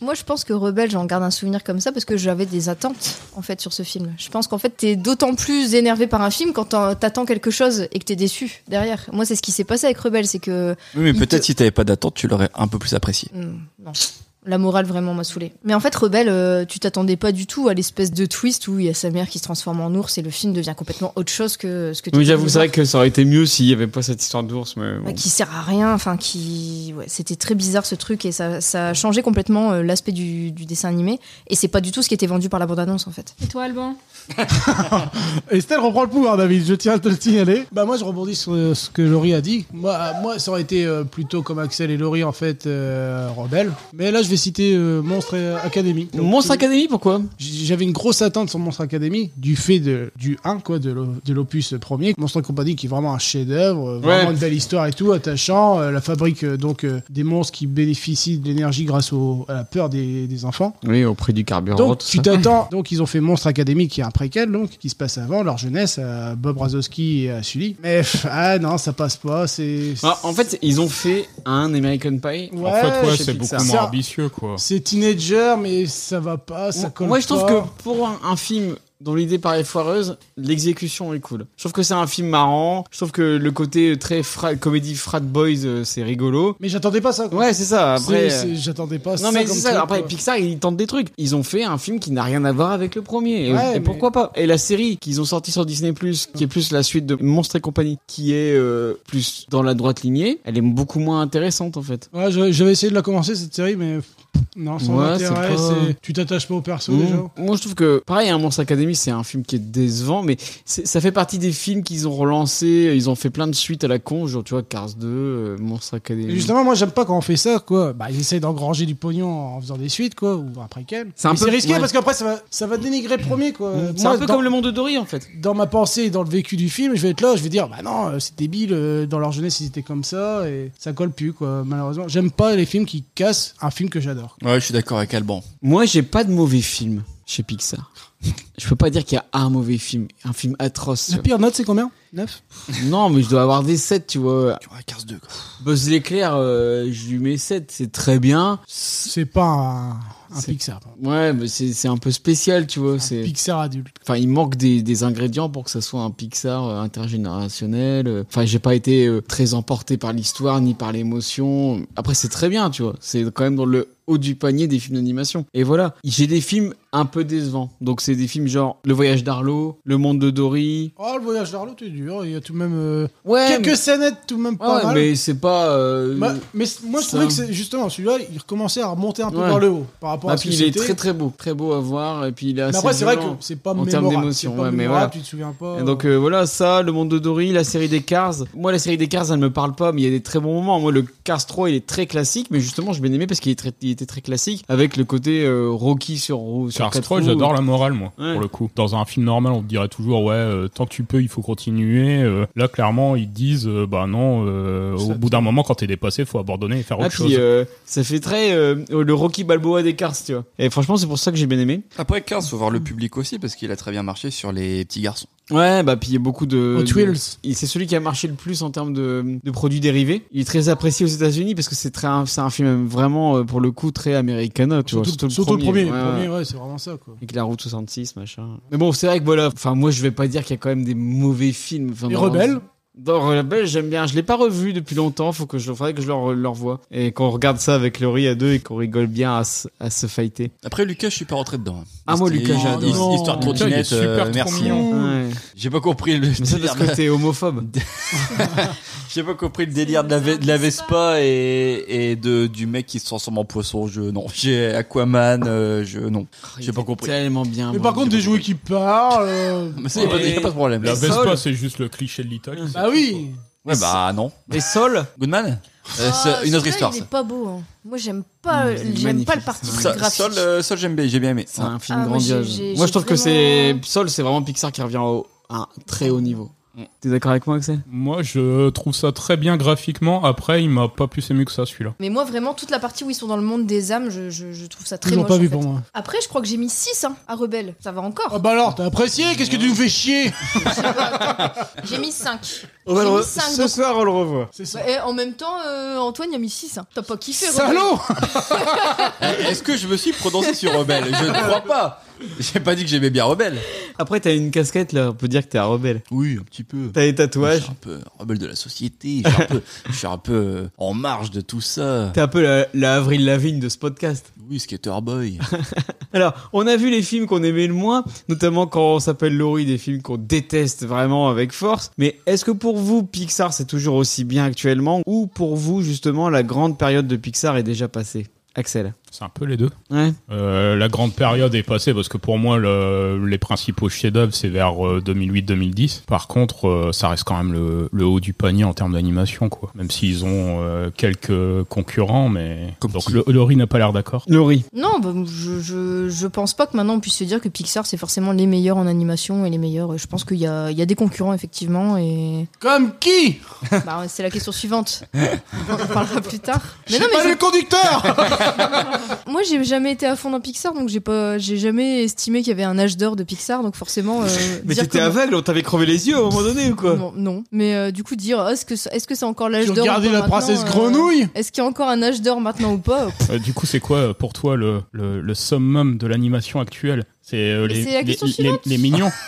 [SPEAKER 8] Moi, je pense que Rebelle, j'en garde un souvenir comme ça parce que j'avais des attentes en fait sur ce film. Je pense qu'en fait, t'es d'autant plus énervé par un film quand t'en- t'attends quelque chose et que t'es déçu derrière. Moi, c'est ce qui s'est passé avec Rebelle, c'est que
[SPEAKER 3] Oui, mais
[SPEAKER 8] Il
[SPEAKER 3] peut-être
[SPEAKER 8] te-
[SPEAKER 3] si t'avais pas d'attente, tu l'aurais un peu plus apprécié.
[SPEAKER 8] Hmm, non. La morale vraiment m'a saoulé. Mais en fait, Rebelle, euh, tu t'attendais pas du tout à l'espèce de twist où il y a sa mère qui se transforme en ours et le film devient complètement autre chose que ce que tu
[SPEAKER 2] Oui,
[SPEAKER 8] viens
[SPEAKER 2] j'avoue,
[SPEAKER 8] de
[SPEAKER 2] c'est vrai
[SPEAKER 8] voir.
[SPEAKER 2] que ça aurait été mieux s'il n'y avait pas cette histoire d'ours, mais bon.
[SPEAKER 8] Ouais, Bah, qui sert à rien, enfin qui, ouais, c'était très bizarre ce truc et ça, ça a changé complètement euh, l'aspect du, du dessin animé et c'est pas du tout ce qui était vendu par la bande annonce en fait.
[SPEAKER 6] Et toi, Alban
[SPEAKER 5] Estelle reprend le pouvoir, David, je tiens à te le signaler. Bah, moi, je rebondis sur euh, ce que Laurie a dit. Moi, euh, moi ça aurait été euh, plutôt comme Axel et Laurie, en fait, euh, rebelle. Mais là, je vais citer euh, Monstre Academy. Donc,
[SPEAKER 2] Monstre Academy, pourquoi
[SPEAKER 5] J- J'avais une grosse attente sur Monstre Academy du fait de, du 1, quoi, de l'o- de l'opus premier. Monstre Company qui est vraiment un chef-d'œuvre, euh, vraiment
[SPEAKER 2] Ouais.
[SPEAKER 5] une belle histoire et tout, attachant. euh, la fabrique euh, donc euh, des monstres qui bénéficient de l'énergie grâce au- à la peur des, des enfants.
[SPEAKER 2] Oui, au prix du carburant,
[SPEAKER 5] Donc tu t'attends. Donc ils ont fait Monstre Academy qui est un préquel donc qui se passe avant leur jeunesse à Bob Razowski et à Sully. Mais pff, ah non ça passe pas. C'est
[SPEAKER 2] Ah, Bah, en fait, ils ont fait un American Pie.
[SPEAKER 5] Ouais,
[SPEAKER 7] en fait, ouais,
[SPEAKER 5] chez
[SPEAKER 7] c'est beaucoup
[SPEAKER 5] Pixar.
[SPEAKER 7] moins
[SPEAKER 5] Ça-
[SPEAKER 7] ambitieux, quoi.
[SPEAKER 5] c'est teenager mais ça va pas. Ça colle
[SPEAKER 2] Moi, je trouve
[SPEAKER 5] pas.
[SPEAKER 2] que pour un, un film dont l'idée paraît foireuse, l'exécution est cool. Je trouve que c'est un film marrant. Je trouve que le côté très fra- comédie frat boys, euh, c'est rigolo.
[SPEAKER 5] Mais j'attendais pas ça. quoi.
[SPEAKER 2] Ouais, c'est ça. Après.
[SPEAKER 5] C'est- c'est-
[SPEAKER 2] euh,
[SPEAKER 5] j'attendais pas ça.
[SPEAKER 2] Non mais
[SPEAKER 5] comme
[SPEAKER 2] c'est ça,
[SPEAKER 5] truc,
[SPEAKER 2] après
[SPEAKER 5] quoi.
[SPEAKER 2] Pixar ils tentent des trucs. Ils ont fait un film qui n'a rien à voir avec le premier. Et,
[SPEAKER 5] Ouais,
[SPEAKER 2] et
[SPEAKER 5] mais-
[SPEAKER 2] pourquoi pas Et la série qu'ils ont sortie sur Disney ⁇ qui est plus la suite de Monstres et compagnie, qui est euh, plus dans la droite lignée, elle est beaucoup moins intéressante en fait.
[SPEAKER 5] Ouais, j'avais j'avais essayé de la commencer cette série, mais pff, non, sans
[SPEAKER 2] Ouais,
[SPEAKER 5] intérêt.
[SPEAKER 2] c'est pas-
[SPEAKER 5] c'est- Tu t'attaches pas au perso
[SPEAKER 2] Mmh.
[SPEAKER 5] déjà.
[SPEAKER 2] Moi, je trouve que, pareil, hein, Monstre Academy, c'est un film qui est décevant, mais c'est- ça fait partie des films qu'ils ont relancés. Ils ont fait plein de suites à la con, genre, tu vois, Cars 2, euh, Monstre
[SPEAKER 5] Et
[SPEAKER 2] Academy.
[SPEAKER 5] justement, moi, j'aime pas quand on fait ça, quoi. Bah, ils essayent d'engranger du pognon en faisant des suites, quoi, ou après quel.
[SPEAKER 2] C'est un
[SPEAKER 5] Mais
[SPEAKER 2] peu-
[SPEAKER 5] C'est risqué
[SPEAKER 2] ouais.
[SPEAKER 5] parce qu'après, ça va, ça va dénigrer le premier, quoi.
[SPEAKER 2] Mmh. C'est
[SPEAKER 5] euh, Moi,
[SPEAKER 2] un peu
[SPEAKER 5] dans,
[SPEAKER 2] comme le monde de Dory, en fait.
[SPEAKER 5] dans ma pensée et dans le vécu du film, je vais être là, je vais dire, bah non, euh, c'est débile, euh, dans leur jeunesse, ils étaient comme ça, et ça colle plus, quoi, malheureusement. J'aime pas les films qui cassent un film que j'adore.
[SPEAKER 3] Ouais, je suis d'accord avec Alban.
[SPEAKER 2] Moi, j'ai pas de mauvais film chez Pixar. Je peux pas dire qu'il y a un mauvais film, un film atroce.
[SPEAKER 5] La pire note, c'est combien 9
[SPEAKER 2] Non, mais je dois avoir des 7, tu vois.
[SPEAKER 3] Tu vois, Cars 2, quoi.
[SPEAKER 2] Buzz l'éclair, euh, je lui mets 7, c'est très bien.
[SPEAKER 5] C'est pas un, un
[SPEAKER 2] C'est-
[SPEAKER 5] Pixar. pardon.
[SPEAKER 2] Ouais, mais c'est c'est un peu spécial, tu vois.
[SPEAKER 5] Un
[SPEAKER 2] c'est-
[SPEAKER 5] Pixar adulte.
[SPEAKER 2] Enfin, il manque des, des ingrédients pour que ça soit un Pixar euh, intergénérationnel. Euh, Enfin, j'ai pas été euh, très emporté par l'histoire ni par l'émotion. Après, c'est très bien, tu vois. C'est quand même dans le haut du panier des films d'animation. Et voilà, j'ai des films un peu décevants. Donc, c'est c'était des films genre Le Voyage d'Arlo, Le Monde de Dory.
[SPEAKER 5] Oh, le voyage vers l'autre est dur. Il y a tout de même euh,
[SPEAKER 2] Ouais,
[SPEAKER 5] quelques scénettes tout de même pas mal.
[SPEAKER 2] mais c'est pas. euh,
[SPEAKER 5] Bah, mais c- moi, je trouvais
[SPEAKER 2] Ça.
[SPEAKER 5] que c'est- justement celui-là, il recommençait à remonter un peu
[SPEAKER 2] Ouais.
[SPEAKER 5] vers le haut par rapport
[SPEAKER 2] bah,
[SPEAKER 5] à ce
[SPEAKER 2] puis
[SPEAKER 5] que
[SPEAKER 2] il est
[SPEAKER 5] c'était.
[SPEAKER 2] très très beau, très beau à voir. Et puis il est
[SPEAKER 5] Mais
[SPEAKER 2] assez
[SPEAKER 5] après, c'est vrai que
[SPEAKER 2] violent.
[SPEAKER 5] c'est pas
[SPEAKER 2] en termes
[SPEAKER 5] mémorable.
[SPEAKER 2] d'émotion,
[SPEAKER 5] c'est pas
[SPEAKER 2] ouais, mais
[SPEAKER 5] mémorable,
[SPEAKER 2] voilà.
[SPEAKER 5] Tu te souviens pas.
[SPEAKER 2] Et donc euh, voilà, ça, le monde de Dory, la série des Cars. Moi, la série des Cars, elle me parle pas, mais il y a des très bons moments. Moi, le Cars 3, il est très classique, mais justement, je bien aimé parce qu'il est très- il était très classique avec le côté euh, Rocky sur roue. Sur
[SPEAKER 7] Cars
[SPEAKER 2] quatre
[SPEAKER 7] 3,
[SPEAKER 2] roues.
[SPEAKER 7] j'adore la morale, moi,
[SPEAKER 2] Ouais.
[SPEAKER 7] pour le coup. Dans un film normal, on te dirait toujours, ouais, euh, tant que tu peux, il faut continuer. Euh, là, clairement, ils te disent, euh, bah non, euh, au
[SPEAKER 5] Ça-
[SPEAKER 7] bout d'un moment, quand t'es dépassé, faut abandonner et faire
[SPEAKER 2] Ah,
[SPEAKER 7] autre
[SPEAKER 2] puis
[SPEAKER 7] chose.
[SPEAKER 2] euh, ça fait très euh, le Rocky Balboa des Cars, tu vois. Et franchement, c'est pour ça que j'ai bien aimé.
[SPEAKER 3] Après 15, faut voir le public aussi parce qu'il a très bien marché sur les petits garçons.
[SPEAKER 2] Ouais, bah puis il y a beaucoup de.
[SPEAKER 5] Hot Wheels.
[SPEAKER 2] Il- C'est celui qui a marché le plus en termes de, de produits dérivés. Il est très apprécié aux États-Unis parce que c'est très un- c'est un film vraiment euh, pour le coup très américano, tu vois.
[SPEAKER 5] Surtout, Ah, surtout le premier. Le
[SPEAKER 2] ouais, ouais.
[SPEAKER 5] premier, ouais, c'est vraiment ça, quoi.
[SPEAKER 2] Avec la route 66, machin. Mais bon, c'est vrai que voilà. Enfin, moi, je vais pas dire qu'il y a quand même des mauvais films. Enfin,
[SPEAKER 5] Les
[SPEAKER 2] dans-
[SPEAKER 5] rebelles.
[SPEAKER 2] Dans Rebelle, j'aime bien. Je l'ai pas revu depuis longtemps. Faut que je, faudrait que je le, re- le revoie. Et qu'on regarde ça avec Laurie à deux et qu'on rigole bien à, se- à se fighter.
[SPEAKER 3] Après, Lucas, je suis pas rentré dedans.
[SPEAKER 2] Ah, moi,
[SPEAKER 3] C'était-
[SPEAKER 2] Lucas,
[SPEAKER 3] hi-
[SPEAKER 2] j'adore.
[SPEAKER 3] hi- Histoire de
[SPEAKER 7] Lucas, il est
[SPEAKER 3] trottinette,
[SPEAKER 7] super
[SPEAKER 3] euh,
[SPEAKER 7] trop
[SPEAKER 3] merci.
[SPEAKER 7] mignon.
[SPEAKER 3] hein.
[SPEAKER 2] Ouais.
[SPEAKER 3] J'ai pas compris le
[SPEAKER 2] Mais ça,
[SPEAKER 3] délire
[SPEAKER 2] parce
[SPEAKER 3] de-
[SPEAKER 2] que t'es homophobe.
[SPEAKER 3] J'ai pas compris le délire de la, ve- de la Vespa et, et de, du mec qui se transforme en poisson. Je, non. J'ai Aquaman, euh, je, non. J'ai
[SPEAKER 2] Il
[SPEAKER 3] pas
[SPEAKER 2] est
[SPEAKER 3] compris.
[SPEAKER 2] Tellement bien.
[SPEAKER 5] Mais
[SPEAKER 2] moi.
[SPEAKER 5] par contre, des jouets qui parlent. euh,
[SPEAKER 3] Mais ça, y a pas, de- y a pas de problème.
[SPEAKER 7] La
[SPEAKER 2] Sol.
[SPEAKER 7] Vespa, c'est juste le cliché de l'Italie.
[SPEAKER 5] Bah oui.
[SPEAKER 3] Ouais, bah, non.
[SPEAKER 2] Et Sol
[SPEAKER 3] Goodman? Euh, c'est une autre histoire,
[SPEAKER 8] Ah, Il est
[SPEAKER 3] ça.
[SPEAKER 8] pas beau. hein. Moi, j'aime pas,
[SPEAKER 2] Il est
[SPEAKER 8] j'aime pas
[SPEAKER 2] magnifique,
[SPEAKER 8] le parti
[SPEAKER 2] c'est
[SPEAKER 8] pris
[SPEAKER 3] Ça-
[SPEAKER 8] graphique.
[SPEAKER 3] Sol, euh, Sol, j'aime bien, j'ai bien aimé.
[SPEAKER 2] C'est un film
[SPEAKER 8] Ah, moi,
[SPEAKER 2] grandiose.
[SPEAKER 8] j'ai- j'ai-
[SPEAKER 2] moi, je
[SPEAKER 8] j'ai
[SPEAKER 2] trouve que c'est
[SPEAKER 8] vraiment-
[SPEAKER 2] Sol, c'est vraiment Pixar qui revient au- à un très haut niveau.
[SPEAKER 3] Mm.
[SPEAKER 2] T'es d'accord avec moi, Axel
[SPEAKER 7] Moi, je trouve ça très bien graphiquement. Après, il m'a pas plus ému que ça, celui-là.
[SPEAKER 8] Mais moi, vraiment, toute la partie où ils sont dans le monde des âmes, je, je- je trouve ça très
[SPEAKER 5] Toujours
[SPEAKER 8] moche,
[SPEAKER 5] pas
[SPEAKER 8] en
[SPEAKER 5] vu
[SPEAKER 8] fait.
[SPEAKER 5] pour moi.
[SPEAKER 8] Après, je crois que j'ai mis 6 hein, à Rebelle. Ça va encore.
[SPEAKER 5] Ah bah alors, t'as apprécié Qu'est-ce que tu nous fais chier
[SPEAKER 2] Oh.
[SPEAKER 8] J'ai mis 5.
[SPEAKER 2] On
[SPEAKER 8] va le re- cinq, ce donc-
[SPEAKER 2] bah, soir, on le revoit.
[SPEAKER 5] C'est ça.
[SPEAKER 8] Bah, eh, en même temps, euh, Antoine, il a mis 6. Hein. T'as pas kiffé, Rebelle
[SPEAKER 5] Salaud
[SPEAKER 3] Eh, Est-ce que je me suis prononcé sur Rebelle? Je ne crois pas. J'ai pas dit que j'aimais bien Rebelle.
[SPEAKER 2] Après, t'as une casquette là, on peut dire que t'es un rebelle.
[SPEAKER 3] Oui, un petit peu.
[SPEAKER 2] T'as des
[SPEAKER 3] Je suis
[SPEAKER 2] tatouages.
[SPEAKER 3] un peu rebelle de la société. Je suis un peu, je suis un peu euh, en marge de tout ça.
[SPEAKER 2] T'es un peu la, la Avril Lavigne de ce podcast.
[SPEAKER 3] Oui, Skater Boy.
[SPEAKER 2] Alors, on a vu les films qu'on aimait le moins, notamment quand on s'appelle Laurie, des films qu'on déteste vraiment avec force. Mais est-ce que pour vous, Pixar, c'est toujours aussi bien actuellement Ou pour vous, justement, la grande période de Pixar est déjà passée Axel
[SPEAKER 7] C'est un peu les deux.
[SPEAKER 2] Ouais.
[SPEAKER 7] Euh, la grande période est passée parce que pour moi, le- les principaux chefs-d'œuvre, c'est vers euh, 2008-2010. Par contre, euh, ça reste quand même le, le haut du panier en termes d'animation, quoi. Même s'ils ont euh, quelques concurrents, mais.
[SPEAKER 3] Comme
[SPEAKER 7] Donc,
[SPEAKER 3] qui
[SPEAKER 7] le- Laurie n'a pas l'air d'accord.
[SPEAKER 2] Laurie.
[SPEAKER 8] Non, bah, je, je, je pense pas que maintenant on puisse se dire que Pixar c'est forcément les meilleurs en animation et les meilleurs. euh, Je pense qu'il y a, il y a des concurrents effectivement et
[SPEAKER 5] Comme qui
[SPEAKER 8] bah, c'est la question suivante. On en parlera plus tard. Mais non,
[SPEAKER 5] C'est pas
[SPEAKER 8] mais
[SPEAKER 5] le conducteur
[SPEAKER 8] je- moi j'ai jamais été à fond dans Pixar donc j'ai pas, j'ai jamais estimé qu'il y avait un âge d'or de Pixar donc forcément. euh,
[SPEAKER 2] Mais
[SPEAKER 8] dire
[SPEAKER 2] t'étais
[SPEAKER 8] que-
[SPEAKER 2] aveugle, on t'avait crevé les yeux à un moment donné ou quoi
[SPEAKER 8] Non, non. Mais euh, du coup dire ah, est-ce que ça- est-ce que c'est encore l'âge
[SPEAKER 5] Tu
[SPEAKER 8] d'or
[SPEAKER 5] regardais
[SPEAKER 8] encore
[SPEAKER 5] la princesse
[SPEAKER 8] maintenant, euh,
[SPEAKER 5] grenouille
[SPEAKER 8] Est-ce qu'il y a encore un âge d'or maintenant ou pas
[SPEAKER 7] Euh, du coup, c'est quoi euh, pour toi le, le, le summum de l'animation actuelle C'est euh,
[SPEAKER 8] Mais
[SPEAKER 7] les,
[SPEAKER 8] c'est la
[SPEAKER 7] les,
[SPEAKER 8] question
[SPEAKER 7] les-
[SPEAKER 8] suivante.
[SPEAKER 7] les mignons.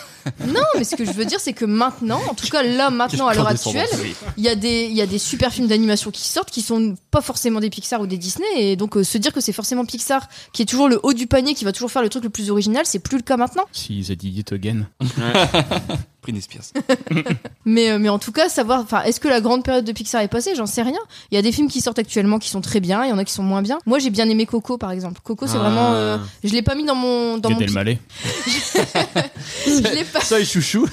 [SPEAKER 8] Non, mais ce que je veux dire, c'est que maintenant, en tout cas là, maintenant, à l'heure actuelle, il y, a des- il y a des super films d'animation qui sortent qui sont pas forcément des Pixar ou des Disney. Et donc, euh, se dire que c'est forcément Pixar qui est toujours le haut du panier, qui va toujours faire le truc le plus original, c'est plus le cas maintenant.
[SPEAKER 7] Si they did it again.
[SPEAKER 3] Britney Spears.
[SPEAKER 8] Mais, euh, mais en tout cas, savoir, enfin, est-ce que la grande période de Pixar est passée J'en sais rien. Il y a des films qui sortent actuellement qui sont très bien, il y en a qui sont moins bien. Moi, j'ai bien aimé Coco, par exemple. Coco, c'est
[SPEAKER 2] Ah.
[SPEAKER 8] vraiment, euh, je l'ai pas mis dans mon, dans
[SPEAKER 7] Gad
[SPEAKER 8] mon, pi-
[SPEAKER 7] Elmaleh.
[SPEAKER 8] je l'ai pas,
[SPEAKER 3] Ça et Chouchou.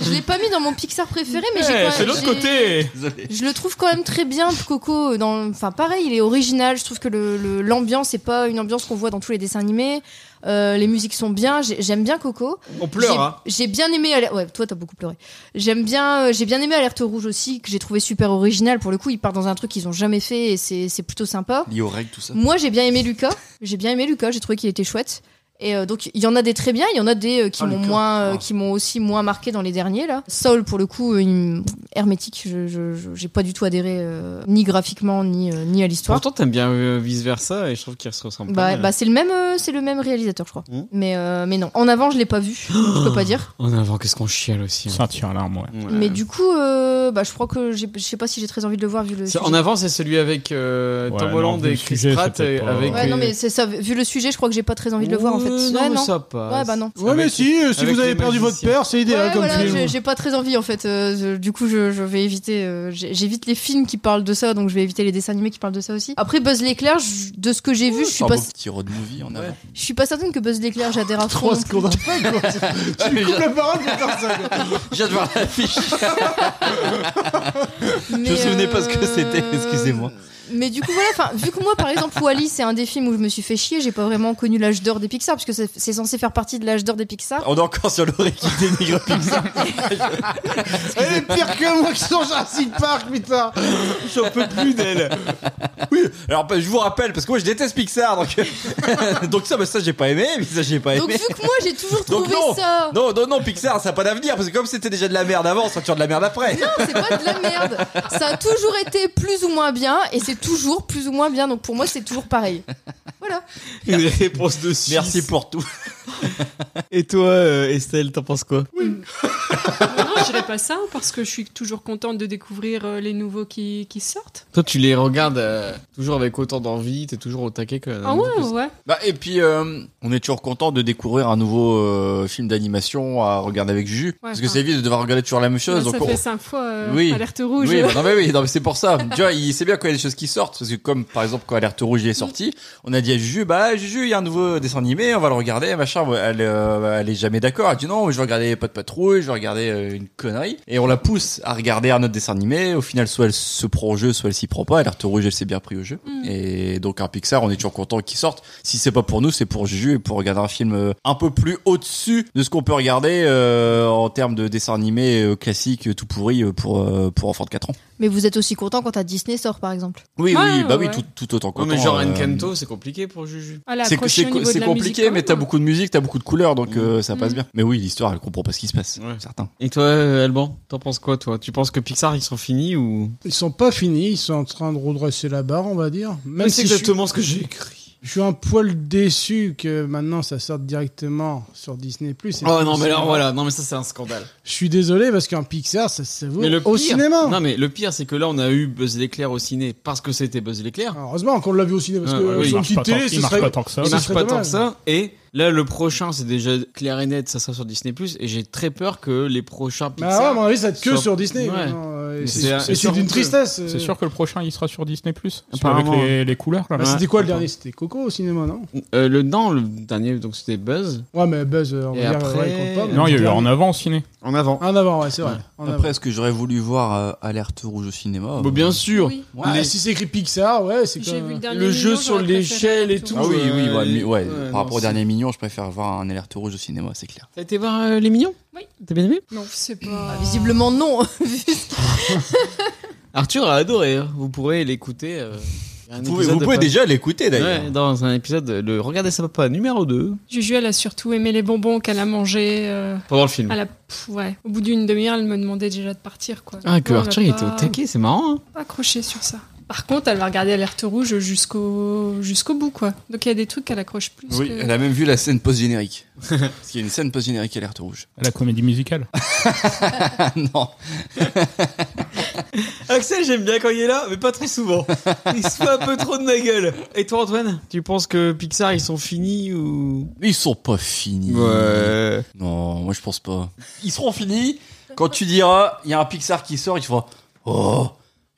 [SPEAKER 8] je l'ai pas mis dans mon Pixar préféré, mais j'ai
[SPEAKER 7] Eh,
[SPEAKER 8] quand
[SPEAKER 7] c'est
[SPEAKER 8] même-
[SPEAKER 7] l'autre
[SPEAKER 8] j'ai-
[SPEAKER 7] côté.
[SPEAKER 3] Désolé.
[SPEAKER 8] Je le trouve quand même très bien, Coco. euh, Dans, enfin, pareil, il est original. Je trouve que le- le- l'ambiance n'est pas une ambiance qu'on voit dans tous les dessins animés. Euh, les musiques sont bien. J'ai- J'aime bien Coco.
[SPEAKER 2] On hein.
[SPEAKER 8] J'ai-
[SPEAKER 5] hein.
[SPEAKER 8] J'ai bien aimé. Alerte- Ouais, toi, t'as beaucoup pleuré. J'aime bien. euh, J'ai bien aimé Alerte Rouge aussi, que j'ai trouvé super original. Pour le coup, ils partent dans un truc qu'ils ont jamais fait et c'est c'est plutôt sympa.
[SPEAKER 3] Lié aux règles, tout ça.
[SPEAKER 8] Moi, j'ai bien aimé Lucas. J'ai bien aimé Lucas. J'ai trouvé qu'il était chouette. Et euh, donc, il y en a des très bien. Il y en a des euh, qui
[SPEAKER 3] Ah,
[SPEAKER 8] m'ont
[SPEAKER 3] Lucas.
[SPEAKER 8] moins, euh,
[SPEAKER 3] Ah.
[SPEAKER 8] qui m'ont aussi moins marqué dans les derniers là. Soul, pour le coup, euh, il m- hermétique. Je, je- je- j'ai pas du tout adhéré euh, ni graphiquement ni euh, ni à l'histoire.
[SPEAKER 2] Pourtant, t'aimes bien euh, vice versa et je trouve qu'ils se ressemblent pas.
[SPEAKER 8] Bah,
[SPEAKER 2] mal.
[SPEAKER 8] bah, c'est le même, euh, c'est le même réalisateur, je crois.
[SPEAKER 2] Hmm.
[SPEAKER 8] Mais euh, mais non. En avant, je l'ai pas vu. donc je peux pas dire.
[SPEAKER 2] En avant, qu'est-ce qu'on chiale aussi. hein.
[SPEAKER 7] Ça tire l'arme, ouais.
[SPEAKER 2] Ouais.
[SPEAKER 8] Mais du coup, euh, euh, bah, je crois que j'ai- je sais pas si j'ai très envie de le voir vu le.
[SPEAKER 2] C'est-
[SPEAKER 8] sujet.
[SPEAKER 2] En avant, c'est celui avec euh,
[SPEAKER 7] Ouais,
[SPEAKER 2] Tom
[SPEAKER 7] non,
[SPEAKER 2] Holland
[SPEAKER 7] vu
[SPEAKER 2] et
[SPEAKER 7] le
[SPEAKER 2] Chris
[SPEAKER 7] sujet,
[SPEAKER 2] Pratt.
[SPEAKER 7] c'est
[SPEAKER 2] et
[SPEAKER 7] peut-être pas-
[SPEAKER 2] avec euh,
[SPEAKER 8] Ouais, non,
[SPEAKER 2] les-
[SPEAKER 8] mais c'est ça. Vu le sujet, je crois que j'ai pas très envie de le voir en fait.
[SPEAKER 2] Ouais,
[SPEAKER 8] Ouais,
[SPEAKER 2] Euh, Non, mais
[SPEAKER 8] non.
[SPEAKER 2] ça passe. Ah,
[SPEAKER 8] Ouais, bah non.
[SPEAKER 5] Ouais, mais
[SPEAKER 2] Avec-
[SPEAKER 5] si, euh, si
[SPEAKER 2] avec
[SPEAKER 5] vous avez
[SPEAKER 2] les
[SPEAKER 5] perdu votre
[SPEAKER 2] magiciens.
[SPEAKER 5] père, c'est idéal
[SPEAKER 8] Ouais,
[SPEAKER 5] comme
[SPEAKER 8] voilà,
[SPEAKER 5] film.
[SPEAKER 8] j'ai- j'ai pas très envie en fait. euh, je- du coup, je, je vais éviter. euh, j'ai- J'évite les films qui parlent de ça, donc je vais éviter les dessins animés qui parlent de ça aussi. Après, Buzz l'éclair, je- de ce que j'ai vu, je suis
[SPEAKER 3] Oh, un
[SPEAKER 8] pas,
[SPEAKER 3] beau petit road movie en avant.
[SPEAKER 8] je suis pas certaine que Buzz l'éclair j'adhère à fond.
[SPEAKER 5] Trois secondes après, quoi. tu coupes la parole pour faire ça, quoi.
[SPEAKER 3] J'ai hâte de voir l'affiche.
[SPEAKER 8] Mais,
[SPEAKER 3] Je me souvenais pas
[SPEAKER 8] euh,
[SPEAKER 3] ce que c'était, excusez-moi.
[SPEAKER 8] Mais du coup, voilà, enfin, vu que moi, par exemple, Wally, c'est un des films où je me suis fait chier, j'ai pas vraiment connu l'âge d'or des Pixar, puisque c'est c'est censé faire partie de l'âge d'or des Pixar.
[SPEAKER 3] On est encore sur l'oreille qui dénigre Pixar.
[SPEAKER 5] Elle est pire que moi qui suis dans Jurassic Park, putain.
[SPEAKER 9] J'en peux plus d'elle.
[SPEAKER 3] Alors, bah, je vous rappelle, parce que moi je déteste Pixar, donc, donc ça, bah, ça j'ai pas aimé, mais ça j'ai pas
[SPEAKER 8] Donc, vu
[SPEAKER 3] aimé.
[SPEAKER 8] que moi, j'ai toujours
[SPEAKER 3] Donc
[SPEAKER 8] trouvé
[SPEAKER 3] non.
[SPEAKER 8] ça.
[SPEAKER 3] Non, non, non, Pixar, ça a pas d'avenir, parce que comme c'était déjà de la merde avant, ça sera toujours de la merde après.
[SPEAKER 8] Non, c'est pas de la merde. Ça a toujours été plus ou moins bien, et c'est toujours plus ou moins bien. Donc pour moi, c'est toujours pareil. Voilà.
[SPEAKER 9] Une réponse de Suisse.
[SPEAKER 3] Merci pour tout.
[SPEAKER 9] Et toi, euh, Estelle, t'en penses quoi
[SPEAKER 6] Non, je dirais pas ça parce que je suis toujours contente de découvrir euh, les nouveaux qui, qui sortent.
[SPEAKER 2] Toi, tu les regardes euh, toujours avec autant d'envie, t'es toujours au taquet que.
[SPEAKER 6] Ah ouais, ouais.
[SPEAKER 3] Bah, et puis, euh, on est toujours content de découvrir un nouveau euh, film d'animation à regarder avec Juju. parce que
[SPEAKER 6] enfin.
[SPEAKER 3] ça évite de devoir regarder toujours la même chose.
[SPEAKER 6] hein. Bah, ça
[SPEAKER 3] donc on-
[SPEAKER 6] fait cinq fois euh,
[SPEAKER 3] Oui.
[SPEAKER 6] alerte rouge.
[SPEAKER 3] Oui, bah non, mais oui, non, mais c'est pour ça. tu vois, il sait bien quand il y a des choses qui sortent. Parce que, comme par exemple, quand Alerte Rouge est sorti, on a dit à Juju, bah, Juju, il y a un nouveau dessin animé, on va le regarder, machin. Elle, euh, elle est jamais d'accord. Elle dit non, je vais regarder Pas de Patrouille, je vais regarder euh, une connerie. Et on la pousse à regarder un autre dessin animé. Au final, soit elle se prend au jeu, soit elle s'y prend pas. Alerte Rouge, elle s'est bien pris au jeu.
[SPEAKER 6] Mm.
[SPEAKER 3] Et donc, un Pixar, on est toujours content qu'il sorte. Si c'est pas pour nous, c'est pour Juju et pour regarder un film euh, un peu plus au-dessus de ce qu'on peut regarder euh, en termes de dessin animé euh, classique, euh, tout pourri euh, pour, euh, pour enfants de 4 ans.
[SPEAKER 8] Mais vous êtes aussi content quand un Disney sort, par exemple.
[SPEAKER 3] Oui,
[SPEAKER 6] Ouais,
[SPEAKER 3] oui, bah oui,
[SPEAKER 6] ouais.
[SPEAKER 3] tout, tout autant
[SPEAKER 2] Ouais,
[SPEAKER 3] content.
[SPEAKER 2] mais genre
[SPEAKER 3] euh,
[SPEAKER 2] Encanto, c'est compliqué pour Juju.
[SPEAKER 6] Ah, là,
[SPEAKER 3] C'est
[SPEAKER 6] accroché
[SPEAKER 3] c'est-
[SPEAKER 6] au niveau
[SPEAKER 3] c'est
[SPEAKER 6] de la musique,
[SPEAKER 3] compliqué,
[SPEAKER 6] quand
[SPEAKER 3] mais
[SPEAKER 6] même.
[SPEAKER 3] t'as beaucoup de musique, t'as beaucoup de couleurs, donc
[SPEAKER 2] Mm.
[SPEAKER 3] euh, ça passe
[SPEAKER 6] Mm.
[SPEAKER 3] bien. Mais oui, l'histoire, elle comprend pas ce qui se passe.
[SPEAKER 2] Ouais.
[SPEAKER 3] Certain.
[SPEAKER 2] Et toi, euh, Alban, t'en penses quoi, toi Tu penses que Pixar, ils sont finis ou
[SPEAKER 5] Ils sont pas finis, ils sont en train de redresser la barre, on va dire. Même si je suis-
[SPEAKER 2] ce que j'ai écrit.
[SPEAKER 5] Je suis un poil déçu que maintenant ça sorte directement sur Disney+. et
[SPEAKER 2] Oh
[SPEAKER 5] plus
[SPEAKER 2] non,
[SPEAKER 5] au
[SPEAKER 2] mais
[SPEAKER 5] cinéma.
[SPEAKER 2] alors voilà, non mais ça c'est un scandale.
[SPEAKER 5] Je suis désolé parce qu'un Pixar, ça se vaut
[SPEAKER 2] Mais le
[SPEAKER 5] au
[SPEAKER 2] pire-
[SPEAKER 5] cinéma. hein.
[SPEAKER 2] Non mais le pire, c'est que là on a eu Buzz l'éclair au ciné parce que c'était Buzz l'éclair.
[SPEAKER 5] Heureusement qu'on l'a vu au cinéma parce
[SPEAKER 2] Ah,
[SPEAKER 5] que
[SPEAKER 2] ouais,
[SPEAKER 5] euh,
[SPEAKER 2] oui,
[SPEAKER 5] sur
[SPEAKER 7] Il
[SPEAKER 5] une
[SPEAKER 7] marche, pas,
[SPEAKER 5] petite
[SPEAKER 7] tant,
[SPEAKER 5] télé,
[SPEAKER 7] il
[SPEAKER 5] ce
[SPEAKER 7] marche
[SPEAKER 5] serait...
[SPEAKER 7] pas tant que ça.
[SPEAKER 2] Il
[SPEAKER 5] ce
[SPEAKER 2] marche
[SPEAKER 5] serait
[SPEAKER 2] pas tant
[SPEAKER 5] dommage.
[SPEAKER 2] que ça. Et là, le prochain, c'est déjà clair et net, ça sera sur Disney+. Et j'ai très peur que les prochains
[SPEAKER 5] Bah ouais, à
[SPEAKER 2] Pixar...
[SPEAKER 5] mon avis, ça va être que
[SPEAKER 2] Sur-
[SPEAKER 5] sur, Disney.
[SPEAKER 2] Ouais.
[SPEAKER 5] maintenant, euh,
[SPEAKER 2] Mais
[SPEAKER 5] et
[SPEAKER 2] c'est-
[SPEAKER 5] C'est
[SPEAKER 2] c'est
[SPEAKER 5] et c'est d'une
[SPEAKER 2] sûr que-
[SPEAKER 5] tristesse. euh.
[SPEAKER 7] C'est sûr que le prochain, il sera sur Disney+. Plus, avec
[SPEAKER 2] Apparemment.
[SPEAKER 7] les, les couleurs, là.
[SPEAKER 5] Bah, C'était quoi le dernier C'était Coco au cinéma, non
[SPEAKER 2] Euh, le, non, le dernier, donc c'était Buzz.
[SPEAKER 5] Ouais, mais Buzz, euh, on
[SPEAKER 2] Et
[SPEAKER 5] va dire,
[SPEAKER 2] après-
[SPEAKER 5] ouais, il compte pas. mais
[SPEAKER 7] Non, il y a eu
[SPEAKER 5] le
[SPEAKER 7] en
[SPEAKER 5] dernier-
[SPEAKER 7] avant au ciné.
[SPEAKER 2] En avant.
[SPEAKER 5] En avant, ouais, c'est vrai. En avant.
[SPEAKER 3] Après, est-ce que j'aurais voulu voir euh, Alerte Rouge au cinéma
[SPEAKER 2] Bon, Bah, bien sûr.
[SPEAKER 6] Oui.
[SPEAKER 5] Ouais,
[SPEAKER 2] les-
[SPEAKER 5] Ah, Si c'est écrit Pixar, ouais, c'est
[SPEAKER 6] J'ai vu
[SPEAKER 5] comme...
[SPEAKER 6] le dernier
[SPEAKER 2] le jeu
[SPEAKER 6] Mignon,
[SPEAKER 2] sur
[SPEAKER 6] j'aurais préféré
[SPEAKER 2] l'échelle et
[SPEAKER 6] tout.
[SPEAKER 2] tout.
[SPEAKER 3] Ah oui, oui,
[SPEAKER 2] euh,
[SPEAKER 3] ouais,
[SPEAKER 2] les-
[SPEAKER 3] mais- ouais,
[SPEAKER 2] ouais,
[SPEAKER 3] par
[SPEAKER 2] non,
[SPEAKER 3] rapport au
[SPEAKER 2] c'est-
[SPEAKER 3] dernier mignon, je préfère voir un Alerte Rouge au cinéma, c'est clair.
[SPEAKER 2] T'as été voir euh, Les Mignons
[SPEAKER 6] Oui.
[SPEAKER 2] T'as bien aimé
[SPEAKER 6] Non, c'est pas.
[SPEAKER 8] Ah, visiblement non. Vu ce
[SPEAKER 2] Arthur a adoré. hein. Vous pourrez l'écouter. euh, il y a un
[SPEAKER 3] Vous pouvez,
[SPEAKER 2] épisode
[SPEAKER 3] vous
[SPEAKER 2] de
[SPEAKER 3] pouvez
[SPEAKER 2] pas-
[SPEAKER 3] déjà l'écouter d'ailleurs.
[SPEAKER 2] Ouais, dans un épisode, le Regardez sa papa numéro 2,
[SPEAKER 6] Juju, elle a surtout aimé les bonbons qu'elle a mangés. euh,
[SPEAKER 2] pendant le film.
[SPEAKER 6] à la... pff, ouais. Au bout d'une demi-heure, elle me demandait déjà de partir. Quoi.
[SPEAKER 2] Ah, que
[SPEAKER 6] Non, elle
[SPEAKER 2] Arthur
[SPEAKER 6] m'a
[SPEAKER 2] il était
[SPEAKER 6] pas-
[SPEAKER 2] au taquet, c'est marrant. hein.
[SPEAKER 6] pas accrochée sur ça. Par contre, elle va regarder Alerte Rouge jusqu'au jusqu'au bout, quoi. Donc il y a des trucs qu'elle accroche plus.
[SPEAKER 3] Oui,
[SPEAKER 6] que-
[SPEAKER 3] elle a même vu la scène post-générique. Parce qu'il y a une scène post-générique Alerte Rouge.
[SPEAKER 7] La comédie musicale.
[SPEAKER 3] Ah non.
[SPEAKER 2] Axel, j'aime bien quand il est là, mais pas trop souvent. Il se fait un peu trop de ma gueule. Et toi, Antoine, tu penses que Pixar ils sont finis ou
[SPEAKER 3] Ils sont pas finis. Non, moi je pense pas. Ils seront finis quand tu diras, il y a un Pixar qui sort, il tu feras, oh,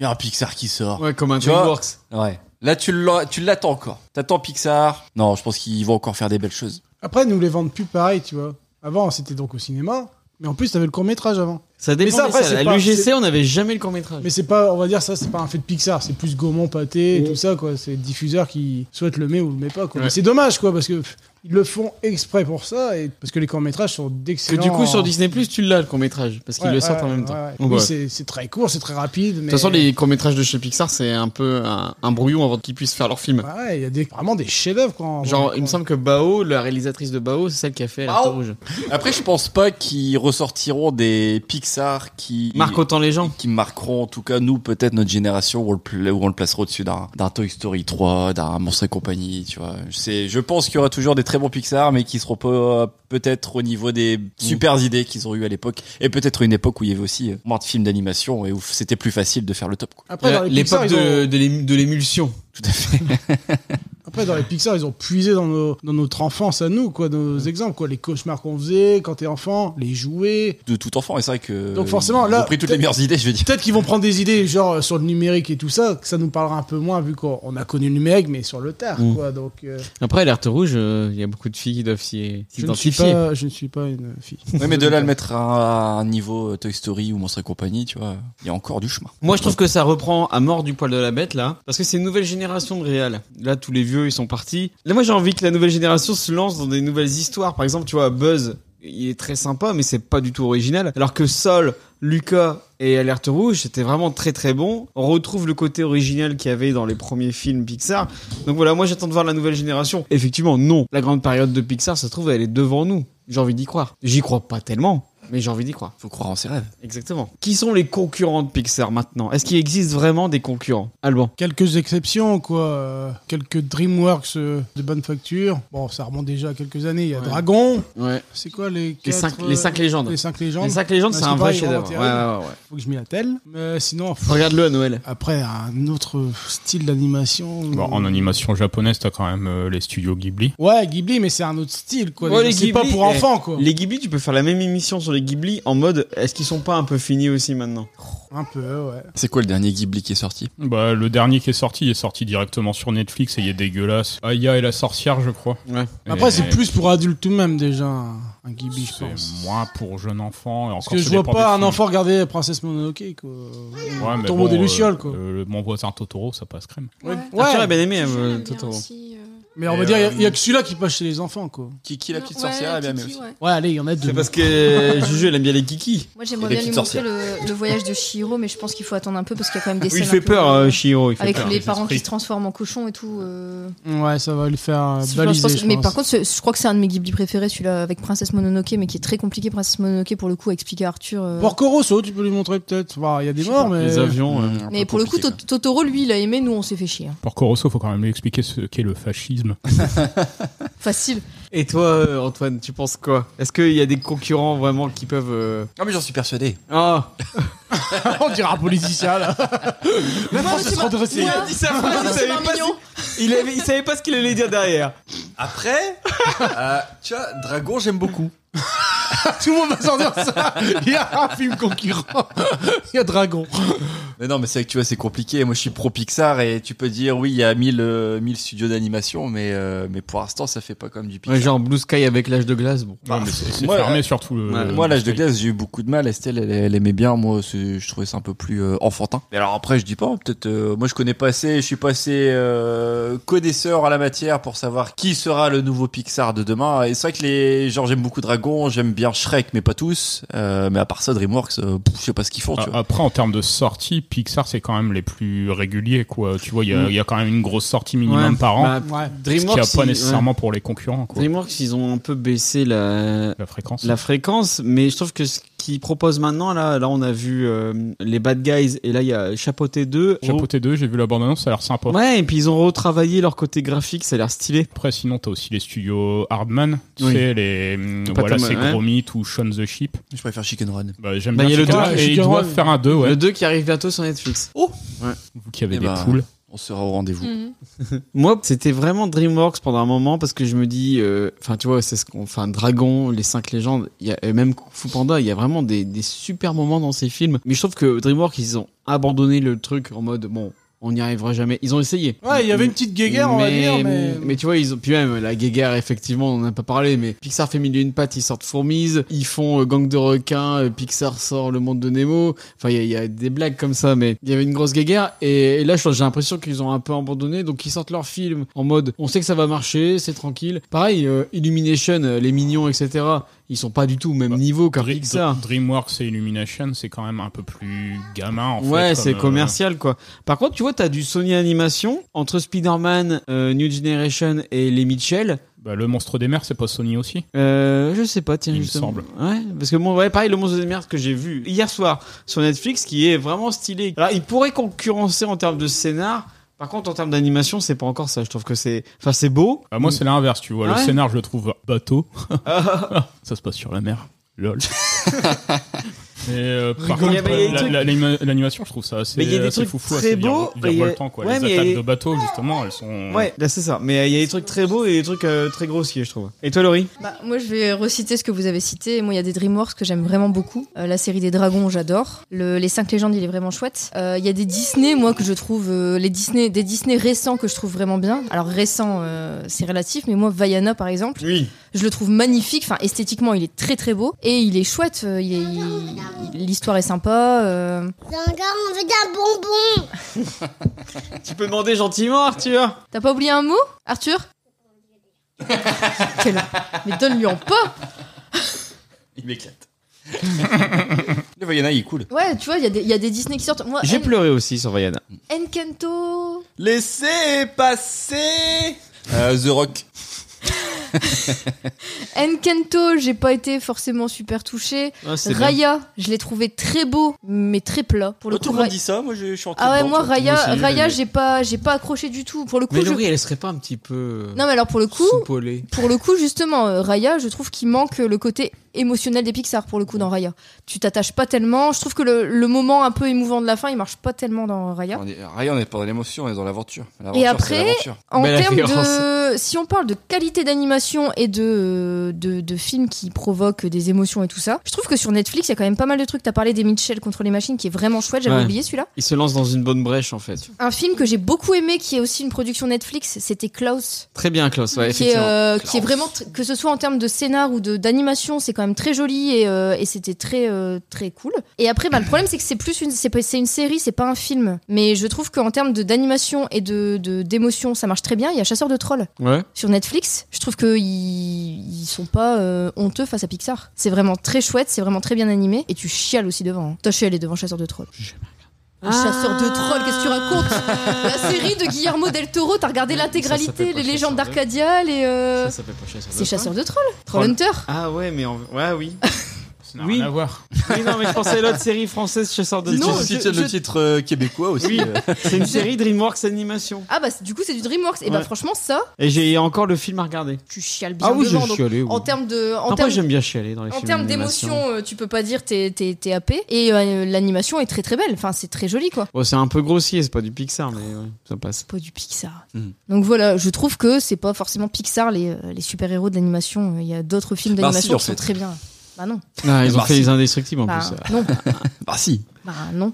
[SPEAKER 3] il y a un Pixar qui sort.
[SPEAKER 2] ouais, comme un
[SPEAKER 3] Tu vois
[SPEAKER 2] DreamWorks.
[SPEAKER 3] Ouais. Là, tu l'as- tu l'attends encore. T'attends Pixar. Non, je pense qu'ils vont encore faire des belles choses.
[SPEAKER 5] Après, ils nous les vendent plus pareil, tu vois. Avant, c'était donc au cinéma. Mais en plus, t'avais le court-métrage avant.
[SPEAKER 2] Ça dépend.
[SPEAKER 5] Mais ça,
[SPEAKER 2] des
[SPEAKER 5] après,
[SPEAKER 2] salles.
[SPEAKER 5] c'est
[SPEAKER 2] à
[SPEAKER 5] pas-
[SPEAKER 2] l'UGC,
[SPEAKER 5] c'est-
[SPEAKER 2] on n'avait jamais le court métrage.
[SPEAKER 5] Mais c'est pas, on va dire ça, c'est pas un fait de Pixar, c'est plus Gaumont, Pâté et
[SPEAKER 2] Ouais.
[SPEAKER 5] tout ça, quoi. C'est le diffuseur qui souhaite le met ou le met pas, quoi. Mais c'est dommage, quoi, parce que pff, ils le font exprès pour ça, et parce que les courts-métrages sont
[SPEAKER 2] Parce
[SPEAKER 5] d'excellents.
[SPEAKER 2] que du coup, sur Disney Plus, tu l'as le court métrage parce qu'ils
[SPEAKER 5] Ouais,
[SPEAKER 2] le sortent
[SPEAKER 5] ouais,
[SPEAKER 2] en même temps.
[SPEAKER 5] ouais, ouais.
[SPEAKER 2] Donc,
[SPEAKER 5] Oui,
[SPEAKER 2] voilà.
[SPEAKER 5] c'est- c'est très court, c'est très rapide,
[SPEAKER 2] De
[SPEAKER 5] mais.
[SPEAKER 2] toute façon, les courts-métrages de chez Pixar, c'est un peu un, un brouillon avant qu'ils puissent faire leur film.
[SPEAKER 5] Ouais, ouais, il y a des, vraiment des chefs-d'œuvre, quoi. en-
[SPEAKER 2] Genre, il me
[SPEAKER 5] en-
[SPEAKER 2] semble que Bao, la réalisatrice de Bao, c'est celle qui a fait La
[SPEAKER 3] Bao
[SPEAKER 2] Rouge.
[SPEAKER 3] Après, je pense pas qu'ils ressortiront des Pixar qui
[SPEAKER 2] Marque autant les gens.
[SPEAKER 3] qui marqueront en tout cas nous peut-être notre génération où on le, pla- où on le placera au-dessus d'un d'un Toy Story 3, d'un Monstre et compagnie, tu vois. C'est je pense qu'il y aura toujours des très bons Pixar mais qui seront pas peut-être au niveau des super idées qu'ils ont eues à l'époque et peut-être une époque où il y avait aussi euh, moins de films d'animation et où c'était plus facile de faire le top quoi.
[SPEAKER 5] Après, dans les Pixar, ils ont-
[SPEAKER 2] de, de l'ém- de l'émulsion.
[SPEAKER 3] Tout à fait.
[SPEAKER 5] Après, dans les Pixar, ils ont puisé dans, nos- dans notre enfance à nous, quoi, nos exemples, quoi, les cauchemars qu'on faisait quand t'es enfant, les jouets.
[SPEAKER 3] De tout enfant et c'est vrai que
[SPEAKER 5] Donc forcément,
[SPEAKER 3] ils
[SPEAKER 5] là,
[SPEAKER 3] ont pris toutes les
[SPEAKER 5] peut-être-
[SPEAKER 3] meilleures idées, je veux dire.
[SPEAKER 5] Peut-être qu'ils vont prendre des idées, genre euh, sur le numérique et tout ça, que ça nous parlera un peu moins vu qu'on on a connu le numérique, mais sur le tard,
[SPEAKER 2] Mm.
[SPEAKER 5] quoi. Donc, euh,
[SPEAKER 2] Après, l'alerte rouge, euh, il y a beaucoup de filles qui doivent s'y
[SPEAKER 5] je ne suis
[SPEAKER 2] s'identifier.
[SPEAKER 5] pas, je ne suis pas une fille.
[SPEAKER 3] Ouais, mais de là à le mettre à un niveau euh, Toy Story ou Monstre et compagnie, tu vois, il y a encore du chemin.
[SPEAKER 2] Moi, je trouve que ça reprend à mort du poil de la bête, là. Parce que c'est une nouvelle génération de réal. Là, tous les vieux, ils sont partis. Là, moi, j'ai envie que la nouvelle génération se lance dans des nouvelles histoires. Par exemple, tu vois, Buzz, il est très sympa, mais c'est pas du tout original. Alors que Sol, Lucas et Alerte Rouge, c'était vraiment très très bon. On retrouve le côté original qu'il y avait dans les premiers films Pixar. Donc voilà, moi, j'attends de voir la nouvelle génération. Effectivement, non. La grande période de Pixar, ça se trouve, elle est devant nous. J'ai envie d'y croire. J'y crois pas tellement, mais j'ai envie d'y croire.
[SPEAKER 3] Faut croire en ses rêves.
[SPEAKER 2] Exactement. Qui sont les concurrents de Pixar maintenant Est-ce qu'il existe vraiment des concurrents Alban.
[SPEAKER 5] Quelques exceptions, quoi. euh, quelques DreamWorks euh, de bonne facture. Bon, ça remonte déjà à quelques années. Il y a
[SPEAKER 2] Ouais.
[SPEAKER 5] Dragon.
[SPEAKER 2] Ouais.
[SPEAKER 5] C'est quoi les
[SPEAKER 2] Les
[SPEAKER 5] quatre,
[SPEAKER 2] cinq,
[SPEAKER 5] euh,
[SPEAKER 2] les cinq légendes.
[SPEAKER 5] Les cinq légendes.
[SPEAKER 2] Les cinq légendes,
[SPEAKER 5] Ah,
[SPEAKER 2] c'est
[SPEAKER 5] c'est
[SPEAKER 2] un vrai
[SPEAKER 5] pareil,
[SPEAKER 2] chef-d'œuvre. Ouais,
[SPEAKER 5] vraiment
[SPEAKER 2] ouais, ouais.
[SPEAKER 5] Faut que je m'y attelle. Mais sinon, pff,
[SPEAKER 2] Regarde-le à Noël.
[SPEAKER 5] après un autre style d'animation.
[SPEAKER 7] Bon, en animation japonaise, t'as quand même euh, les studios Ghibli.
[SPEAKER 5] Ouais, Ghibli, mais c'est un autre style, quoi.
[SPEAKER 2] Ouais, les
[SPEAKER 5] c'est pas
[SPEAKER 2] Ghibli,
[SPEAKER 5] pour
[SPEAKER 2] eh,
[SPEAKER 5] enfants, quoi.
[SPEAKER 2] Les Ghibli, tu peux faire la même émission sur les Ghibli en mode est-ce qu'ils sont pas un peu finis aussi maintenant
[SPEAKER 5] Un peu, ouais.
[SPEAKER 3] C'est quoi le dernier Ghibli qui est sorti
[SPEAKER 7] Bah, le dernier qui est sorti, il est sorti directement sur Netflix et il est dégueulasse. Aya et la sorcière, je crois.
[SPEAKER 2] Ouais.
[SPEAKER 7] Et
[SPEAKER 5] Après, c'est plus pour adultes tout de même, déjà, un un Ghibli, je
[SPEAKER 7] c'est
[SPEAKER 5] pense.
[SPEAKER 7] moins pour jeunes enfants. et
[SPEAKER 5] Parce
[SPEAKER 7] encore,
[SPEAKER 5] que je
[SPEAKER 7] ça
[SPEAKER 5] vois
[SPEAKER 7] dépend des
[SPEAKER 5] pas un
[SPEAKER 7] films.
[SPEAKER 5] enfant regarder Princesse Mononoke, quoi.
[SPEAKER 7] Ouais, mais
[SPEAKER 5] Tombeau
[SPEAKER 7] bon,
[SPEAKER 5] des
[SPEAKER 7] euh,
[SPEAKER 5] Lucioles, quoi.
[SPEAKER 7] le- le- mon voisin Totoro, ça passe crème.
[SPEAKER 6] Ouais.
[SPEAKER 5] Ouais.
[SPEAKER 2] Arthur a bien aimé,
[SPEAKER 6] J'ai
[SPEAKER 2] euh,
[SPEAKER 6] bien
[SPEAKER 2] Totoro.
[SPEAKER 6] aussi, euh,
[SPEAKER 5] Mais on va
[SPEAKER 7] Et,
[SPEAKER 5] dire, il y a-
[SPEAKER 7] euh,
[SPEAKER 5] il y, a que celui-là qui passe chez les enfants, quoi.
[SPEAKER 3] Kiki la petite
[SPEAKER 6] ouais,
[SPEAKER 3] sorcière a bien aimé
[SPEAKER 6] Kiki,
[SPEAKER 3] aussi.
[SPEAKER 6] ouais.
[SPEAKER 5] Ouais, allez, il y en a deux.
[SPEAKER 2] C'est parce que Juju, elle aime bien les Kiki.
[SPEAKER 8] Moi,
[SPEAKER 3] Et
[SPEAKER 8] j'aimerais
[SPEAKER 3] les
[SPEAKER 8] bien lui
[SPEAKER 3] petites
[SPEAKER 8] montrer le, le voyage de Shiro, mais je pense qu'il faut attendre un peu parce qu'il y a quand même des
[SPEAKER 2] Il
[SPEAKER 8] scènes. un
[SPEAKER 2] fait
[SPEAKER 8] peu-
[SPEAKER 2] peur, euh, Shiro. Il fait
[SPEAKER 8] avec
[SPEAKER 2] peur.
[SPEAKER 8] les
[SPEAKER 7] les
[SPEAKER 8] parents qui
[SPEAKER 7] esprits.
[SPEAKER 8] se transforment en cochons et tout. euh,
[SPEAKER 5] Ouais, ça va lui faire euh,
[SPEAKER 8] je pense-
[SPEAKER 5] baliser,
[SPEAKER 8] je pense-
[SPEAKER 5] je
[SPEAKER 8] mais
[SPEAKER 5] pense.
[SPEAKER 8] par contre, ce- je crois que c'est un de mes Ghibli préférés, celui-là avec Princesse Mononoke, mais qui est très compliqué. Princesse Mononoke, pour le coup, à expliquer à Arthur. euh,
[SPEAKER 5] Porco Rosso, tu peux lui montrer peut-être. Enfin, Il y a des
[SPEAKER 8] Je sais
[SPEAKER 5] morts,
[SPEAKER 8] pas.
[SPEAKER 5] mais.
[SPEAKER 2] Les avions. euh.
[SPEAKER 8] Hmm. Mais pour le coup,
[SPEAKER 3] hein.
[SPEAKER 8] Tot- Totoro, lui, il a aimé, nous, on s'est fait chier. hein.
[SPEAKER 7] Porco Rosso, faut quand même lui expliquer ce qu'est le fascisme.
[SPEAKER 8] Facile.
[SPEAKER 2] Et toi, euh, Antoine, tu penses quoi Est-ce qu'il y a des concurrents vraiment qui peuvent. euh,
[SPEAKER 3] Ah mais j'en suis persuadé.
[SPEAKER 2] Ah
[SPEAKER 5] On dirait un politicien, là. La France
[SPEAKER 8] mais
[SPEAKER 5] est
[SPEAKER 8] tu m'as-
[SPEAKER 5] redressée.
[SPEAKER 8] Ouais.
[SPEAKER 2] Il a dit sa phrase, il
[SPEAKER 8] Ah, C'est
[SPEAKER 2] savait
[SPEAKER 8] pas
[SPEAKER 2] pas
[SPEAKER 8] mignon.
[SPEAKER 2] si- il avait- il savait pas ce qu'il allait dire derrière.
[SPEAKER 3] Après, euh, tu vois, Dragon j'aime beaucoup.
[SPEAKER 5] Tout le monde va s'en dire ça. Il y a un film concurrent. Il y a Dragon.
[SPEAKER 3] Mais non mais c'est vrai que tu vois c'est compliqué. Moi je suis pro Pixar et tu peux dire oui il y a 1000 euh, 1000 studios d'animation mais euh, mais pour l'instant ça fait pas comme du Pixar.
[SPEAKER 2] Ouais, genre Blue Sky avec l'âge de glace, bon.
[SPEAKER 7] Ouais, mais c'est c'est
[SPEAKER 3] Moi,
[SPEAKER 7] fermé
[SPEAKER 3] euh,
[SPEAKER 7] surtout. le-
[SPEAKER 2] ouais,
[SPEAKER 7] le-
[SPEAKER 3] Moi, l'âge de glace, j'ai eu beaucoup de mal. Estelle, elle, elle aimait bien. Moi, c'est- je trouvais ça un peu plus euh, enfantin. Mais alors après, je dis pas. Peut-être. euh, moi, je connais pas assez. Je suis pas assez euh, connaisseur à la matière pour savoir qui sera le nouveau Pixar de demain. Et c'est vrai que les genre, j'aime beaucoup Dragon. J'aime bien Shrek, mais pas tous. Euh, mais à part ça, DreamWorks, euh, pff, je sais pas ce qu'ils font.
[SPEAKER 7] Ah,
[SPEAKER 3] tu vois.
[SPEAKER 7] Après, en termes de sortie, Pixar, c'est quand même les plus réguliers, quoi. Tu vois, il y, a- il y a quand même une grosse sortie minimum
[SPEAKER 2] Ouais.
[SPEAKER 7] par an.
[SPEAKER 2] Bah,
[SPEAKER 5] Ouais.
[SPEAKER 7] ce qui
[SPEAKER 2] DreamWorks,
[SPEAKER 7] a pas
[SPEAKER 2] ils-
[SPEAKER 7] nécessairement pour les concurrents,
[SPEAKER 2] ouais.
[SPEAKER 7] quoi.
[SPEAKER 2] DreamWorks, ils ont un peu baissé la,
[SPEAKER 7] La fréquence.
[SPEAKER 2] la fréquence, mais je trouve que ce qu'ils proposent maintenant, là, là, on a vu euh, les Bad Guys et là, il y a Chapoté 2.
[SPEAKER 7] Chapeauté 2, j'ai vu la bande-annonce, ça a l'air sympa.
[SPEAKER 2] Ouais, et puis ils ont retravaillé leur côté graphique, ça a l'air stylé.
[SPEAKER 7] Après, sinon, t'as aussi les studios Hardman. Tu
[SPEAKER 2] Oui.
[SPEAKER 7] sais, les. hum,
[SPEAKER 2] Pas
[SPEAKER 7] Voilà,
[SPEAKER 2] Tom-
[SPEAKER 7] c'est
[SPEAKER 2] ouais.
[SPEAKER 7] Gromit ou Shaun the Sheep.
[SPEAKER 3] Je préfère Chicken Run.
[SPEAKER 7] Bah, J'aime
[SPEAKER 2] Bah,
[SPEAKER 7] bien.
[SPEAKER 2] il y a le
[SPEAKER 7] Chicken
[SPEAKER 5] deux,
[SPEAKER 7] Run,
[SPEAKER 5] ouais,
[SPEAKER 7] et ils
[SPEAKER 5] Chicken
[SPEAKER 7] doivent
[SPEAKER 5] Run.
[SPEAKER 7] faire un 2, ouais.
[SPEAKER 2] Le bah, 2 qui arrive bientôt sur Netflix.
[SPEAKER 7] Vous qui avez
[SPEAKER 3] Eh
[SPEAKER 7] des
[SPEAKER 3] ben,
[SPEAKER 7] poules.
[SPEAKER 3] On sera au rendez-vous.
[SPEAKER 6] Mhm.
[SPEAKER 2] Moi, c'était vraiment DreamWorks pendant un moment parce que je me dis, euh, enfin, tu vois, c'est ce qu'on, enfin, Dragon, les cinq légendes, il y a et même Kung Fu Panda, il y a vraiment des, des super moments dans ces films. Mais je trouve que DreamWorks, ils ont abandonné le truc en mode, bon, on n'y arrivera jamais. Ils ont essayé.
[SPEAKER 5] Ouais, il y avait une petite guéguerre, on va dire, mais.
[SPEAKER 2] tu vois, ils ont, puis même la guéguerre, effectivement, on n'en a pas parlé, mais Pixar fait mille et une pattes, ils sortent Fourmise, ils font euh, Gang de requins, euh, Pixar sort Le Monde de Nemo, enfin, il y, a- il y a des blagues comme ça, mais il y avait une grosse guéguerre, et, et là, je pense- j'ai l'impression qu'ils ont un peu abandonné, donc ils sortent leur film en mode, on sait que ça va marcher, c'est tranquille. Pareil, euh, Illumination, euh, Les Mignons, etc., ils sont pas du tout au même
[SPEAKER 7] Bah,
[SPEAKER 2] niveau qu'un
[SPEAKER 7] Dre-
[SPEAKER 2] Pixar.
[SPEAKER 7] Dre- DreamWorks et Illumination, c'est quand même un peu plus gamin, en fait.
[SPEAKER 2] ouais,
[SPEAKER 7] comme,
[SPEAKER 2] c'est
[SPEAKER 7] euh,
[SPEAKER 2] commercial quoi. Par contre, tu vois, t'as du Sony Animation entre Spider-Man, euh, New Generation et les Mitchell.
[SPEAKER 7] Bah, le monstre des mers, c'est pas Sony aussi.
[SPEAKER 2] Euh, je sais pas, tiens,
[SPEAKER 7] Il me
[SPEAKER 2] justement.
[SPEAKER 7] semble.
[SPEAKER 2] Ouais, parce que moi, ouais, pareil, le monstre des mers que j'ai vu hier soir sur Netflix, qui est vraiment stylé. Alors, il pourrait concurrencer en termes de scénar. Par contre, en termes d'animation, c'est pas encore ça. Je trouve que c'est, enfin, c'est beau.
[SPEAKER 7] Bah, moi, c'est l'inverse, tu vois.
[SPEAKER 2] Ah
[SPEAKER 7] le
[SPEAKER 2] ouais
[SPEAKER 7] scénar, je le trouve bateau.
[SPEAKER 2] Ah,
[SPEAKER 7] Ah, ça se passe sur la mer. Lol. Et euh,
[SPEAKER 2] Rigole
[SPEAKER 7] par contre,
[SPEAKER 2] pas. Il y a des
[SPEAKER 7] la-
[SPEAKER 2] trucs-
[SPEAKER 7] la- l'anima- l'animation, je trouve ça assez,
[SPEAKER 2] Mais il y a des
[SPEAKER 7] assez
[SPEAKER 2] trucs
[SPEAKER 7] foufou,
[SPEAKER 2] très
[SPEAKER 7] assez bien-
[SPEAKER 2] beaux,
[SPEAKER 7] bien
[SPEAKER 2] et il y a-
[SPEAKER 7] revoltant, quoi.
[SPEAKER 2] Ouais, mais
[SPEAKER 7] Les
[SPEAKER 2] il y a-
[SPEAKER 7] attaques de bateaux, justement, elles sont.
[SPEAKER 2] ouais, là, c'est ça. Mais euh, il y a des trucs très beaux et des trucs euh, très grossiers, je trouve. Et toi, Laurie
[SPEAKER 8] Bah, moi, je vais reciter ce que vous avez cité. Moi, il y a des DreamWorks que j'aime vraiment beaucoup. Euh, la série des dragons, j'adore. Le- les 5 légendes, il est vraiment chouette. Euh, Il y a des Disney, moi, que je trouve. euh, les Disney, des Disney récents que je trouve vraiment bien. Alors, récent, euh, c'est relatif, mais moi, Vaiana, par exemple,
[SPEAKER 2] Oui.
[SPEAKER 8] je le trouve magnifique. Enfin, esthétiquement, il est très, très beau. Et il est chouette. Euh, il est- il- il- L'histoire est sympa. euh.
[SPEAKER 1] J'ai encore envie d'un bonbon.
[SPEAKER 2] Tu peux demander gentiment, Arthur.
[SPEAKER 8] T'as pas oublié un mot, Arthur Quel- Mais donne-lui en pas
[SPEAKER 3] Il m'éclate. le Vaiana, il est cool.
[SPEAKER 8] Ouais, tu vois, il y, a des- il y a des Disney qui sortent. Moi,
[SPEAKER 2] J'ai
[SPEAKER 8] En-
[SPEAKER 2] pleuré aussi sur Vaiana.
[SPEAKER 8] Encanto,
[SPEAKER 3] Laissez passer Euh, The Rock.
[SPEAKER 8] Encanto, j'ai pas été forcément super touchée.
[SPEAKER 2] Ah, c'est bien.
[SPEAKER 8] Raya, je l'ai trouvé très beau, mais très plat. Pour le
[SPEAKER 3] tout
[SPEAKER 8] coup,
[SPEAKER 3] le monde
[SPEAKER 8] Ra-
[SPEAKER 3] dit ça, moi je je suis en train
[SPEAKER 8] ah ouais,
[SPEAKER 3] de-
[SPEAKER 8] moi
[SPEAKER 3] tout le monde
[SPEAKER 8] Raya,
[SPEAKER 3] aussi, j'ai
[SPEAKER 8] Raya,
[SPEAKER 3] aimé.
[SPEAKER 8] j'ai pas, j'ai pas accroché du tout. Pour le coup,
[SPEAKER 2] Mais
[SPEAKER 8] je-
[SPEAKER 2] Laurie, elle serait pas un petit peu. euh,
[SPEAKER 8] non mais alors pour le coup,
[SPEAKER 2] soupolée
[SPEAKER 8] pour le coup justement, euh, Raya, je trouve qu'il manque le côté émotionnel des Pixar pour le coup dans Raya. Tu t'attaches pas tellement. Je trouve que le, le moment un peu émouvant de la fin, il marche pas tellement dans Raya.
[SPEAKER 3] On est- Raya, on n'est pas dans l'émotion, on est dans l'aventure. L'aventure,
[SPEAKER 8] Et
[SPEAKER 3] c'est
[SPEAKER 8] après,
[SPEAKER 3] l'aventure.
[SPEAKER 8] En
[SPEAKER 2] Belle
[SPEAKER 8] termes de.
[SPEAKER 2] référence.
[SPEAKER 8] Si on parle de qualité d'animation et de, euh, de, de films qui provoquent des émotions et tout ça, je trouve que sur Netflix, il y a quand même pas mal de trucs. T'as parlé des Mitchell contre les machines qui est vraiment chouette, j'avais
[SPEAKER 2] Ouais.
[SPEAKER 8] oublié celui-là.
[SPEAKER 2] Il se lance dans une bonne brèche, en fait.
[SPEAKER 8] Un film que j'ai beaucoup aimé qui est aussi une production Netflix, c'était Klaus.
[SPEAKER 2] Très bien, Klaus. Ouais,
[SPEAKER 8] qui, est,
[SPEAKER 2] effectivement.
[SPEAKER 8] euh, qui est vraiment. tr- Que ce soit en termes de scénar ou de- d'animation, c'est quand même très joli et, euh, et c'était très, euh, très cool. Et après, bah, le problème, c'est que c'est plus une, c'est pas- c'est une série, c'est pas un film. Mais je trouve qu'en termes de- d'animation et d'émotion, de, d'émotion, ça marche très bien. Il y a Chasseur de Trolls
[SPEAKER 2] Ouais.
[SPEAKER 8] sur Netflix. Je trouve qu'ils ils sont pas euh, honteux face à Pixar. C'est vraiment très chouette, c'est vraiment très bien animé. Et tu chiales aussi devant. hein. T'as chialé devant Chasseur de Trolls.
[SPEAKER 2] Ah.
[SPEAKER 8] Chasseur de Trolls, qu'est-ce que tu racontes La série de Guillermo del Toro, t'as regardé
[SPEAKER 2] Ça, ça fait
[SPEAKER 8] l'intégralité,
[SPEAKER 2] pas
[SPEAKER 8] les
[SPEAKER 2] Chasseur
[SPEAKER 8] légendes
[SPEAKER 2] de-
[SPEAKER 8] d'Arcadia, les. euh,
[SPEAKER 2] Ça, hein. ça fait pas chasseur.
[SPEAKER 8] C'est Chasseur de Trolls Troll
[SPEAKER 2] Troll.
[SPEAKER 8] Hunter
[SPEAKER 2] Ah ouais, mais en... ouais, oui.
[SPEAKER 7] Ça n'a
[SPEAKER 2] Oui.
[SPEAKER 7] rien à voir.
[SPEAKER 2] Oui, non, mais je pensais à l'autre série française, Chasseur de
[SPEAKER 3] Si
[SPEAKER 2] Non,
[SPEAKER 3] tu
[SPEAKER 2] je-
[SPEAKER 3] cites le
[SPEAKER 2] je-
[SPEAKER 3] titre euh, québécois aussi.
[SPEAKER 2] Oui.
[SPEAKER 3] euh,
[SPEAKER 2] c'est une série DreamWorks Animation.
[SPEAKER 8] Ah bah c'est- du coup c'est du DreamWorks. Et bah
[SPEAKER 2] Ouais.
[SPEAKER 8] franchement ça,
[SPEAKER 2] Et j'ai encore le film à regarder. Ah
[SPEAKER 8] tu chiales bien
[SPEAKER 2] j'ai
[SPEAKER 8] devant. donc,
[SPEAKER 2] chialé.
[SPEAKER 8] en termes de. En
[SPEAKER 2] Après,
[SPEAKER 8] termes-
[SPEAKER 2] j'aime bien chialer dans les
[SPEAKER 8] En
[SPEAKER 2] films
[SPEAKER 8] termes
[SPEAKER 2] d'animation.
[SPEAKER 8] d'émotion, euh, tu peux pas dire t'es t'es- t'es happé. Et euh, l'animation est très très belle. Enfin, c'est très joli quoi.
[SPEAKER 2] Bon, Oh, c'est un peu grossier, c'est pas du Pixar, mais ouais, ça passe.
[SPEAKER 8] pas du Pixar.
[SPEAKER 3] Mhm.
[SPEAKER 8] Donc voilà, je trouve que c'est pas forcément Pixar les, euh, les super-héros de l'animation. Il y a d'autres films
[SPEAKER 3] Bah, si,
[SPEAKER 8] d'animation
[SPEAKER 3] en
[SPEAKER 8] qui sont
[SPEAKER 3] fait.
[SPEAKER 8] très bien. Bah non.
[SPEAKER 2] Ah, ils ont
[SPEAKER 3] Bah,
[SPEAKER 2] fait
[SPEAKER 3] si.
[SPEAKER 2] les indestructibles en
[SPEAKER 8] Bah
[SPEAKER 2] plus. euh.
[SPEAKER 8] non.
[SPEAKER 3] Bah si.
[SPEAKER 8] Bah non.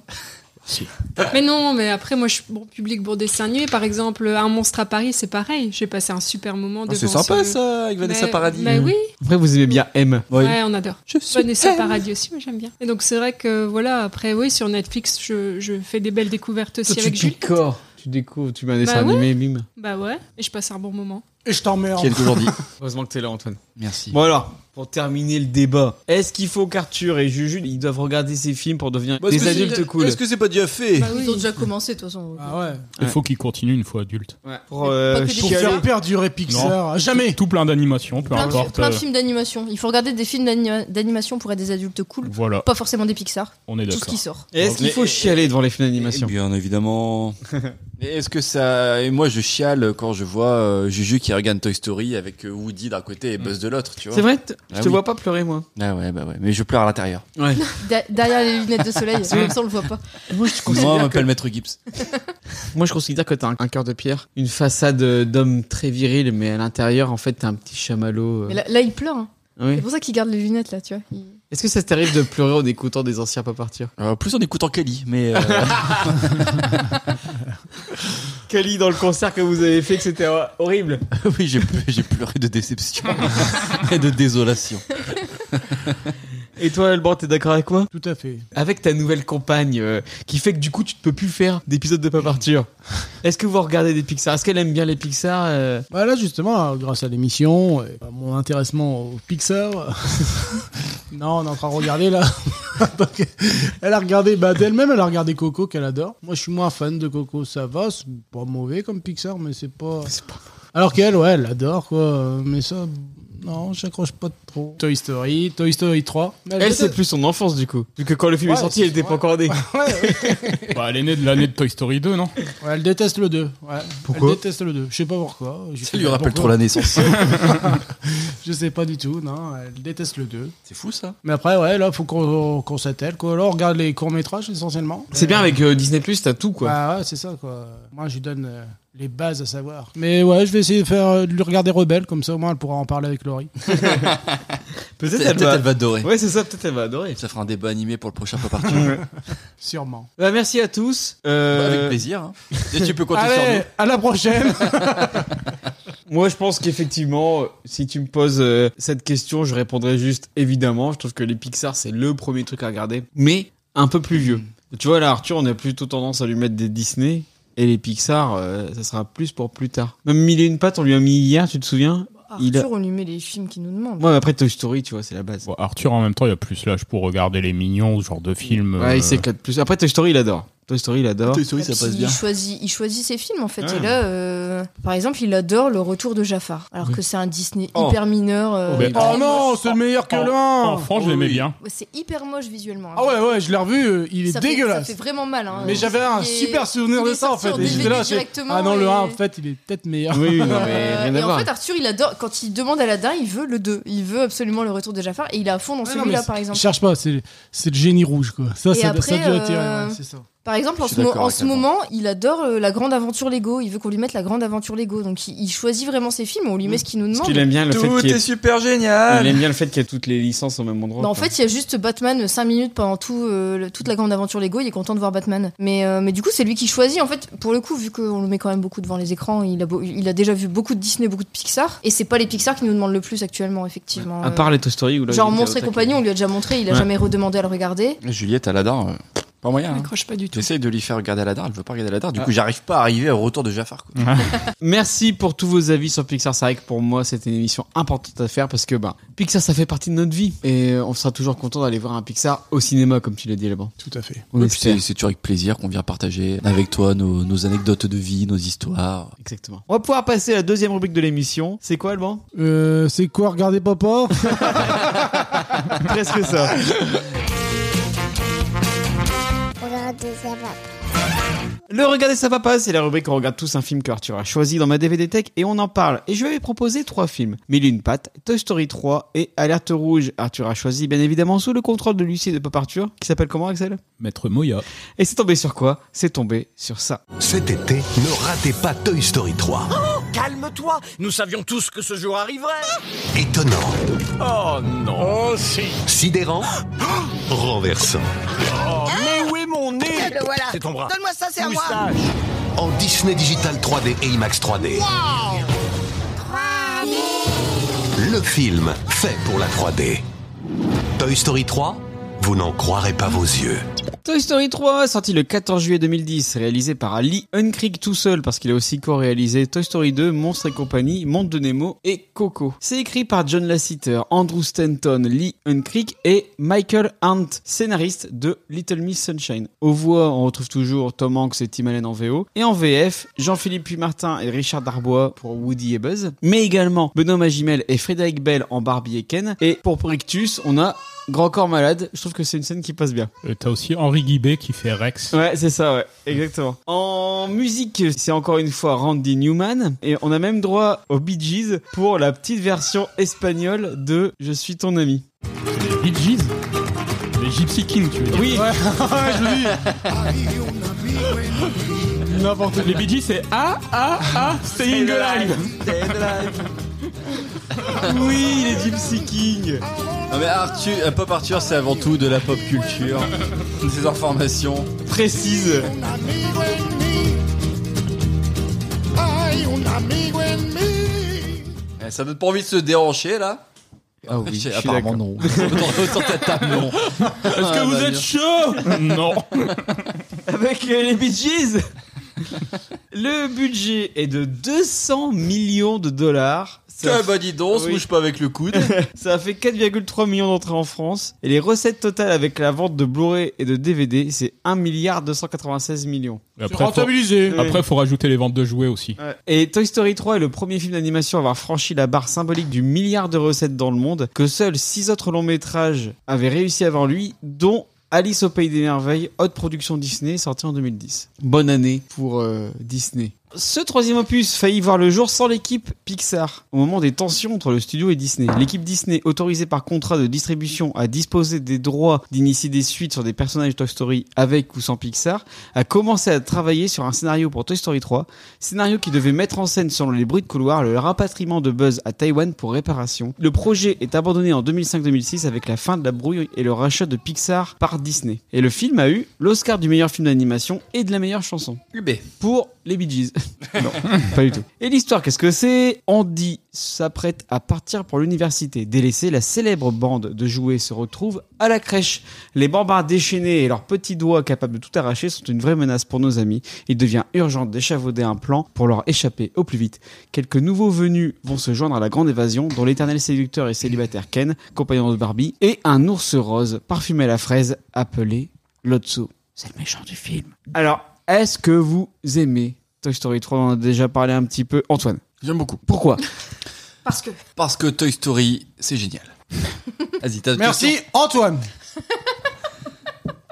[SPEAKER 6] Mais non, mais après, moi, je suis bon public pour dessin animé. Par exemple, Un monstre à Paris, c'est pareil. J'ai passé un super moment devant
[SPEAKER 3] Ah, C'est sympa
[SPEAKER 6] ce-
[SPEAKER 3] ça, avec Vanessa
[SPEAKER 6] euh, Mais-
[SPEAKER 3] Paradis.
[SPEAKER 6] Mais oui,
[SPEAKER 2] Après, vous aimez bien M.
[SPEAKER 3] Oui.
[SPEAKER 6] ouais, on adore.
[SPEAKER 3] Je suis
[SPEAKER 6] Vanessa
[SPEAKER 3] elle.
[SPEAKER 6] Paradis aussi, moi j'aime bien. Et donc c'est vrai que voilà, après oui, sur Netflix, je, je fais des belles découvertes aussi avec Jules.
[SPEAKER 2] picores, tu découvres, tu mets un
[SPEAKER 6] Bah ouais.
[SPEAKER 2] animé, bim.
[SPEAKER 6] Bah ouais, et je passe un bon moment.
[SPEAKER 5] Et je t'emmerde.
[SPEAKER 3] Qui est aujourd'hui.
[SPEAKER 2] Heureusement que t'es là, Antoine.
[SPEAKER 3] Merci.
[SPEAKER 2] Bon alors, pour terminer le débat, est-ce qu'il faut qu'Arthur et Juju, ils doivent regarder ces films pour devenir
[SPEAKER 3] Bon, est-ce
[SPEAKER 2] des
[SPEAKER 3] que c'est-
[SPEAKER 2] adultes cool
[SPEAKER 3] Est-ce que c'est pas déjà fait
[SPEAKER 6] Bah
[SPEAKER 8] Ils ont
[SPEAKER 6] oui.
[SPEAKER 8] déjà commencé de toute façon.
[SPEAKER 5] Ah ouais.
[SPEAKER 7] Il faut qu'il continue une fois adulte.
[SPEAKER 2] Ouais. Pour
[SPEAKER 8] Pas
[SPEAKER 2] euh,
[SPEAKER 8] que des
[SPEAKER 5] Pour
[SPEAKER 8] Chialer.
[SPEAKER 5] faire
[SPEAKER 2] chialer.
[SPEAKER 5] perdurer Pixar. Jamais.
[SPEAKER 7] Tout plein d'animations, peu
[SPEAKER 8] Plein, de,
[SPEAKER 7] importe.
[SPEAKER 8] plein de
[SPEAKER 7] euh,
[SPEAKER 8] films d'animation. Il faut regarder des films d'anima- d'animation pour être des adultes cool.
[SPEAKER 7] Voilà,
[SPEAKER 8] Pas forcément des Pixar.
[SPEAKER 7] on est
[SPEAKER 8] Tout ce
[SPEAKER 7] d'accord.
[SPEAKER 8] qui sort.
[SPEAKER 2] Et Est-ce qu'il faut chialer devant les films d'animation
[SPEAKER 3] eh Bien évidemment. Mais Est-ce que ça et moi je chiale quand je vois euh, Juju qui regarde Toy Story avec euh, Woody d'un côté et Buzz de l'autre, tu vois.
[SPEAKER 2] C'est vrai, t- je
[SPEAKER 3] Ah
[SPEAKER 2] te
[SPEAKER 3] oui.
[SPEAKER 2] vois pas pleurer moi.
[SPEAKER 3] Ah ouais bah ouais, mais je pleure à l'intérieur.
[SPEAKER 2] Ouais.
[SPEAKER 8] Da- derrière les lunettes de soleil, comme ça on le voit pas.
[SPEAKER 2] moi, je
[SPEAKER 3] Moi, on
[SPEAKER 2] considère que,
[SPEAKER 3] m'appelle Maître Gibbs.
[SPEAKER 2] moi, je considère que t'as un, un cœur de pierre, une façade euh, d'homme très viril, mais à l'intérieur, en fait, t'as un petit chamallow. euh. Ah
[SPEAKER 8] Mais là, là, il pleure. hein.
[SPEAKER 2] Oui.
[SPEAKER 8] C'est pour ça qu'il garde les lunettes là, tu vois. Il-
[SPEAKER 2] Est-ce que ça t'arrive de pleurer en écoutant des anciens pas partir
[SPEAKER 3] Euh, plus en écoutant Kelly, mais euh,
[SPEAKER 2] Kali, dans le concert que vous avez fait, que c'était horrible.
[SPEAKER 3] oui, j'ai ple- j'ai pleuré de déception et de désolation.
[SPEAKER 2] Et toi, Alban, t'es d'accord avec moi
[SPEAKER 5] Tout à fait.
[SPEAKER 2] Avec ta nouvelle compagne, euh, qui fait que du coup, tu ne peux plus faire d'épisodes de pas partir. Est-ce que vous regardez des Pixar Est-ce qu'elle aime bien les Pixar euh
[SPEAKER 5] Bah là justement, euh, grâce à l'émission, et à mon intéressement au Pixar, non, on est en train de regarder là. Donc, elle a regardé, bah d'elle-même, elle a regardé Coco qu'elle adore. Moi, je suis moins fan de Coco, ça va, c'est pas mauvais comme Pixar, mais c'est pas. Alors qu'elle, ouais, elle adore, quoi. euh, Mais ça, non, j'accroche pas trop. Toy Story, Toy Story 3. Mais
[SPEAKER 2] Elle, c'est plus son enfance du coup. Vu que quand le film
[SPEAKER 5] Ouais,
[SPEAKER 2] est sorti, elle était
[SPEAKER 5] c'est-
[SPEAKER 2] pas encore née.
[SPEAKER 7] Bah, elle est née de l'année de Toy Story 2, non
[SPEAKER 5] Ouais, elle déteste le 2. Ouais.
[SPEAKER 2] Pourquoi
[SPEAKER 5] Elle déteste le 2. Je sais pas pourquoi. Je
[SPEAKER 3] Ça
[SPEAKER 5] sais
[SPEAKER 3] lui
[SPEAKER 5] pas
[SPEAKER 3] rappelle
[SPEAKER 5] pourquoi.
[SPEAKER 3] trop la naissance.
[SPEAKER 5] Je sais pas du tout, non. Elle déteste le 2.
[SPEAKER 3] C'est fou ça.
[SPEAKER 5] Mais après, ouais, là, faut qu'on qu'on s'attelle, quoi. Là, on regarde les courts-métrages essentiellement.
[SPEAKER 2] C'est bien avec euh, Disney Plus, t'as tout quoi.
[SPEAKER 5] Ah ouais, c'est ça, quoi. Moi, je lui donne euh, les bases à savoir. Mais ouais, je vais essayer de, faire, euh, de lui regarder Rebelle, comme ça, au moins, elle pourra en parler avec Laurie.
[SPEAKER 2] Peut-être
[SPEAKER 3] Peut-être
[SPEAKER 2] elle
[SPEAKER 3] elle
[SPEAKER 2] va.
[SPEAKER 3] va adorer.
[SPEAKER 2] Ouais, c'est ça, peut-être elle va adorer.
[SPEAKER 3] Ça fera un débat animé pour le prochain Pop Arthur.
[SPEAKER 5] Sûrement.
[SPEAKER 2] Bah, merci à tous. Euh,
[SPEAKER 3] Avec plaisir. hein. Et tu peux compter sur nous.
[SPEAKER 5] Allez, à la prochaine
[SPEAKER 2] Moi, je pense qu'effectivement, euh, si tu me poses euh, cette question, je répondrai juste évidemment. Je trouve que les Pixar, c'est le premier truc à regarder, mais un peu plus vieux. Tu vois, là, Arthur, on a plutôt tendance à lui mettre des Disney. Et les Pixar, euh, ça sera plus pour plus tard. Même Mille et une pattes, on lui a mis hier, tu te souviens Il a-
[SPEAKER 8] Arthur, on lui met les films qui nous demandent.
[SPEAKER 2] Ouais, mais après Toy Story, tu vois, c'est la base.
[SPEAKER 7] Bon, Arthur, en même temps, il y a plus l'âge pour regarder les mignons, ce genre de euh, film.
[SPEAKER 2] Ouais, il s'éclate plus. Après Toy Story, il adore. bah, Toy Story, il adore.
[SPEAKER 3] Toy Story, ça
[SPEAKER 8] Puis
[SPEAKER 3] passe bien.
[SPEAKER 8] Il choisit, il choisit ses films en fait.
[SPEAKER 2] Ouais.
[SPEAKER 8] Et là, euh, par exemple, il adore Le Retour de Jafar, alors que c'est un Disney
[SPEAKER 3] Oh.
[SPEAKER 8] hyper mineur. euh,
[SPEAKER 7] Horrible.
[SPEAKER 8] très
[SPEAKER 5] Oh non, c'est le meilleur que
[SPEAKER 7] Oh,
[SPEAKER 5] le
[SPEAKER 7] Enfant, je l'aimais bien.
[SPEAKER 8] moche. C'est hyper moche visuellement. hein.
[SPEAKER 5] Ah ouais, ouais, je l'ai revu, euh, il est
[SPEAKER 8] Ça fait-
[SPEAKER 5] dégueulasse.
[SPEAKER 8] ça fait vraiment mal. hein.
[SPEAKER 5] Mais j'avais un
[SPEAKER 8] Il est-
[SPEAKER 5] super souvenir
[SPEAKER 8] il
[SPEAKER 5] de
[SPEAKER 8] est
[SPEAKER 5] ça en
[SPEAKER 8] sorti
[SPEAKER 5] fait.
[SPEAKER 8] en
[SPEAKER 5] Et
[SPEAKER 8] DVD
[SPEAKER 5] j'étais là, je fais,
[SPEAKER 8] directement
[SPEAKER 5] ah non,
[SPEAKER 8] et-
[SPEAKER 5] le 1, en fait, il est peut-être meilleur.
[SPEAKER 2] Oui, oui, non, mais
[SPEAKER 8] Euh,
[SPEAKER 2] rien
[SPEAKER 8] et
[SPEAKER 2] à
[SPEAKER 8] en
[SPEAKER 2] voir.
[SPEAKER 8] fait, Arthur, il adore quand il demande à Aladdin, il veut le 2. Il veut absolument le retour de Jafar et il est à fond dans
[SPEAKER 5] Ouais, non,
[SPEAKER 8] celui-là,
[SPEAKER 5] mais
[SPEAKER 8] par exemple.
[SPEAKER 5] Cherche pas, c'est c'est le génie rouge quoi. Ça,
[SPEAKER 8] Et
[SPEAKER 5] ça, ça
[SPEAKER 8] après,
[SPEAKER 5] doit attirer,
[SPEAKER 8] euh,
[SPEAKER 5] ouais, c'est ça.
[SPEAKER 8] Par exemple, en
[SPEAKER 3] Je suis
[SPEAKER 8] ce, mo-
[SPEAKER 3] d'accord
[SPEAKER 8] en
[SPEAKER 3] avec
[SPEAKER 8] ce
[SPEAKER 3] Adam.
[SPEAKER 8] moment, il adore euh, la grande aventure Lego. Il veut qu'on lui mette la grande aventure Lego. Donc, il, il choisit vraiment ses films. On lui met ce qu'il nous
[SPEAKER 2] Parce
[SPEAKER 8] demande.
[SPEAKER 2] qu'il aime bien le fait qu'il y ait...
[SPEAKER 3] super
[SPEAKER 2] il
[SPEAKER 3] génial.
[SPEAKER 2] aime bien le fait qu'il y ait toutes les licences au même endroit.
[SPEAKER 8] Bah, en
[SPEAKER 2] quoi.
[SPEAKER 8] fait, il y a juste Batman 5 minutes pendant tout, euh, le- toute la grande aventure Lego. Il est content de voir Batman. Mais, euh, mais du coup, c'est lui qui choisit. En fait, pour le coup, vu qu'on le met quand même beaucoup devant les écrans, il a, beau- il a déjà vu beaucoup de Disney, beaucoup de Pixar. Et c'est pas les Pixar qui nous demandent le plus actuellement, effectivement.
[SPEAKER 2] à
[SPEAKER 8] Euh,
[SPEAKER 2] part les Toy Story ou là,
[SPEAKER 8] Genre
[SPEAKER 2] il était
[SPEAKER 8] Monstre
[SPEAKER 2] au
[SPEAKER 8] et
[SPEAKER 2] taquet.
[SPEAKER 8] compagnie, on lui a déjà montré, il a
[SPEAKER 2] Ouais.
[SPEAKER 8] jamais redemandé à le regarder.
[SPEAKER 3] Juliette Aladar, euh, pas moyen. hein.
[SPEAKER 6] M'accroche pas du tout.
[SPEAKER 3] J'essaye de lui faire regarder Aladar, elle veut pas regarder Aladar. Du coup, j'arrive pas à arriver au retour de Jafar. quoi.
[SPEAKER 2] Merci pour tous vos avis sur Pixar. C'est vrai que pour moi, c'était une émission importante à faire parce que bah, Pixar, ça fait partie de notre vie. Et euh, on sera toujours content d'aller voir un Pixar au cinéma, comme tu l'as dit là-bas.
[SPEAKER 5] Tout à fait.
[SPEAKER 2] On
[SPEAKER 3] Et puis,
[SPEAKER 2] espère.
[SPEAKER 3] C'est c'est toujours avec plaisir qu'on vient partager avec toi nos, nos anecdotes de vie, nos histoires.
[SPEAKER 2] Exactement. On va pouvoir passer à la deuxième rubrique de l'émission. C'est quoi, Alban
[SPEAKER 5] Euh, c'est quoi, regardez papa
[SPEAKER 2] Presque ça.
[SPEAKER 1] Regardez, Oh ça va.
[SPEAKER 2] Le Regarder sa papa, c'est la rubrique où on regarde tous un film que Arthur a choisi dans ma DVD Tech et on en parle. Et je vais lui proposer trois films. Mille et une pattes, Toy Story 3 et Alerte Rouge. Arthur a choisi, bien évidemment, sous le contrôle de Lucie et de Pop Arthur, qui s'appelle comment, Axel
[SPEAKER 7] Maître Moya.
[SPEAKER 2] Et c'est tombé sur quoi C'est tombé sur ça.
[SPEAKER 10] Cet été, ne ratez pas Toy Story 3.
[SPEAKER 11] Oh, Calme-toi, nous savions tous que ce jour arriverait.
[SPEAKER 10] Étonnant,
[SPEAKER 11] Oh non. Oh si.
[SPEAKER 10] sidérant, renversant.
[SPEAKER 11] Oh. mais où est mon nez
[SPEAKER 1] Le Ah. Eh ben voilà.
[SPEAKER 11] C'est ton bras.
[SPEAKER 1] Donne-moi ça, c'est à moi.
[SPEAKER 11] Moustache.
[SPEAKER 10] En Disney Digital 3D et IMAX 3D. Le film fait pour la 3D. Toy Story 3, vous n'en croirez pas vos yeux.
[SPEAKER 2] Toy Story 3, sorti le 14 juillet 2010, réalisé par Ali Unkrich tout seul parce qu'il a aussi co-réalisé Toy Story 2, Monstres et compagnie, Monde de Nemo et Coco. C'est écrit par John Lasseter, Andrew Stanton, Lee Unkrich et Michael Hunt, scénariste de Little Miss Sunshine. Aux voix, on retrouve toujours Tom Hanks et Tim Allen en VO et en VF, Jean-Philippe Puy-Martin et Richard Darbois pour Woody et Buzz, mais également Benoît Magimel et Frédéric Bell en Barbie et Ken. Et pour Prictus, on a Grand Corps Malade. Je trouve que c'est une scène qui passe bien.
[SPEAKER 7] Euh, T'as aussi Henri Guibé qui fait Rex.
[SPEAKER 2] Ouais, c'est ça, ouais, exactement. En musique, c'est encore une fois Randy Newman. Et on a même droit aux Bee Gees pour la petite version espagnole de Je suis ton ami.
[SPEAKER 7] Les Bee Gees Les Gypsy Kings, tu veux dire
[SPEAKER 2] Oui,
[SPEAKER 7] Les Bee Gees, c'est Ah, Ah, Ah, Staying Alive
[SPEAKER 2] oui, les Gypsy King.
[SPEAKER 3] Non mais Arthur, euh, Pop Arthur, c'est avant tout de la pop culture, des informations.
[SPEAKER 2] Précise.
[SPEAKER 3] Eh, Ça donne pas envie de se déhancher là
[SPEAKER 2] Ah oui, je suis
[SPEAKER 3] apparemment
[SPEAKER 2] d'accord.
[SPEAKER 3] non. Autour de la table, non. Ah, bah,
[SPEAKER 7] Est-ce que vous êtes chaud Non
[SPEAKER 2] Avec euh, les Bee Gees Le budget est de 200 millions de dollars.
[SPEAKER 3] Ah bah dis donc, on se mouche pas avec le coude.
[SPEAKER 2] Ça a fait 4,3 millions d'entrées en France. Et les recettes totales avec la vente de Blu-ray et de DVD, c'est 1 milliard 296 millions.
[SPEAKER 7] Et Après, Faut, après, faut rajouter les ventes de jouets aussi.
[SPEAKER 2] Ouais. Et Toy Story 3 est le premier film d'animation à avoir franchi la barre symbolique du milliard de recettes dans le monde, que seuls 6 autres longs métrages avaient réussi avant lui, dont Alice au pays des merveilles, haute production Disney, sorti en 2010. Bonne année pour euh, Disney. Ce troisième opus faillit voir le jour sans l'équipe Pixar, au moment des tensions entre le studio et Disney. L'équipe Disney, autorisée par contrat de distribution à disposer des droits d'initier des suites sur des personnages Toy Story avec ou sans Pixar, a commencé à travailler sur un scénario pour Toy Story 3, scénario qui devait mettre en scène selon les bruits de couloir le rapatriement de Buzz à Taïwan pour réparation. Le projet est abandonné en 2005-2006 avec la fin de la brouille et le rachat de Pixar par Disney. Et le film a eu l'Oscar du meilleur film d'animation et de la meilleure chanson. Pour les Bee Gees. non, pas du tout. Et l'histoire, qu'est-ce que c'est Andy s'apprête à partir pour l'université. Délaissée, la célèbre bande de jouets se retrouve à la crèche. Les bambins déchaînés et leurs petits doigts capables de tout arracher sont une vraie menace pour nos amis. Il devient urgent d'échavauder un plan pour leur échapper au plus vite. Quelques nouveaux venus vont se joindre à la grande évasion, dont l'éternel séducteur et célibataire Ken, compagnon de Barbie, et un ours rose parfumé à la fraise appelé Lotso. C'est le méchant du film. Alors, est-ce que vous aimez Toy Story 3 On en a déjà parlé un petit peu. Antoine
[SPEAKER 3] J'aime beaucoup.
[SPEAKER 2] Pourquoi
[SPEAKER 3] Parce que. Parce que Toy Story, c'est génial. Vas-y, t'as une
[SPEAKER 5] Merci
[SPEAKER 3] question
[SPEAKER 5] Antoine.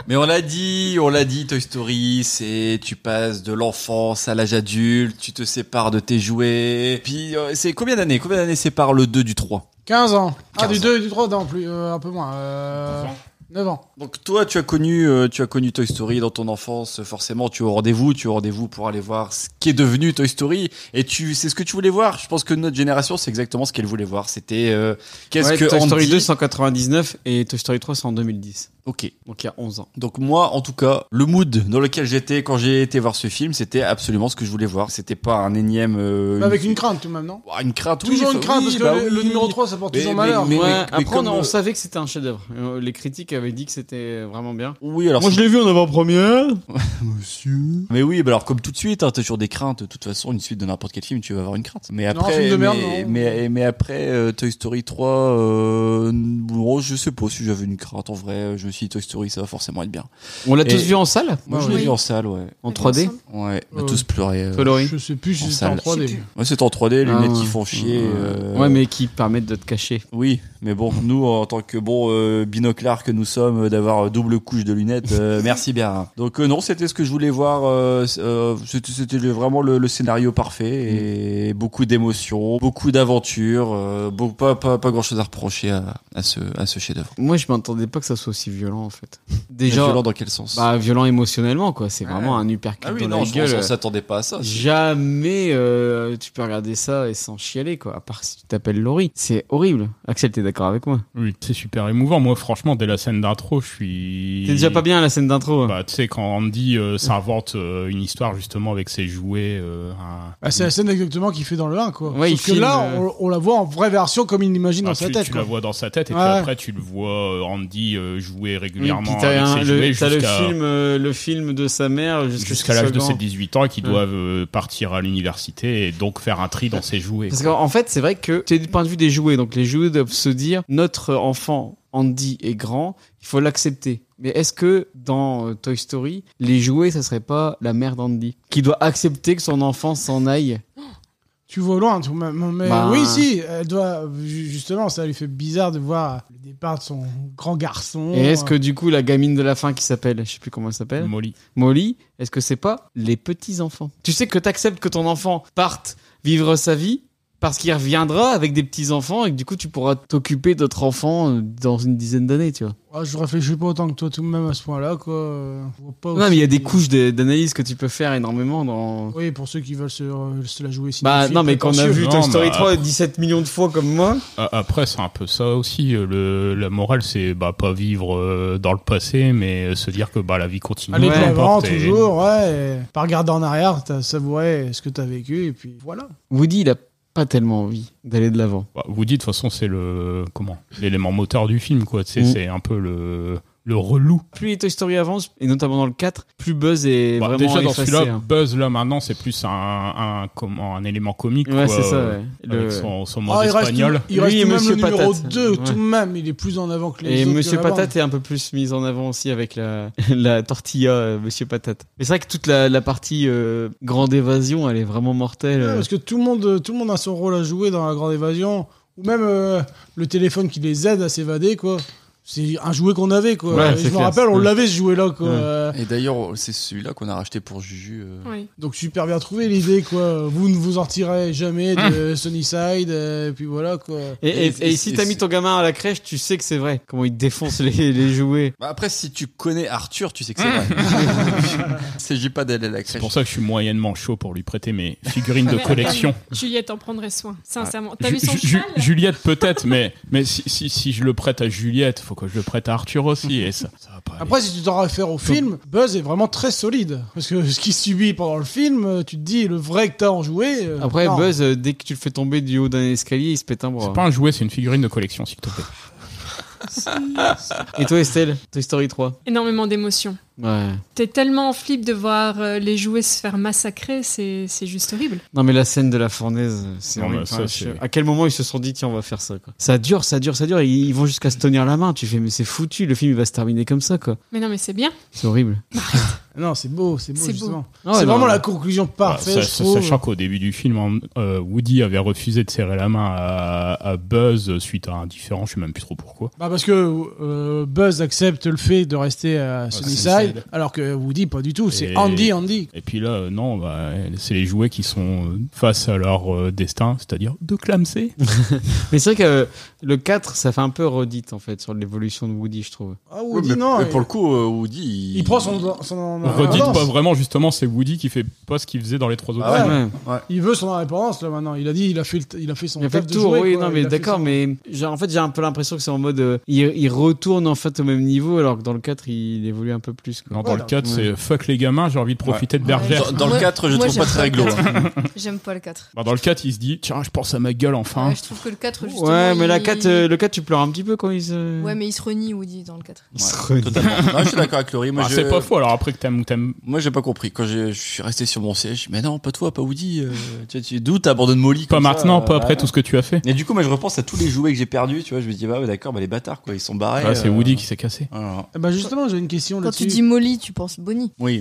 [SPEAKER 3] Mais on l'a dit, on l'a dit, Toy Story, c'est tu passes de l'enfance à l'âge adulte, tu te sépares de tes jouets. Puis euh, c'est combien d'années Combien d'années séparent le 2 du 3
[SPEAKER 5] 15 ans. Ah,
[SPEAKER 3] 15
[SPEAKER 5] du 2 et du 3, non, plus, euh, un peu moins. Euh, 9 ans.
[SPEAKER 3] Donc toi, tu as connu, euh, tu as connu Toy Story dans ton enfance. euh, Forcément, tu es au rendez-vous, tu es au rendez-vous pour aller voir ce qui est devenu Toy Story. Et tu, c'est ce que tu voulais voir. Je pense que notre génération, c'est exactement ce qu'elle voulait voir. C'était euh, qu'est-ce
[SPEAKER 2] Ouais,
[SPEAKER 3] que
[SPEAKER 2] Toy Story
[SPEAKER 3] Andy-
[SPEAKER 2] 2 c'est en 99 et Toy Story 3 c'est en 2010.
[SPEAKER 3] Ok.
[SPEAKER 2] Donc il y a 11 ans.
[SPEAKER 3] Donc moi, en tout cas, le mood dans lequel j'étais quand j'ai été voir ce film, c'était absolument ce que je voulais voir. C'était pas un énième. euh,
[SPEAKER 5] Mais avec une crainte tout de même, non
[SPEAKER 3] Une crainte, oui,
[SPEAKER 5] Toujours
[SPEAKER 3] enfin,
[SPEAKER 5] une
[SPEAKER 3] oui,
[SPEAKER 5] crainte, parce que
[SPEAKER 3] bah
[SPEAKER 5] le,
[SPEAKER 3] oui.
[SPEAKER 5] le numéro 3, ça porte
[SPEAKER 3] Mais-
[SPEAKER 5] toujours
[SPEAKER 3] mais-
[SPEAKER 5] malheur.
[SPEAKER 3] mais- mais-
[SPEAKER 2] Après on,
[SPEAKER 3] comme,
[SPEAKER 2] on
[SPEAKER 3] euh,
[SPEAKER 2] savait que c'était un chef-d'œuvre. Euh, Les critiques avaient dit que c'était vraiment bien.
[SPEAKER 3] Oui alors.
[SPEAKER 2] Moi je l'ai vu en avant-première.
[SPEAKER 3] Monsieur. Mais oui, bah alors comme tout de suite, hein, t'as toujours des craintes. De toute façon, une suite de n'importe quel film, tu vas avoir une crainte. Mais
[SPEAKER 5] Non,
[SPEAKER 3] après,
[SPEAKER 5] un film de merde,
[SPEAKER 3] mais,
[SPEAKER 5] non.
[SPEAKER 3] mais, mais après euh, Toy Story 3, euh, bon, je sais pas si j'avais une crainte en vrai. Je me suis dit Toy Story, ça va forcément être bien.
[SPEAKER 2] On l'a
[SPEAKER 3] Et-
[SPEAKER 2] tous vu en salle
[SPEAKER 3] Moi, je
[SPEAKER 2] Oui.
[SPEAKER 3] l'ai vu en salle, ouais.
[SPEAKER 2] En 3D
[SPEAKER 3] Ouais. On a
[SPEAKER 2] Ouais.
[SPEAKER 3] tous pleuré. euh,
[SPEAKER 2] Colori.
[SPEAKER 5] Je sais plus si
[SPEAKER 3] en
[SPEAKER 5] c'était en
[SPEAKER 3] salle.
[SPEAKER 5] 3D.
[SPEAKER 3] Je sais plus. Ouais, c'est en 3D, les
[SPEAKER 2] Ah,
[SPEAKER 3] lunettes
[SPEAKER 2] ouais.
[SPEAKER 3] qui font chier. euh,
[SPEAKER 2] Ouais mais qui permettent de te cacher.
[SPEAKER 3] Oui, mais bon, nous, en tant que bon euh, binoclard que nous sommes, euh, d'avoir euh, double couche de lunettes, euh, merci bien. Donc euh, non, c'était ce que je voulais voir. euh, c- euh, c'était c'était le- vraiment le, le scénario parfait
[SPEAKER 2] Mm.
[SPEAKER 3] et beaucoup d'émotions, beaucoup d'aventures, euh, beau- pas, pas, pas grand-chose à reprocher à, à ce, à ce chef-d'œuvre.
[SPEAKER 2] Moi je m'attendais pas que ça soit aussi violent en fait.
[SPEAKER 3] violent dans quel sens
[SPEAKER 2] Bah violent émotionnellement quoi. C'est vraiment un uppercut
[SPEAKER 3] Ah oui,
[SPEAKER 2] dans
[SPEAKER 3] non,
[SPEAKER 2] la
[SPEAKER 3] je-
[SPEAKER 2] gueule.
[SPEAKER 3] on s'attendait pas à ça.
[SPEAKER 2] Jamais euh, tu peux regarder ça et sans chialer quoi. À part si tu t'appelles Laurie. C'est horrible. Axel t'es d'accord avec moi
[SPEAKER 7] Oui, c'est super émouvant. Moi, franchement, dès la scène d'intro, je suis.
[SPEAKER 2] T'es déjà pas bien à la scène d'intro. hein?
[SPEAKER 7] Bah, tu sais, quand Andy euh, s'invente euh, une histoire justement avec ses jouets. euh, un-
[SPEAKER 5] Bah, c'est la scène exactement qu'il fait dans le 1, quoi.
[SPEAKER 7] Ouais, il
[SPEAKER 5] Sauf que
[SPEAKER 7] filme,
[SPEAKER 5] là,
[SPEAKER 7] euh,
[SPEAKER 5] on, on la voit en vraie version comme il l'imagine
[SPEAKER 7] Ah,
[SPEAKER 5] dans
[SPEAKER 7] tu,
[SPEAKER 5] sa tête.
[SPEAKER 7] tu
[SPEAKER 5] quoi. Ah
[SPEAKER 7] la vois dans sa tête et
[SPEAKER 5] Ouais.
[SPEAKER 7] puis après tu le vois euh, Andy euh, jouer régulièrement
[SPEAKER 2] Oui, puis t'as
[SPEAKER 7] avec
[SPEAKER 2] un-
[SPEAKER 7] ses
[SPEAKER 2] le,
[SPEAKER 7] jouets
[SPEAKER 2] t'as le
[SPEAKER 7] jusqu'à-
[SPEAKER 2] film, euh, le film de sa mère jusqu'à
[SPEAKER 7] jusqu'à l'âge de ses
[SPEAKER 2] ses
[SPEAKER 7] 18 ans et qui
[SPEAKER 2] Ouais.
[SPEAKER 7] doivent euh, partir à l'université et donc faire un tri dans ses jouets.
[SPEAKER 2] Parce
[SPEAKER 7] quoi.
[SPEAKER 2] qu'en en fait, c'est vrai que c'est du point de vue des jouets. Donc les jouets doivent se dire notre enfant Andy est grand, il faut l'accepter. Mais est-ce que dans euh, Toy Story, les jouets, ça serait pas la mère d'Andy qui doit accepter que son enfant s'en aille
[SPEAKER 5] Tu vois au loin, tu vois, mais- mais
[SPEAKER 2] Bah.
[SPEAKER 5] oui, si, elle doit, ju- justement, ça lui fait bizarre de voir le départ de son grand garçon. euh,
[SPEAKER 2] Et est-ce que du coup, la gamine de la fin qui s'appelle, je sais plus comment elle s'appelle
[SPEAKER 7] Molly.
[SPEAKER 2] Molly, est-ce que c'est pas les petits-enfants Tu sais que t'acceptes que ton enfant parte vivre sa vie parce qu'il reviendra avec des petits-enfants et que du coup, tu pourras t'occuper d'autres enfants euh, dans une dizaine d'années, tu vois.
[SPEAKER 5] Ouais, ah, je réfléchis pas autant que toi tout de même à ce point-là, quoi. Euh, je vois pas
[SPEAKER 2] Non,
[SPEAKER 5] aussi-
[SPEAKER 2] mais il y a des couches de- d'analyse que tu peux faire énormément dans.
[SPEAKER 5] Oui, pour ceux qui veulent se, euh, se la jouer
[SPEAKER 2] Bah non, mais quand on a vu Toy Story 3
[SPEAKER 7] après-
[SPEAKER 2] 17 millions de fois comme moi.
[SPEAKER 7] A- Après, c'est un peu ça aussi. euh, Le, la morale, c'est bah, pas vivre euh, dans le passé, mais euh, se dire que bah, la vie continue.
[SPEAKER 5] Aller de
[SPEAKER 7] peu
[SPEAKER 5] l'avant,
[SPEAKER 7] importe, et-
[SPEAKER 5] toujours, ouais. et Pas regarder en arrière, t'as savouré ce que t'as vécu, et puis voilà.
[SPEAKER 2] Woody, il a pas tellement envie d'aller de l'avant.
[SPEAKER 7] Bah, vous dites, de toute façon, c'est le comment l'élément moteur du film, quoi. tu sais,
[SPEAKER 2] Mm.
[SPEAKER 7] C'est un peu le Le relou.
[SPEAKER 2] Plus les Toy Story avancent, et notamment dans le 4, plus Buzz est
[SPEAKER 7] Bah,
[SPEAKER 2] vraiment
[SPEAKER 7] déjà dans
[SPEAKER 2] effacé,
[SPEAKER 7] celui-là,
[SPEAKER 2] hein.
[SPEAKER 7] Buzz là maintenant c'est plus un, un, comment, un élément comique.
[SPEAKER 2] Ouais,
[SPEAKER 7] quoi,
[SPEAKER 2] c'est ça,
[SPEAKER 7] euh,
[SPEAKER 2] ouais. Le-
[SPEAKER 7] Avec son, son mode
[SPEAKER 5] Ah, il reste,
[SPEAKER 7] espagnol.
[SPEAKER 5] il reste même le numéro 2 tout de même, il est plus en avant que les
[SPEAKER 2] Et
[SPEAKER 5] autres de
[SPEAKER 2] Monsieur
[SPEAKER 5] la bande.
[SPEAKER 2] Patate est un peu plus mis en avant aussi avec la, la tortilla euh, Monsieur Patate. Mais c'est vrai que toute la, la partie euh, grande évasion, elle est vraiment mortelle.
[SPEAKER 3] euh,
[SPEAKER 2] euh.
[SPEAKER 5] Ouais, parce que tout le, monde, tout le monde a son rôle à jouer dans la grande évasion, ou même euh, le téléphone qui les aide à s'évader, quoi. C'est un jouet qu'on avait, quoi.
[SPEAKER 3] Ouais,
[SPEAKER 5] Et
[SPEAKER 3] c'est
[SPEAKER 5] je me
[SPEAKER 3] clair,
[SPEAKER 5] rappelle, on
[SPEAKER 3] ouais.
[SPEAKER 5] l'avait ce jouet-là, quoi. Euh,
[SPEAKER 3] Et d'ailleurs, c'est celui-là qu'on a racheté pour Juju. euh.
[SPEAKER 5] Donc super bien trouvé l'idée, quoi. Vous ne vous en tirez jamais
[SPEAKER 3] Hum.
[SPEAKER 5] de Sunnyside, euh, et puis voilà, quoi.
[SPEAKER 2] Et, et- et si t'as mis ton gamin à la crèche, tu sais que c'est vrai. Comment il défonce les, les jouets.
[SPEAKER 3] Bah, après, si tu connais Arthur, tu sais que c'est vrai. Il s'agit pas d'aller à la crèche.
[SPEAKER 7] C'est pour ça que je suis moyennement chaud pour lui prêter mes figurines de collection.
[SPEAKER 6] Juliette en prendrait soin, sincèrement. T'as
[SPEAKER 7] Ju-
[SPEAKER 6] vu son
[SPEAKER 7] Ju-
[SPEAKER 6] cheval
[SPEAKER 7] Ju- Juliette peut-être, mais, mais si, si, si je le prête à Juliette, faut que je le prête à Arthur aussi. Et ça, ça va pas.
[SPEAKER 5] Bah, Après, si tu t'en réfères au film, Buzz est vraiment très solide. Parce que ce qu'il subit pendant le film, euh, tu te dis, le vrai que t'as en joué. euh,
[SPEAKER 2] Après,
[SPEAKER 5] non.
[SPEAKER 2] Buzz, euh, dès que tu le fais tomber du haut d'un escalier, il se pète un bras.
[SPEAKER 7] C'est pas un jouet, c'est une figurine de collection, s'il te plaît.
[SPEAKER 2] Et toi, Estelle, Toy Story 3
[SPEAKER 6] Énormément d'émotions.
[SPEAKER 2] Ouais.
[SPEAKER 6] T'es tellement en flip de voir euh, les jouets se faire massacrer, c'est c'est juste horrible.
[SPEAKER 2] Non, mais la scène de la fournaise, c'est
[SPEAKER 7] Non,
[SPEAKER 2] horrible.
[SPEAKER 7] mais ça,
[SPEAKER 2] Enfin,
[SPEAKER 7] c'est-
[SPEAKER 2] je- À quel moment ils se sont dit, tiens, on va faire ça, quoi. Ça dure, ça dure, ça dure. et Ils vont jusqu'à se tenir la main. Tu fais, mais c'est foutu, le film, il va se terminer comme ça, quoi.
[SPEAKER 6] Mais non, mais c'est bien.
[SPEAKER 2] C'est horrible.
[SPEAKER 5] Non, c'est beau, c'est beau,
[SPEAKER 6] C'est beau.
[SPEAKER 5] justement.
[SPEAKER 2] Ah ouais,
[SPEAKER 5] c'est
[SPEAKER 2] non, Bah,
[SPEAKER 5] vraiment
[SPEAKER 2] ouais.
[SPEAKER 5] la conclusion parfaite,
[SPEAKER 7] Sa-
[SPEAKER 5] je
[SPEAKER 7] sa-
[SPEAKER 5] trouve.
[SPEAKER 7] sachant qu'au début du film, en- euh, Woody avait refusé de serrer la main à, à Buzz suite à un différent, je sais même plus trop pourquoi.
[SPEAKER 5] Bah, parce que euh, Buzz accepte le fait de rester
[SPEAKER 2] Bah,
[SPEAKER 5] à Sunnyside,
[SPEAKER 7] Sunnyside.
[SPEAKER 5] alors que Woody, pas du tout. C'est
[SPEAKER 7] Et-
[SPEAKER 5] Andy, Andy.
[SPEAKER 7] Et puis là, euh, non, bah, c'est les jouets qui sont euh, face à leur euh, destin, c'est-à-dire de clamser.
[SPEAKER 2] mais c'est vrai que euh, le 4, ça fait un peu redite, en fait, sur l'évolution de Woody, je trouve.
[SPEAKER 5] Ah,
[SPEAKER 3] Oui,
[SPEAKER 5] Woody,
[SPEAKER 3] mais-
[SPEAKER 5] non.
[SPEAKER 3] mais
[SPEAKER 5] il-
[SPEAKER 3] pour le coup, euh, Woody. Il,
[SPEAKER 5] Il prend son. son
[SPEAKER 7] Redites
[SPEAKER 5] indépendance.
[SPEAKER 7] pas vraiment, justement, c'est Woody qui fait pas ce qu'il faisait dans les trois autres
[SPEAKER 5] Ah
[SPEAKER 7] films.
[SPEAKER 5] ouais. Il veut son indépendance, là, maintenant. Il a dit, il a fait, le t- il a fait son
[SPEAKER 2] Il a fait
[SPEAKER 5] taf
[SPEAKER 2] le
[SPEAKER 5] de
[SPEAKER 2] tour,
[SPEAKER 5] jouet,
[SPEAKER 2] oui,
[SPEAKER 5] quoi.
[SPEAKER 2] non,
[SPEAKER 5] Il
[SPEAKER 2] mais
[SPEAKER 5] a fait
[SPEAKER 2] d'accord,
[SPEAKER 5] son-
[SPEAKER 2] mais j'ai- en fait, j'ai un peu l'impression que c'est en mode. euh, il, il retourne en fait au même niveau, alors que dans le 4, il évolue un peu plus. Quoi.
[SPEAKER 7] Non, dans le 4, c'est fuck les gamins, j'ai envie de profiter de Bergère.
[SPEAKER 3] Dans, dans le 4, je
[SPEAKER 8] moi,
[SPEAKER 3] trouve pas
[SPEAKER 8] j'aime
[SPEAKER 3] très rigolo.
[SPEAKER 8] pas le
[SPEAKER 3] hein.
[SPEAKER 8] J'aime pas le 4.
[SPEAKER 7] Bah, dans le 4, il se dit, tiens, je pense à ma gueule enfin.
[SPEAKER 8] Ouais, je trouve que le 4, justement.
[SPEAKER 2] Hein Ouais, mais la
[SPEAKER 8] il-
[SPEAKER 2] 4, euh, le 4, tu pleures un petit peu quand ils euh, se.
[SPEAKER 8] Ouais, mais il se renie, Woody, dans le 4.
[SPEAKER 2] ils se renient.
[SPEAKER 3] Totalement. Non, je suis d'accord avec Laurie. Moi,
[SPEAKER 7] Ah,
[SPEAKER 3] je-
[SPEAKER 7] C'est pas faux, alors après que t'aimes ou t'aimes.
[SPEAKER 3] Moi, j'ai pas compris. Quand j'ai- je suis resté sur mon siège, mais non, pas toi, pas Woody. euh, tu- tu- D'où t'abandonnes Molly
[SPEAKER 7] Pas
[SPEAKER 3] comme ça,
[SPEAKER 7] maintenant,
[SPEAKER 3] euh,
[SPEAKER 7] pas après
[SPEAKER 3] ouais.
[SPEAKER 7] tout ce que tu as fait.
[SPEAKER 3] Et du coup, moi, je repense à tous les jouets que j'ai perdus, tu vois. Je me dis, bah, ouais, d'accord, bah, les bâtards, quoi, ils sont barrés.
[SPEAKER 7] Ah, c'est
[SPEAKER 3] euh,
[SPEAKER 7] Woody qui s'est cassé.
[SPEAKER 3] voilà.
[SPEAKER 5] Eh ben, justement, j'ai une question
[SPEAKER 2] Oh,
[SPEAKER 8] Quand tu
[SPEAKER 5] là-dessus.
[SPEAKER 8] dis Molly, tu penses Bonnie.
[SPEAKER 3] Oui.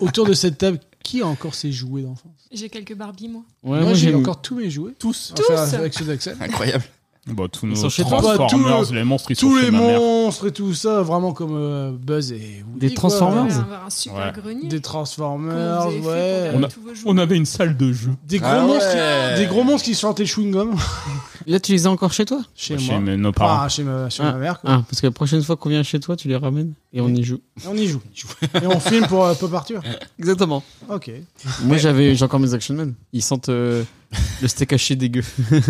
[SPEAKER 5] Autour de cette table, qui a encore ses jouets d'enfant
[SPEAKER 6] J'ai quelques Barbies, moi.
[SPEAKER 2] Ouais,
[SPEAKER 5] Moi,
[SPEAKER 2] moi,
[SPEAKER 5] j'ai
[SPEAKER 2] j'ai
[SPEAKER 5] encore tous mes jouets.
[SPEAKER 3] Tous.
[SPEAKER 5] Enfin,
[SPEAKER 6] Tous
[SPEAKER 5] avec ceux d'Axel.
[SPEAKER 3] Incroyable.
[SPEAKER 7] Bah, tous
[SPEAKER 2] Ils
[SPEAKER 7] nos
[SPEAKER 2] sont chez toi.
[SPEAKER 7] Transformers,
[SPEAKER 5] Bah, tout
[SPEAKER 7] les monstres, ils sont
[SPEAKER 5] Tous
[SPEAKER 7] chez
[SPEAKER 5] les
[SPEAKER 7] ma mère.
[SPEAKER 5] monstres et tout ça, vraiment comme euh, Buzz et Woody,
[SPEAKER 2] Des
[SPEAKER 5] quoi.
[SPEAKER 6] On
[SPEAKER 2] Transformers
[SPEAKER 6] va avoir un super
[SPEAKER 7] Ouais.
[SPEAKER 6] grenier.
[SPEAKER 5] Des Transformers,
[SPEAKER 6] Comment vous avez
[SPEAKER 5] ouais.
[SPEAKER 6] fait pour
[SPEAKER 7] On, a-
[SPEAKER 6] tous vos jouets.
[SPEAKER 7] on avait une salle de jeu.
[SPEAKER 5] Des gros,
[SPEAKER 3] Ah
[SPEAKER 5] monstres
[SPEAKER 3] ouais.
[SPEAKER 5] qui, des gros monstres qui chantaient chewing-gum
[SPEAKER 2] Là, tu les as encore chez toi
[SPEAKER 5] chez
[SPEAKER 7] Chez
[SPEAKER 5] moi.
[SPEAKER 7] mes- nos parents.
[SPEAKER 5] Enfin, chez ma, chez
[SPEAKER 2] Ah.
[SPEAKER 5] ma mère. Quoi.
[SPEAKER 2] Ah, parce que la prochaine fois qu'on vient chez toi, tu les ramènes et on y joue.
[SPEAKER 5] Et on y joue. et on filme pour euh, Pop Arthur.
[SPEAKER 2] Exactement.
[SPEAKER 5] Ok.
[SPEAKER 2] Moi, j'avais, j'ai encore mes Action Man. Ils sentent euh, le steak haché dégueu.
[SPEAKER 3] Tu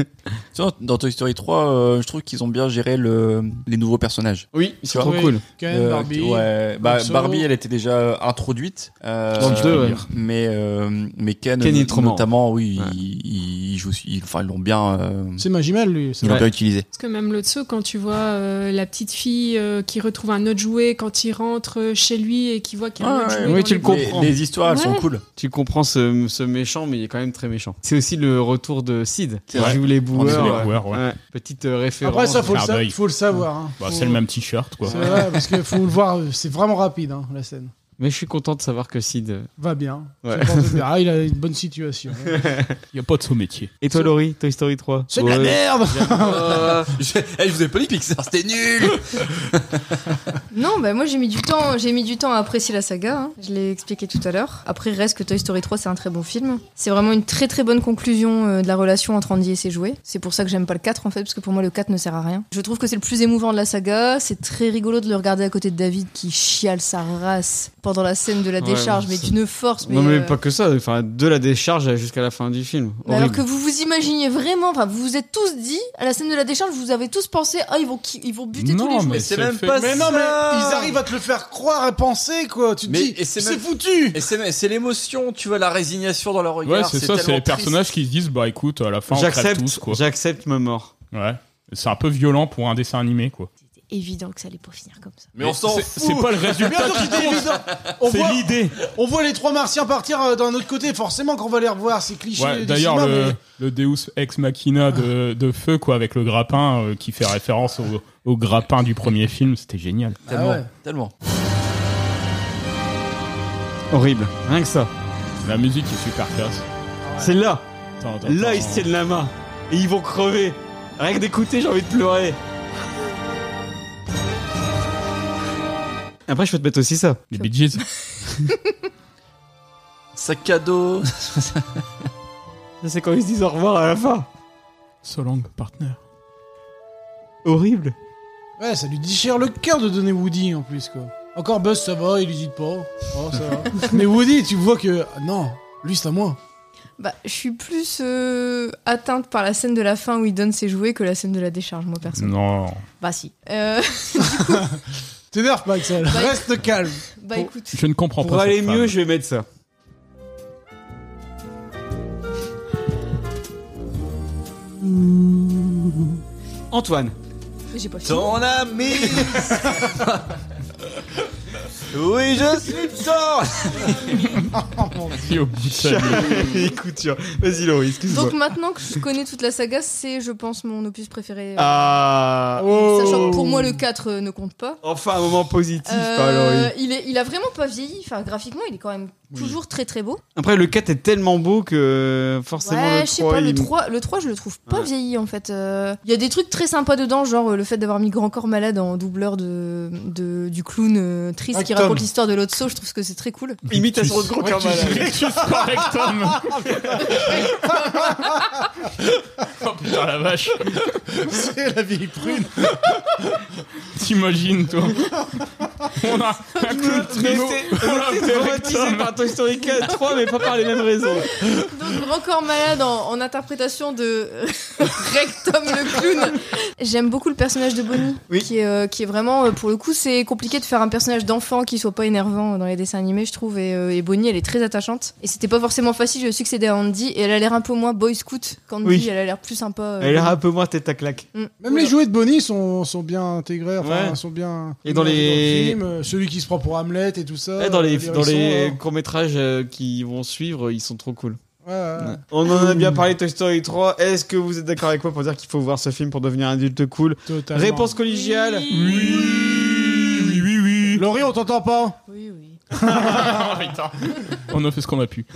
[SPEAKER 3] vois, dans Toy Story 3, euh, je trouve qu'ils ont bien géré le, les nouveaux personnages.
[SPEAKER 2] Oui, ils sont
[SPEAKER 3] vois,
[SPEAKER 2] trop
[SPEAKER 5] oui.
[SPEAKER 2] cool.
[SPEAKER 5] Ken,
[SPEAKER 3] Euh,
[SPEAKER 5] Barbie.
[SPEAKER 3] ouais, bah,
[SPEAKER 5] Solo.
[SPEAKER 3] Barbie, elle était déjà introduite. euh,
[SPEAKER 2] Dans le deux, ouais.
[SPEAKER 3] Mais, euh, mais Ken,
[SPEAKER 2] Ken est
[SPEAKER 3] no-
[SPEAKER 2] trop marrant.
[SPEAKER 3] notamment, oui,
[SPEAKER 2] Ouais.
[SPEAKER 3] il, il joue, il- enfin, ils l'ont bien, euh,
[SPEAKER 5] C'est Magimel, lui. c'est
[SPEAKER 3] ils l'ont
[SPEAKER 5] vrai.
[SPEAKER 3] bien utilisé.
[SPEAKER 6] Parce que même l'autre saut, quand tu vois euh, la petite fille euh, qui retrouve un autre jouet quand il rentre euh, chez lui et qui voit qu'il y a un
[SPEAKER 3] Ouais,
[SPEAKER 6] autre
[SPEAKER 3] ouais,
[SPEAKER 6] jouet.
[SPEAKER 2] oui,
[SPEAKER 6] dans
[SPEAKER 2] tu
[SPEAKER 6] les-
[SPEAKER 2] le comprends.
[SPEAKER 3] Les, les histoires, elles sont
[SPEAKER 6] Ouais.
[SPEAKER 3] cool.
[SPEAKER 2] Tu comprends ce, ce méchant, mais il est quand même très méchant. C'est aussi le retour de Sid.
[SPEAKER 3] C'est
[SPEAKER 2] Il
[SPEAKER 3] vrai.
[SPEAKER 2] joue les boueurs.
[SPEAKER 7] les boueurs, ouais.
[SPEAKER 2] Petite euh, référence.
[SPEAKER 5] Après, ça, faut le,
[SPEAKER 7] Clin
[SPEAKER 5] sa-
[SPEAKER 7] d'œil.
[SPEAKER 5] faut le savoir. hein.
[SPEAKER 7] Bah,
[SPEAKER 5] Faut-
[SPEAKER 7] c'est le même t-shirt, quoi.
[SPEAKER 5] C'est vrai, parce qu'il faut le voir. euh, C'est vraiment rapide, hein, la scène.
[SPEAKER 2] Mais je suis content de savoir que Sid. euh,
[SPEAKER 5] Va bien.
[SPEAKER 2] Ouais.
[SPEAKER 5] Je pense que- Ah, il a une bonne situation.
[SPEAKER 7] Il n'y a pas de sous-métier.
[SPEAKER 2] Et toi, Laurie, Toy Story 3
[SPEAKER 5] C'est de la merde
[SPEAKER 3] je, eh, je vous ai pas dit Pixar, c'était nul!
[SPEAKER 8] Non, bah moi j'ai mis du temps, j'ai mis du temps à apprécier la saga. hein. Je l'ai expliqué tout à l'heure. Après reste que Toy Story 3 c'est un très bon film. C'est vraiment une très très bonne conclusion euh, de la relation entre Andy et ses jouets. C'est pour ça que j'aime pas le 4 en fait parce que pour moi le 4 ne sert à rien. Je trouve que c'est le plus émouvant de la saga. C'est très rigolo de le regarder à côté de David qui chiale sa race pendant la scène de la
[SPEAKER 2] Ouais,
[SPEAKER 8] décharge, mais
[SPEAKER 2] c'est-
[SPEAKER 8] d'une force. Mais,
[SPEAKER 2] Non, mais
[SPEAKER 8] euh,
[SPEAKER 2] pas que ça. Enfin, de la décharge jusqu'à la fin du film.
[SPEAKER 8] mais alors
[SPEAKER 2] Horrible.
[SPEAKER 8] que vous vous imaginiez vraiment, enfin vous vous êtes tous dit à la scène de la décharge, vous avez tous pensé ah ils vont qui- ils vont buter tous
[SPEAKER 7] Non,
[SPEAKER 8] les jouets.
[SPEAKER 7] mais c'est même pas
[SPEAKER 5] Mais non, mais ils arrivent à te le faire croire et penser, quoi. Tu te
[SPEAKER 3] Mais-
[SPEAKER 5] dis,
[SPEAKER 3] et c'est
[SPEAKER 5] c'est
[SPEAKER 3] même-
[SPEAKER 5] foutu
[SPEAKER 3] Et c'est c'est l'émotion, tu vois, la résignation dans leur regard.
[SPEAKER 7] Ouais, c'est ça, c'est
[SPEAKER 3] tellement
[SPEAKER 7] les
[SPEAKER 3] triste.
[SPEAKER 7] personnages qui se disent, bah écoute, à la fin, on crève
[SPEAKER 2] J'accepte,
[SPEAKER 7] tous, quoi.
[SPEAKER 2] j'accepte ma mort.
[SPEAKER 7] Ouais. C'est un peu violent pour un dessin animé, quoi.
[SPEAKER 8] évident que ça allait pour finir comme ça.
[SPEAKER 3] Mais on s'en
[SPEAKER 7] c'est-
[SPEAKER 3] fout.
[SPEAKER 7] c'est pas le résultat
[SPEAKER 5] Mais attends,
[SPEAKER 7] qui
[SPEAKER 5] c'était
[SPEAKER 7] compte.
[SPEAKER 5] évident. On
[SPEAKER 7] C'est
[SPEAKER 5] voit-
[SPEAKER 7] l'idée.
[SPEAKER 5] On voit les trois martiens partir euh, d'un autre côté, forcément qu'on va les revoir, ces clichés.
[SPEAKER 7] Ouais,
[SPEAKER 5] du
[SPEAKER 7] d'ailleurs,
[SPEAKER 5] cinéma,
[SPEAKER 7] le,
[SPEAKER 5] mais-
[SPEAKER 7] le Deus ex machina de, de feu, quoi, avec le grappin euh, qui fait référence au, au grappin du premier film, c'était génial.
[SPEAKER 3] Tellement, Ah tellement.
[SPEAKER 2] Horrible, rien que ça.
[SPEAKER 7] La musique est super classe.
[SPEAKER 2] C'est là.
[SPEAKER 7] Attends, attends,
[SPEAKER 2] Là,
[SPEAKER 7] attends.
[SPEAKER 2] ils se tiennent la main. Et ils vont crever. Rien que d'écouter, j'ai envie de pleurer. Après, je peux te mettre aussi ça.
[SPEAKER 7] Les Bee Gees.
[SPEAKER 3] Sac à dos.
[SPEAKER 2] C'est quand ils se disent au revoir à la fin.
[SPEAKER 7] So long, partner.
[SPEAKER 2] Horrible.
[SPEAKER 5] Ouais, ça lui déchire le cœur de donner Woody en plus, quoi. Encore Buzz, ça va, il hésite pas. Oh, ça va. Mais Woody, tu vois que. ah, Non, lui, c'est à moi.
[SPEAKER 8] Bah, je suis plus euh, atteinte par la scène de la fin où il donne ses jouets que la scène de la décharge, moi perso.
[SPEAKER 2] Mm.
[SPEAKER 7] Non.
[SPEAKER 8] Bah si. Euh,
[SPEAKER 5] T'énerve pas, Axel.
[SPEAKER 8] Bah,
[SPEAKER 5] Reste calme.
[SPEAKER 8] bah
[SPEAKER 2] Oh.
[SPEAKER 8] écoute.
[SPEAKER 7] Je ne comprends
[SPEAKER 2] Pour
[SPEAKER 7] pas.
[SPEAKER 2] aller
[SPEAKER 7] cette femme.
[SPEAKER 2] mieux, je vais mettre ça. Antoine.
[SPEAKER 8] J'ai pas fini.
[SPEAKER 3] Ton ami. oui, je suis Thor.
[SPEAKER 7] Si, au bout de sa vie.
[SPEAKER 2] Les coutures. Vas-y, Laurie, excuse-moi.
[SPEAKER 8] Donc maintenant que je connais toute la saga, c'est, je pense, mon opus préféré.
[SPEAKER 2] Ah.
[SPEAKER 8] Sachant que pour moi, le 4 euh, ne compte pas.
[SPEAKER 2] Enfin, un moment positif, par
[SPEAKER 8] Euh,
[SPEAKER 2] Laurie.
[SPEAKER 8] il, est, il a vraiment pas vieilli. Enfin, graphiquement, il est quand même toujours très très beau.
[SPEAKER 2] Après, le 4 est tellement beau que forcément
[SPEAKER 8] Ouais,
[SPEAKER 2] le
[SPEAKER 8] je sais
[SPEAKER 2] 3,
[SPEAKER 8] pas, le
[SPEAKER 2] il-
[SPEAKER 8] 3, le 3, je le trouve pas
[SPEAKER 2] Ouais.
[SPEAKER 8] vieilli en fait. Euh, Il y a des trucs très sympas dedans, genre euh, le fait d'avoir mis Grand Corps Malade en doubleur de, de- du clown euh, triste
[SPEAKER 2] Ah,
[SPEAKER 8] qui
[SPEAKER 2] Tom.
[SPEAKER 8] raconte l'histoire de l'autre saut, je trouve que c'est très cool.
[SPEAKER 2] Imitation de gros cœur malade.
[SPEAKER 7] Rictus correctum. oh putain, la vache.
[SPEAKER 5] C'est la vieille prune.
[SPEAKER 7] T'imagines, toi. On a un clown
[SPEAKER 2] Mais
[SPEAKER 7] primo.
[SPEAKER 2] c'est-
[SPEAKER 7] On a
[SPEAKER 2] on
[SPEAKER 7] un
[SPEAKER 2] était traumatisé
[SPEAKER 7] correctum.
[SPEAKER 2] par Toy Story 4 3, mais pas par les mêmes raisons.
[SPEAKER 8] Donc Grand Corps Malade en, en interprétation de euh, Rectum le clown. J'aime beaucoup le personnage de Bonnie, qui, est, euh, qui est vraiment, euh, pour le coup, c'est compliqué de faire un personnage d'enfant qui soit pas énervant dans les dessins animés, je trouve. Et, euh, et Bonnie, elle est très attachante. Et c'était pas forcément facile de succéder à Andy, et elle a l'air un peu moins boy scout qu'Andy,
[SPEAKER 2] Oui.
[SPEAKER 8] elle a l'air plus sympa. euh,
[SPEAKER 2] Elle a un peu moins tête à claque.
[SPEAKER 8] Mm.
[SPEAKER 5] Même les jouets de Bonnie sont, sont bien intégrés, enfin,
[SPEAKER 2] Ouais.
[SPEAKER 5] sont bien.
[SPEAKER 2] Et dans les-
[SPEAKER 5] le film, euh, celui qui se prend pour Hamlet et tout ça.
[SPEAKER 2] Ouais, dans les,
[SPEAKER 5] euh,
[SPEAKER 2] dans les
[SPEAKER 5] hérissons,
[SPEAKER 2] courts-métrages euh, qui vont suivre, ils sont trop cool.
[SPEAKER 5] là. Ouais, ouais.
[SPEAKER 2] Ouais. On en a bien parlé Toy Story 3. Est-ce que vous êtes d'accord avec moi pour dire qu'il faut voir ce film pour devenir un adulte cool
[SPEAKER 5] Totalement.
[SPEAKER 2] Réponse collégiale
[SPEAKER 7] Oui, oui, oui.
[SPEAKER 5] Laurie, on t'entend pas
[SPEAKER 8] Oui, oui.
[SPEAKER 7] Oh, putain. On a fait ce qu'on a pu.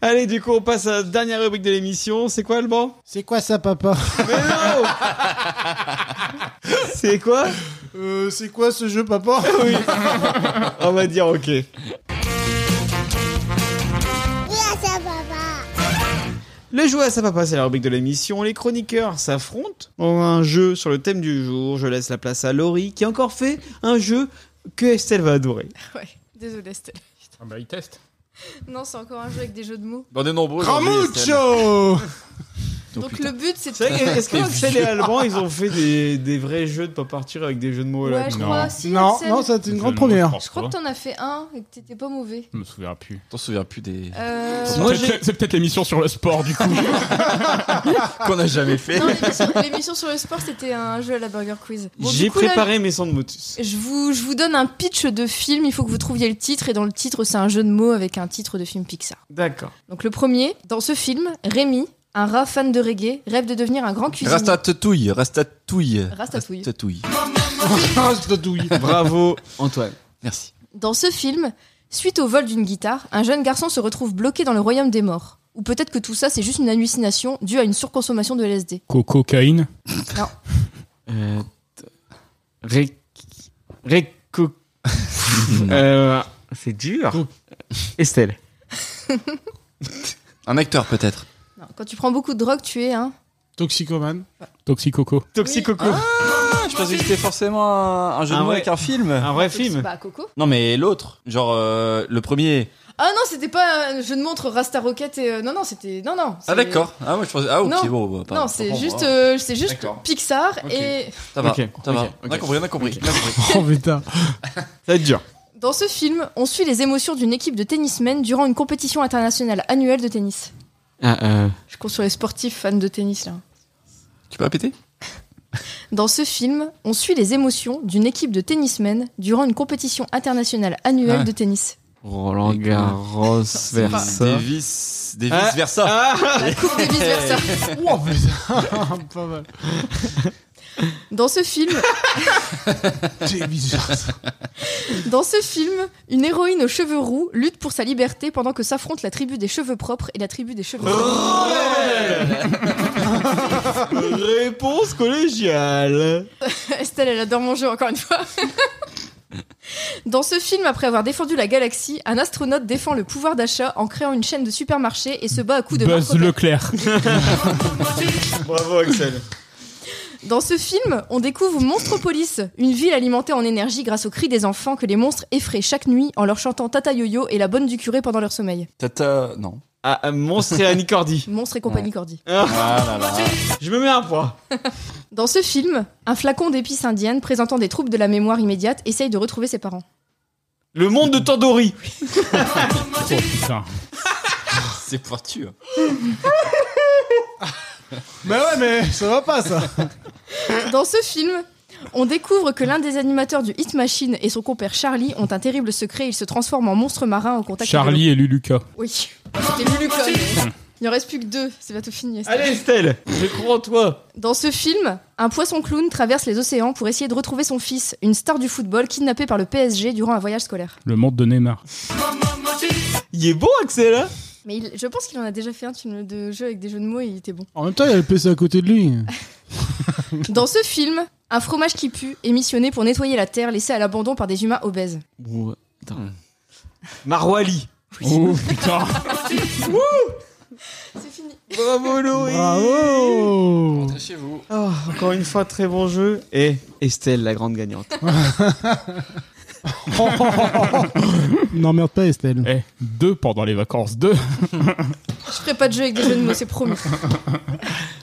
[SPEAKER 2] Allez, du coup, on passe à la dernière rubrique de l'émission. C'est quoi le banc
[SPEAKER 5] C'est quoi ça, papa
[SPEAKER 2] Mais non C'est quoi
[SPEAKER 5] Euh, C'est quoi ce jeu, papa
[SPEAKER 2] Oui. on va dire ok.
[SPEAKER 1] Oui, à ça, papa.
[SPEAKER 2] Le jeu à sa papa, c'est la rubrique de l'émission. Les chroniqueurs s'affrontent en un jeu sur le thème du jour. Je laisse la place à Laurie qui a encore fait un jeu que Estelle va adorer.
[SPEAKER 8] Ouais, désolé, Estelle.
[SPEAKER 7] Ah bah, il teste.
[SPEAKER 8] Non, c'est encore un jeu avec des jeux de mots.
[SPEAKER 3] Bon, on est nombreux. aujourd'hui, Estelle.
[SPEAKER 5] Ramucho
[SPEAKER 3] Oh,
[SPEAKER 8] Donc
[SPEAKER 3] putain.
[SPEAKER 8] le but, c'est de
[SPEAKER 2] C'est vrai que- Est-ce que
[SPEAKER 3] T'es
[SPEAKER 2] Axel et Alban, ils ont fait des, des vrais jeux de pas partir avec des jeux de mots là
[SPEAKER 8] Ouais, je
[SPEAKER 7] Non.
[SPEAKER 8] crois. Si,
[SPEAKER 5] Non,
[SPEAKER 8] Axel.
[SPEAKER 5] non, c'était une
[SPEAKER 7] Je
[SPEAKER 5] grande
[SPEAKER 7] ne
[SPEAKER 5] première.
[SPEAKER 7] pense
[SPEAKER 8] Je crois
[SPEAKER 7] pas.
[SPEAKER 8] que t'en as fait un et que t'étais pas mauvais.
[SPEAKER 7] Je me souviens plus.
[SPEAKER 3] T'en souviens plus des
[SPEAKER 8] Euh...
[SPEAKER 7] C'est
[SPEAKER 2] Moi, j'ai-
[SPEAKER 7] peut-être- c'est peut-être l'émission sur le sport, du coup.
[SPEAKER 3] qu'on a jamais fait.
[SPEAKER 8] Non, l'émission- l'émission sur le sport, c'était un jeu à la Burger Quiz. Bon, du
[SPEAKER 2] J'ai
[SPEAKER 8] coup, là,
[SPEAKER 2] préparé mes sons de motus.
[SPEAKER 8] je vous, je vous donne un pitch de film, il faut que vous trouviez le titre, et dans le titre, c'est un jeu de mots avec un titre de film Pixar.
[SPEAKER 2] D'accord.
[SPEAKER 8] Donc le premier, dans ce film, Rémi, un rat fan de reggae, rêve de devenir un grand cuisinier.
[SPEAKER 3] Rastatouille, rastatouille.
[SPEAKER 8] Rastatouille.
[SPEAKER 5] Ah, je te douille.
[SPEAKER 2] Bravo Antoine.
[SPEAKER 3] Merci.
[SPEAKER 8] Dans ce film, suite au vol d'une guitare, un jeune garçon se retrouve bloqué dans le royaume des morts. Ou peut-être que tout ça, c'est juste une hallucination due à une surconsommation de LSD.
[SPEAKER 7] Cocaïne.
[SPEAKER 2] Euh, t- Ré... Réco... Euh, C'est dur. Estelle.
[SPEAKER 3] Un acteur peut-être.
[SPEAKER 8] Non, quand tu prends beaucoup de drogue, tu es un...
[SPEAKER 5] Toxicoman.
[SPEAKER 7] Toxicoco.
[SPEAKER 2] Toxicoco.
[SPEAKER 3] Ah, je pensais que c'était forcément un, jeu
[SPEAKER 2] de mots avec
[SPEAKER 3] un film.
[SPEAKER 2] Un vrai film.
[SPEAKER 8] Bah, Coco.
[SPEAKER 3] Ah Non mais l'autre, genre euh, le premier.
[SPEAKER 8] Ah non, c'était pas un jeu de montre Rasta Rocket et euh, non non, c'était non non. c'est-
[SPEAKER 3] Ah d'accord. Ah moi je pensais. Ah ok
[SPEAKER 8] Non.
[SPEAKER 3] bon. bah, pardon.
[SPEAKER 8] Non, c'est
[SPEAKER 3] Pardon,
[SPEAKER 8] juste
[SPEAKER 3] hein.
[SPEAKER 8] euh, c'est juste
[SPEAKER 3] D'accord.
[SPEAKER 8] Pixar
[SPEAKER 3] Ok.
[SPEAKER 8] et
[SPEAKER 3] Ça va.
[SPEAKER 2] Ok,
[SPEAKER 3] Ça va.
[SPEAKER 2] ok, ok.
[SPEAKER 3] On a compris. On a compris.
[SPEAKER 2] Ok.
[SPEAKER 3] on a compris.
[SPEAKER 5] Oh putain.
[SPEAKER 2] Ça va être dur.
[SPEAKER 8] dans ce film, on suit les émotions d'une équipe de tennismen durant une compétition internationale annuelle de tennis.
[SPEAKER 2] Ah, euh,
[SPEAKER 8] Je compte sur les sportifs fans de tennis là.
[SPEAKER 3] Tu peux répéter
[SPEAKER 8] Dans ce film, on suit les émotions d'une équipe de tennismen durant une compétition internationale annuelle
[SPEAKER 3] Ah.
[SPEAKER 8] de tennis.
[SPEAKER 2] Roland Garros Versa.
[SPEAKER 3] Davis, Davis
[SPEAKER 2] Ah.
[SPEAKER 3] Versa.
[SPEAKER 2] Ah.
[SPEAKER 8] La coupe Davis Versa.
[SPEAKER 5] Oh putain, pas mal.
[SPEAKER 8] Dans ce film,
[SPEAKER 5] Davis Versa.
[SPEAKER 8] dans ce film, une héroïne aux cheveux roux lutte pour sa liberté pendant que s'affrontent la tribu des cheveux propres et la tribu des
[SPEAKER 3] Oh,
[SPEAKER 8] cheveux.
[SPEAKER 2] Réponse collégiale.
[SPEAKER 8] Estelle, elle adore mon jeu encore une fois. Dans ce film, après avoir défendu la galaxie, un astronaute défend le pouvoir d'achat en créant une chaîne de supermarchés et se bat à coups de
[SPEAKER 7] Buzz
[SPEAKER 8] marteau.
[SPEAKER 7] Leclerc.
[SPEAKER 2] Bravo Axel.
[SPEAKER 8] Dans ce film, on découvre Monstropolis, une ville alimentée en énergie grâce aux cris des enfants que les monstres effraient chaque nuit en leur chantant Tata Yo-Yo et la bonne du curé pendant leur sommeil.
[SPEAKER 3] Tata, non.
[SPEAKER 2] Ah, euh, Monstre et Annie Cordy.
[SPEAKER 8] Monstre et compagnie Cordy.
[SPEAKER 2] Ah.
[SPEAKER 3] là là.
[SPEAKER 2] Je me mets un point.
[SPEAKER 8] Dans ce film, un flacon d'épices indiennes présentant des troubles de la mémoire immédiate essaye de retrouver ses parents.
[SPEAKER 2] Le monde de Tandori.
[SPEAKER 7] Oh putain.
[SPEAKER 3] C'est pointu. hein.
[SPEAKER 5] Mais ouais, mais ça va pas ça.
[SPEAKER 8] Dans ce film, on découvre que l'un des animateurs du Hit Machine et son compère Charlie ont un terrible secret. Ils se transforment en monstres marins en contact
[SPEAKER 7] Charlie
[SPEAKER 8] avec
[SPEAKER 7] et Luluka.
[SPEAKER 8] l'eau. Oui, c'était Lulu Cohn. Il en reste plus que deux, c'est bientôt fini. Estelle.
[SPEAKER 2] Allez Estelle, je crois en toi.
[SPEAKER 8] Dans ce film, un poisson clown traverse les océans pour essayer de retrouver son fils, une star du football kidnappée par le PSG durant un voyage scolaire.
[SPEAKER 7] Le monde de Neymar.
[SPEAKER 2] Il est bon Axel. hein
[SPEAKER 8] Mais il- je pense qu'il en a déjà fait un film de jeu avec des jeux de mots et il était bon.
[SPEAKER 5] En même temps, il y a le PC à côté de lui.
[SPEAKER 8] Dans ce film, un fromage qui pue est missionné pour nettoyer la terre laissée à l'abandon par des humains obèses.
[SPEAKER 2] Ouh, attends. Hmm. Marwali.
[SPEAKER 7] Oh putain.
[SPEAKER 8] C'est fini.
[SPEAKER 2] Bravo Laurie.
[SPEAKER 5] Bravo
[SPEAKER 3] Rentrez chez vous.
[SPEAKER 2] Oh, encore une fois, très bon jeu. Et Estelle, la grande gagnante.
[SPEAKER 5] N'emmerde pas Estelle.
[SPEAKER 7] Eh, deux pendant les vacances, deux.
[SPEAKER 8] Je ferai pas de jeu avec des jeux de mots, c'est promis.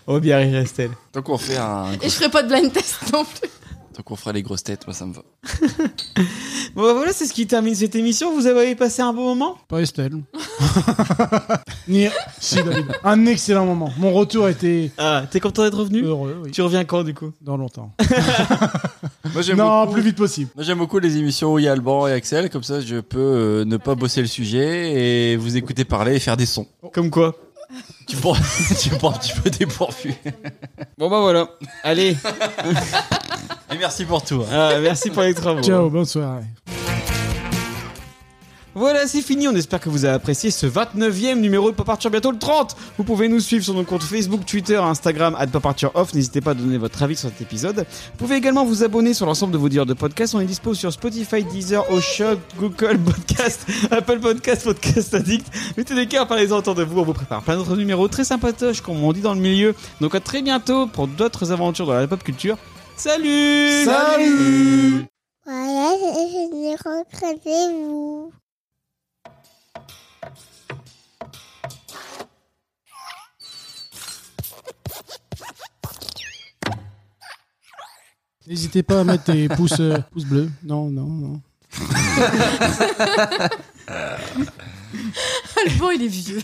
[SPEAKER 2] Oh, bien rire, Estelle.
[SPEAKER 3] Donc on fait un,
[SPEAKER 8] Et je ferai pas de blind test non plus.
[SPEAKER 3] donc on fera les grosses têtes, moi ça me va.
[SPEAKER 2] Bon, bah, voilà, c'est ce qui termine cette émission. Vous avez passé un bon moment
[SPEAKER 5] Pas Estelle. Ni- si, David. Un excellent moment. Mon retour était
[SPEAKER 2] Ah, t'es content d'être revenu
[SPEAKER 5] heureux, oui.
[SPEAKER 2] Tu reviens quand, du coup
[SPEAKER 5] Dans longtemps.
[SPEAKER 3] Moi j'aime
[SPEAKER 5] Non,
[SPEAKER 3] beaucoup.
[SPEAKER 5] plus vite possible.
[SPEAKER 3] Moi j'aime beaucoup les émissions où il y a Alban et Axel, comme ça je peux euh, ne pas bosser le sujet et vous écouter parler et faire des sons.
[SPEAKER 2] Comme quoi
[SPEAKER 3] Tu prends, tu prends un petit peu dépourvu.
[SPEAKER 2] Bon, bah voilà. Allez,
[SPEAKER 3] Et merci pour tout. hein.
[SPEAKER 2] euh, merci pour les travaux.
[SPEAKER 5] Ciao, bonne soirée.
[SPEAKER 2] Voilà, c'est fini. On espère que vous avez apprécié ce 29e numéro de Pas Partir bientôt le 30. Vous pouvez nous suivre sur nos comptes Facebook, Twitter, Instagram, at Pas Partir Off. N'hésitez pas à donner votre avis sur cet épisode. Vous pouvez également vous abonner sur l'ensemble de vos dealers de podcasts. On est dispo sur Spotify, Deezer, Oshock, Google Podcast, Apple Podcast, Podcast Addict. Mettez des cœurs, parlez-en autour de vous. On vous prépare plein d'autres numéros très sympatoches, comme on dit dans le milieu. Donc à très bientôt pour d'autres aventures dans la pop culture. Salut
[SPEAKER 5] Salut
[SPEAKER 1] Voilà, je vais recréer vous.
[SPEAKER 5] N'hésitez pas à mettre tes pouces, euh, pouces bleus. Non, non, non.
[SPEAKER 8] Alban, il est vieux.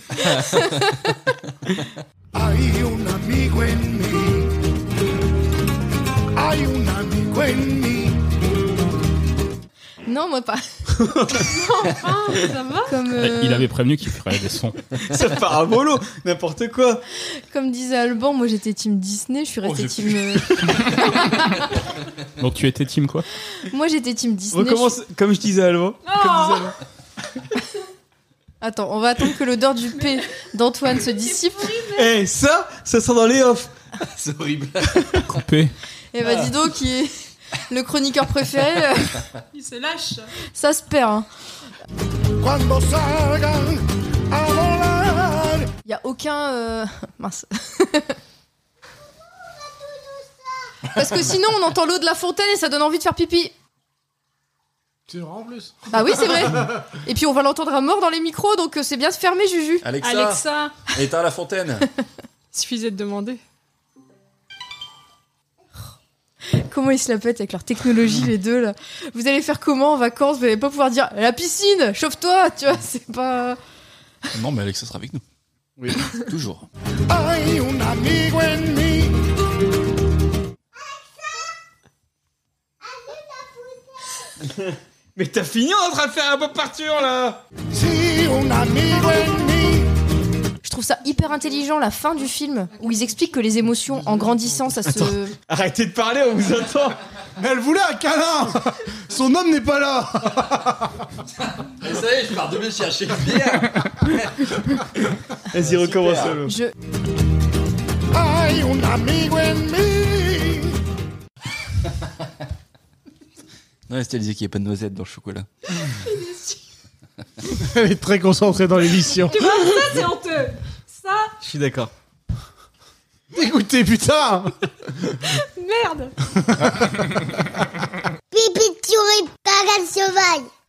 [SPEAKER 10] Hay un amigo en mí. Hay un amigo en mí.
[SPEAKER 8] Non, moi pas.
[SPEAKER 6] Ah, ça va
[SPEAKER 8] Comme, euh,
[SPEAKER 7] Eh, Il avait prévenu qu'il ferait des sons.
[SPEAKER 2] Ça part à volo, n'importe quoi.
[SPEAKER 8] comme disait Alban, moi j'étais team Disney, je suis restée
[SPEAKER 3] j'ai
[SPEAKER 8] team. euh,
[SPEAKER 7] Donc tu étais team quoi
[SPEAKER 8] euh, Moi j'étais team Disney. je
[SPEAKER 2] Recommence, comme je disais à Alban.
[SPEAKER 6] Oh.
[SPEAKER 8] suis- Attends, on va attendre que l'odeur du P d'Antoine se dissipe.
[SPEAKER 2] Eh, ça, ça sera dans les offs.
[SPEAKER 3] C'est horrible.
[SPEAKER 7] Coupé.
[SPEAKER 8] Et bah dis donc, qui est le chroniqueur préféré, euh,
[SPEAKER 6] Il se lâche.
[SPEAKER 8] ça se perd. hein.
[SPEAKER 10] Cuando salgan a volar.
[SPEAKER 8] Il y a aucun euh, mince. Parce que sinon on entend l'eau de la fontaine et ça donne envie de faire pipi.
[SPEAKER 5] Tu rends plus
[SPEAKER 8] Ah oui, c'est vrai. Et puis on va l'entendre à mort dans les micros, donc euh, c'est bien de fermer, Juju.
[SPEAKER 3] Alexa,
[SPEAKER 6] Alexa,
[SPEAKER 3] éteins la fontaine.
[SPEAKER 6] suffisait de demander.
[SPEAKER 8] Comment ils se la pètent avec leur technologie, les deux, là. Vous allez faire comment en vacances Vous allez pas pouvoir dire la piscine, chauffe-toi, tu vois, c'est pas.
[SPEAKER 3] non mais Alexa sera avec nous. Oui. Toujours.
[SPEAKER 10] Hay un amigo en mí.
[SPEAKER 2] Mais t'as fini, on est en train de faire un pop parture là
[SPEAKER 12] Si un amigo en mí
[SPEAKER 8] Je trouve ça hyper intelligent la fin du film où ils expliquent que les émotions en grandissant ça se.
[SPEAKER 2] Arrêtez de parler, on vous attend
[SPEAKER 5] Mais elle voulait un câlin Son homme n'est pas là
[SPEAKER 3] Et ça y est, je pars demain chercher une
[SPEAKER 2] Vas-y, recommence. Lolo.
[SPEAKER 12] Hay un amigo en mí
[SPEAKER 3] Non, Estelle disait qu'il n'y a pas de noisette dans le chocolat.
[SPEAKER 5] Elle est très concentrée dans l'émission.
[SPEAKER 6] Tu vois, ça c'est honteux. Ça,
[SPEAKER 2] Je suis d'accord.
[SPEAKER 5] Écoutez, putain
[SPEAKER 6] merde.
[SPEAKER 1] Pipi, tu aurais pas la cheval.